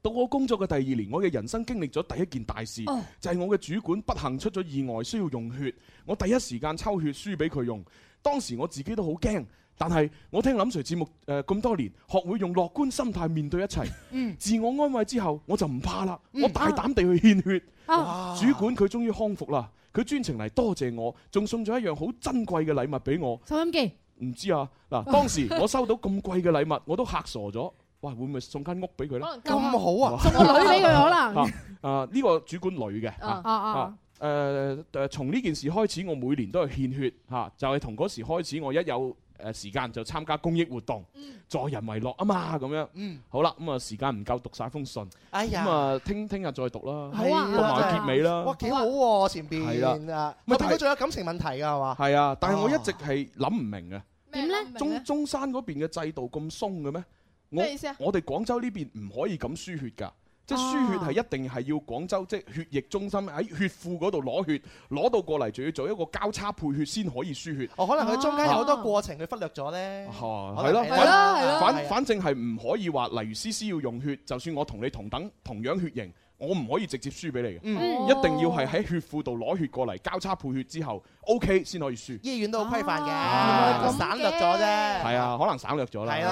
[SPEAKER 4] 到我工作嘅第二年，我嘅人生經歷咗第一件大事，
[SPEAKER 9] 哦
[SPEAKER 4] 就係我嘅主管不幸出咗意外，需要用血。我第一時間抽血輸俾佢用，當時我自己都好驚。但係我聽林 Sir 節目誒咁、多年，學會用樂觀心態面對一切。
[SPEAKER 9] 嗯
[SPEAKER 4] 自我安慰之後，我就唔怕啦，我大膽地去獻血。
[SPEAKER 13] 哦
[SPEAKER 9] 啊
[SPEAKER 4] 主管佢終於康復啦，佢專程嚟多謝我，仲送咗一樣好珍貴嘅禮物俾我。
[SPEAKER 6] 收音機
[SPEAKER 4] 唔知啊，嗱，當時我收到咁貴嘅禮物，我都嚇傻咗。哇，會唔會送間屋俾佢咧？
[SPEAKER 6] 咁好啊送個女俾佢可能
[SPEAKER 4] 啊啊，呢個主管女嘅。
[SPEAKER 6] 啊啊啊！
[SPEAKER 4] 誒誒，從呢件事開始，我每年都係獻血嚇，就係從嗰時開始，我一有誒時間就參加公益活動，助人為樂啊嘛，咁樣。好啦，咁啊時間唔夠讀晒封信，
[SPEAKER 13] 嗯哎呀
[SPEAKER 4] 咁啊聽聽日再讀啦，
[SPEAKER 13] 係
[SPEAKER 6] 啊
[SPEAKER 13] 啦
[SPEAKER 4] 讀埋啊結尾
[SPEAKER 13] 哇，
[SPEAKER 4] 啦。
[SPEAKER 13] 幾好喎
[SPEAKER 4] 係
[SPEAKER 13] 前邊
[SPEAKER 4] 啦
[SPEAKER 13] 啊，
[SPEAKER 4] 咪但
[SPEAKER 13] 後邊
[SPEAKER 4] 係
[SPEAKER 13] 佢仲有感情問題㗎係嘛？
[SPEAKER 4] 係啊，但係我一直係諗唔明嘅。
[SPEAKER 6] 點咧？
[SPEAKER 4] 中中山嗰邊嘅制度咁鬆嘅咩？我
[SPEAKER 6] 咩意思啊
[SPEAKER 4] 我哋廣州呢邊唔可以咁輸血㗎。即係
[SPEAKER 13] 啊
[SPEAKER 4] 輸血係一定係要廣州即係血液中心喺血庫嗰度攞血，攞到過嚟仲要做一個交叉配血先可以輸血。
[SPEAKER 13] 哦，可能佢中間有好多過程佢忽略咗咧。
[SPEAKER 4] 係
[SPEAKER 13] 可
[SPEAKER 4] 啊係
[SPEAKER 13] 能
[SPEAKER 4] 咯，
[SPEAKER 13] 係
[SPEAKER 4] 反
[SPEAKER 13] 嗯啦係啦係
[SPEAKER 4] 反
[SPEAKER 13] 啊
[SPEAKER 4] 反正係唔可以話，例如 C C 要用血，就算我同你同等同樣血型，我唔可以直接輸俾你嘅，
[SPEAKER 13] 嗯
[SPEAKER 4] 一定要係喺血庫度攞血過嚟交叉配血之後，O K 先可以輸。
[SPEAKER 13] 醫院都好規範
[SPEAKER 4] 啊
[SPEAKER 13] 嘅，省略咗啫。
[SPEAKER 4] 係啊，可能省略咗啦。
[SPEAKER 13] 嗯係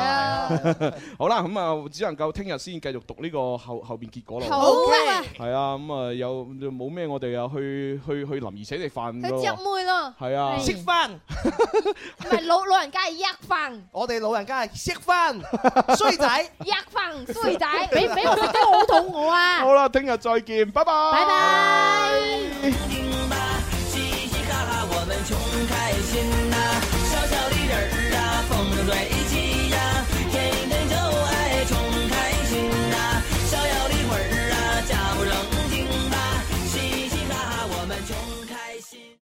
[SPEAKER 4] 啦，好啦，咁啊，只能夠聽日先繼續讀呢個後後邊結果啦。
[SPEAKER 5] 好啊
[SPEAKER 4] 係啊，咁啊，有冇咩我哋啊去去去林兒請你飯
[SPEAKER 5] 佢入妹咯，
[SPEAKER 4] 係啊
[SPEAKER 5] 係
[SPEAKER 4] 食
[SPEAKER 13] 飯
[SPEAKER 5] 唔係老老人家係一飯，
[SPEAKER 13] 我哋老人家係識 分衰仔。
[SPEAKER 5] 一飯衰仔，俾俾我食得我好肚餓 啊！
[SPEAKER 4] 好啦，聽日再見，拜拜。
[SPEAKER 5] 拜拜。
[SPEAKER 12] 听吧，嘻嘻哈哈，我们穷开心。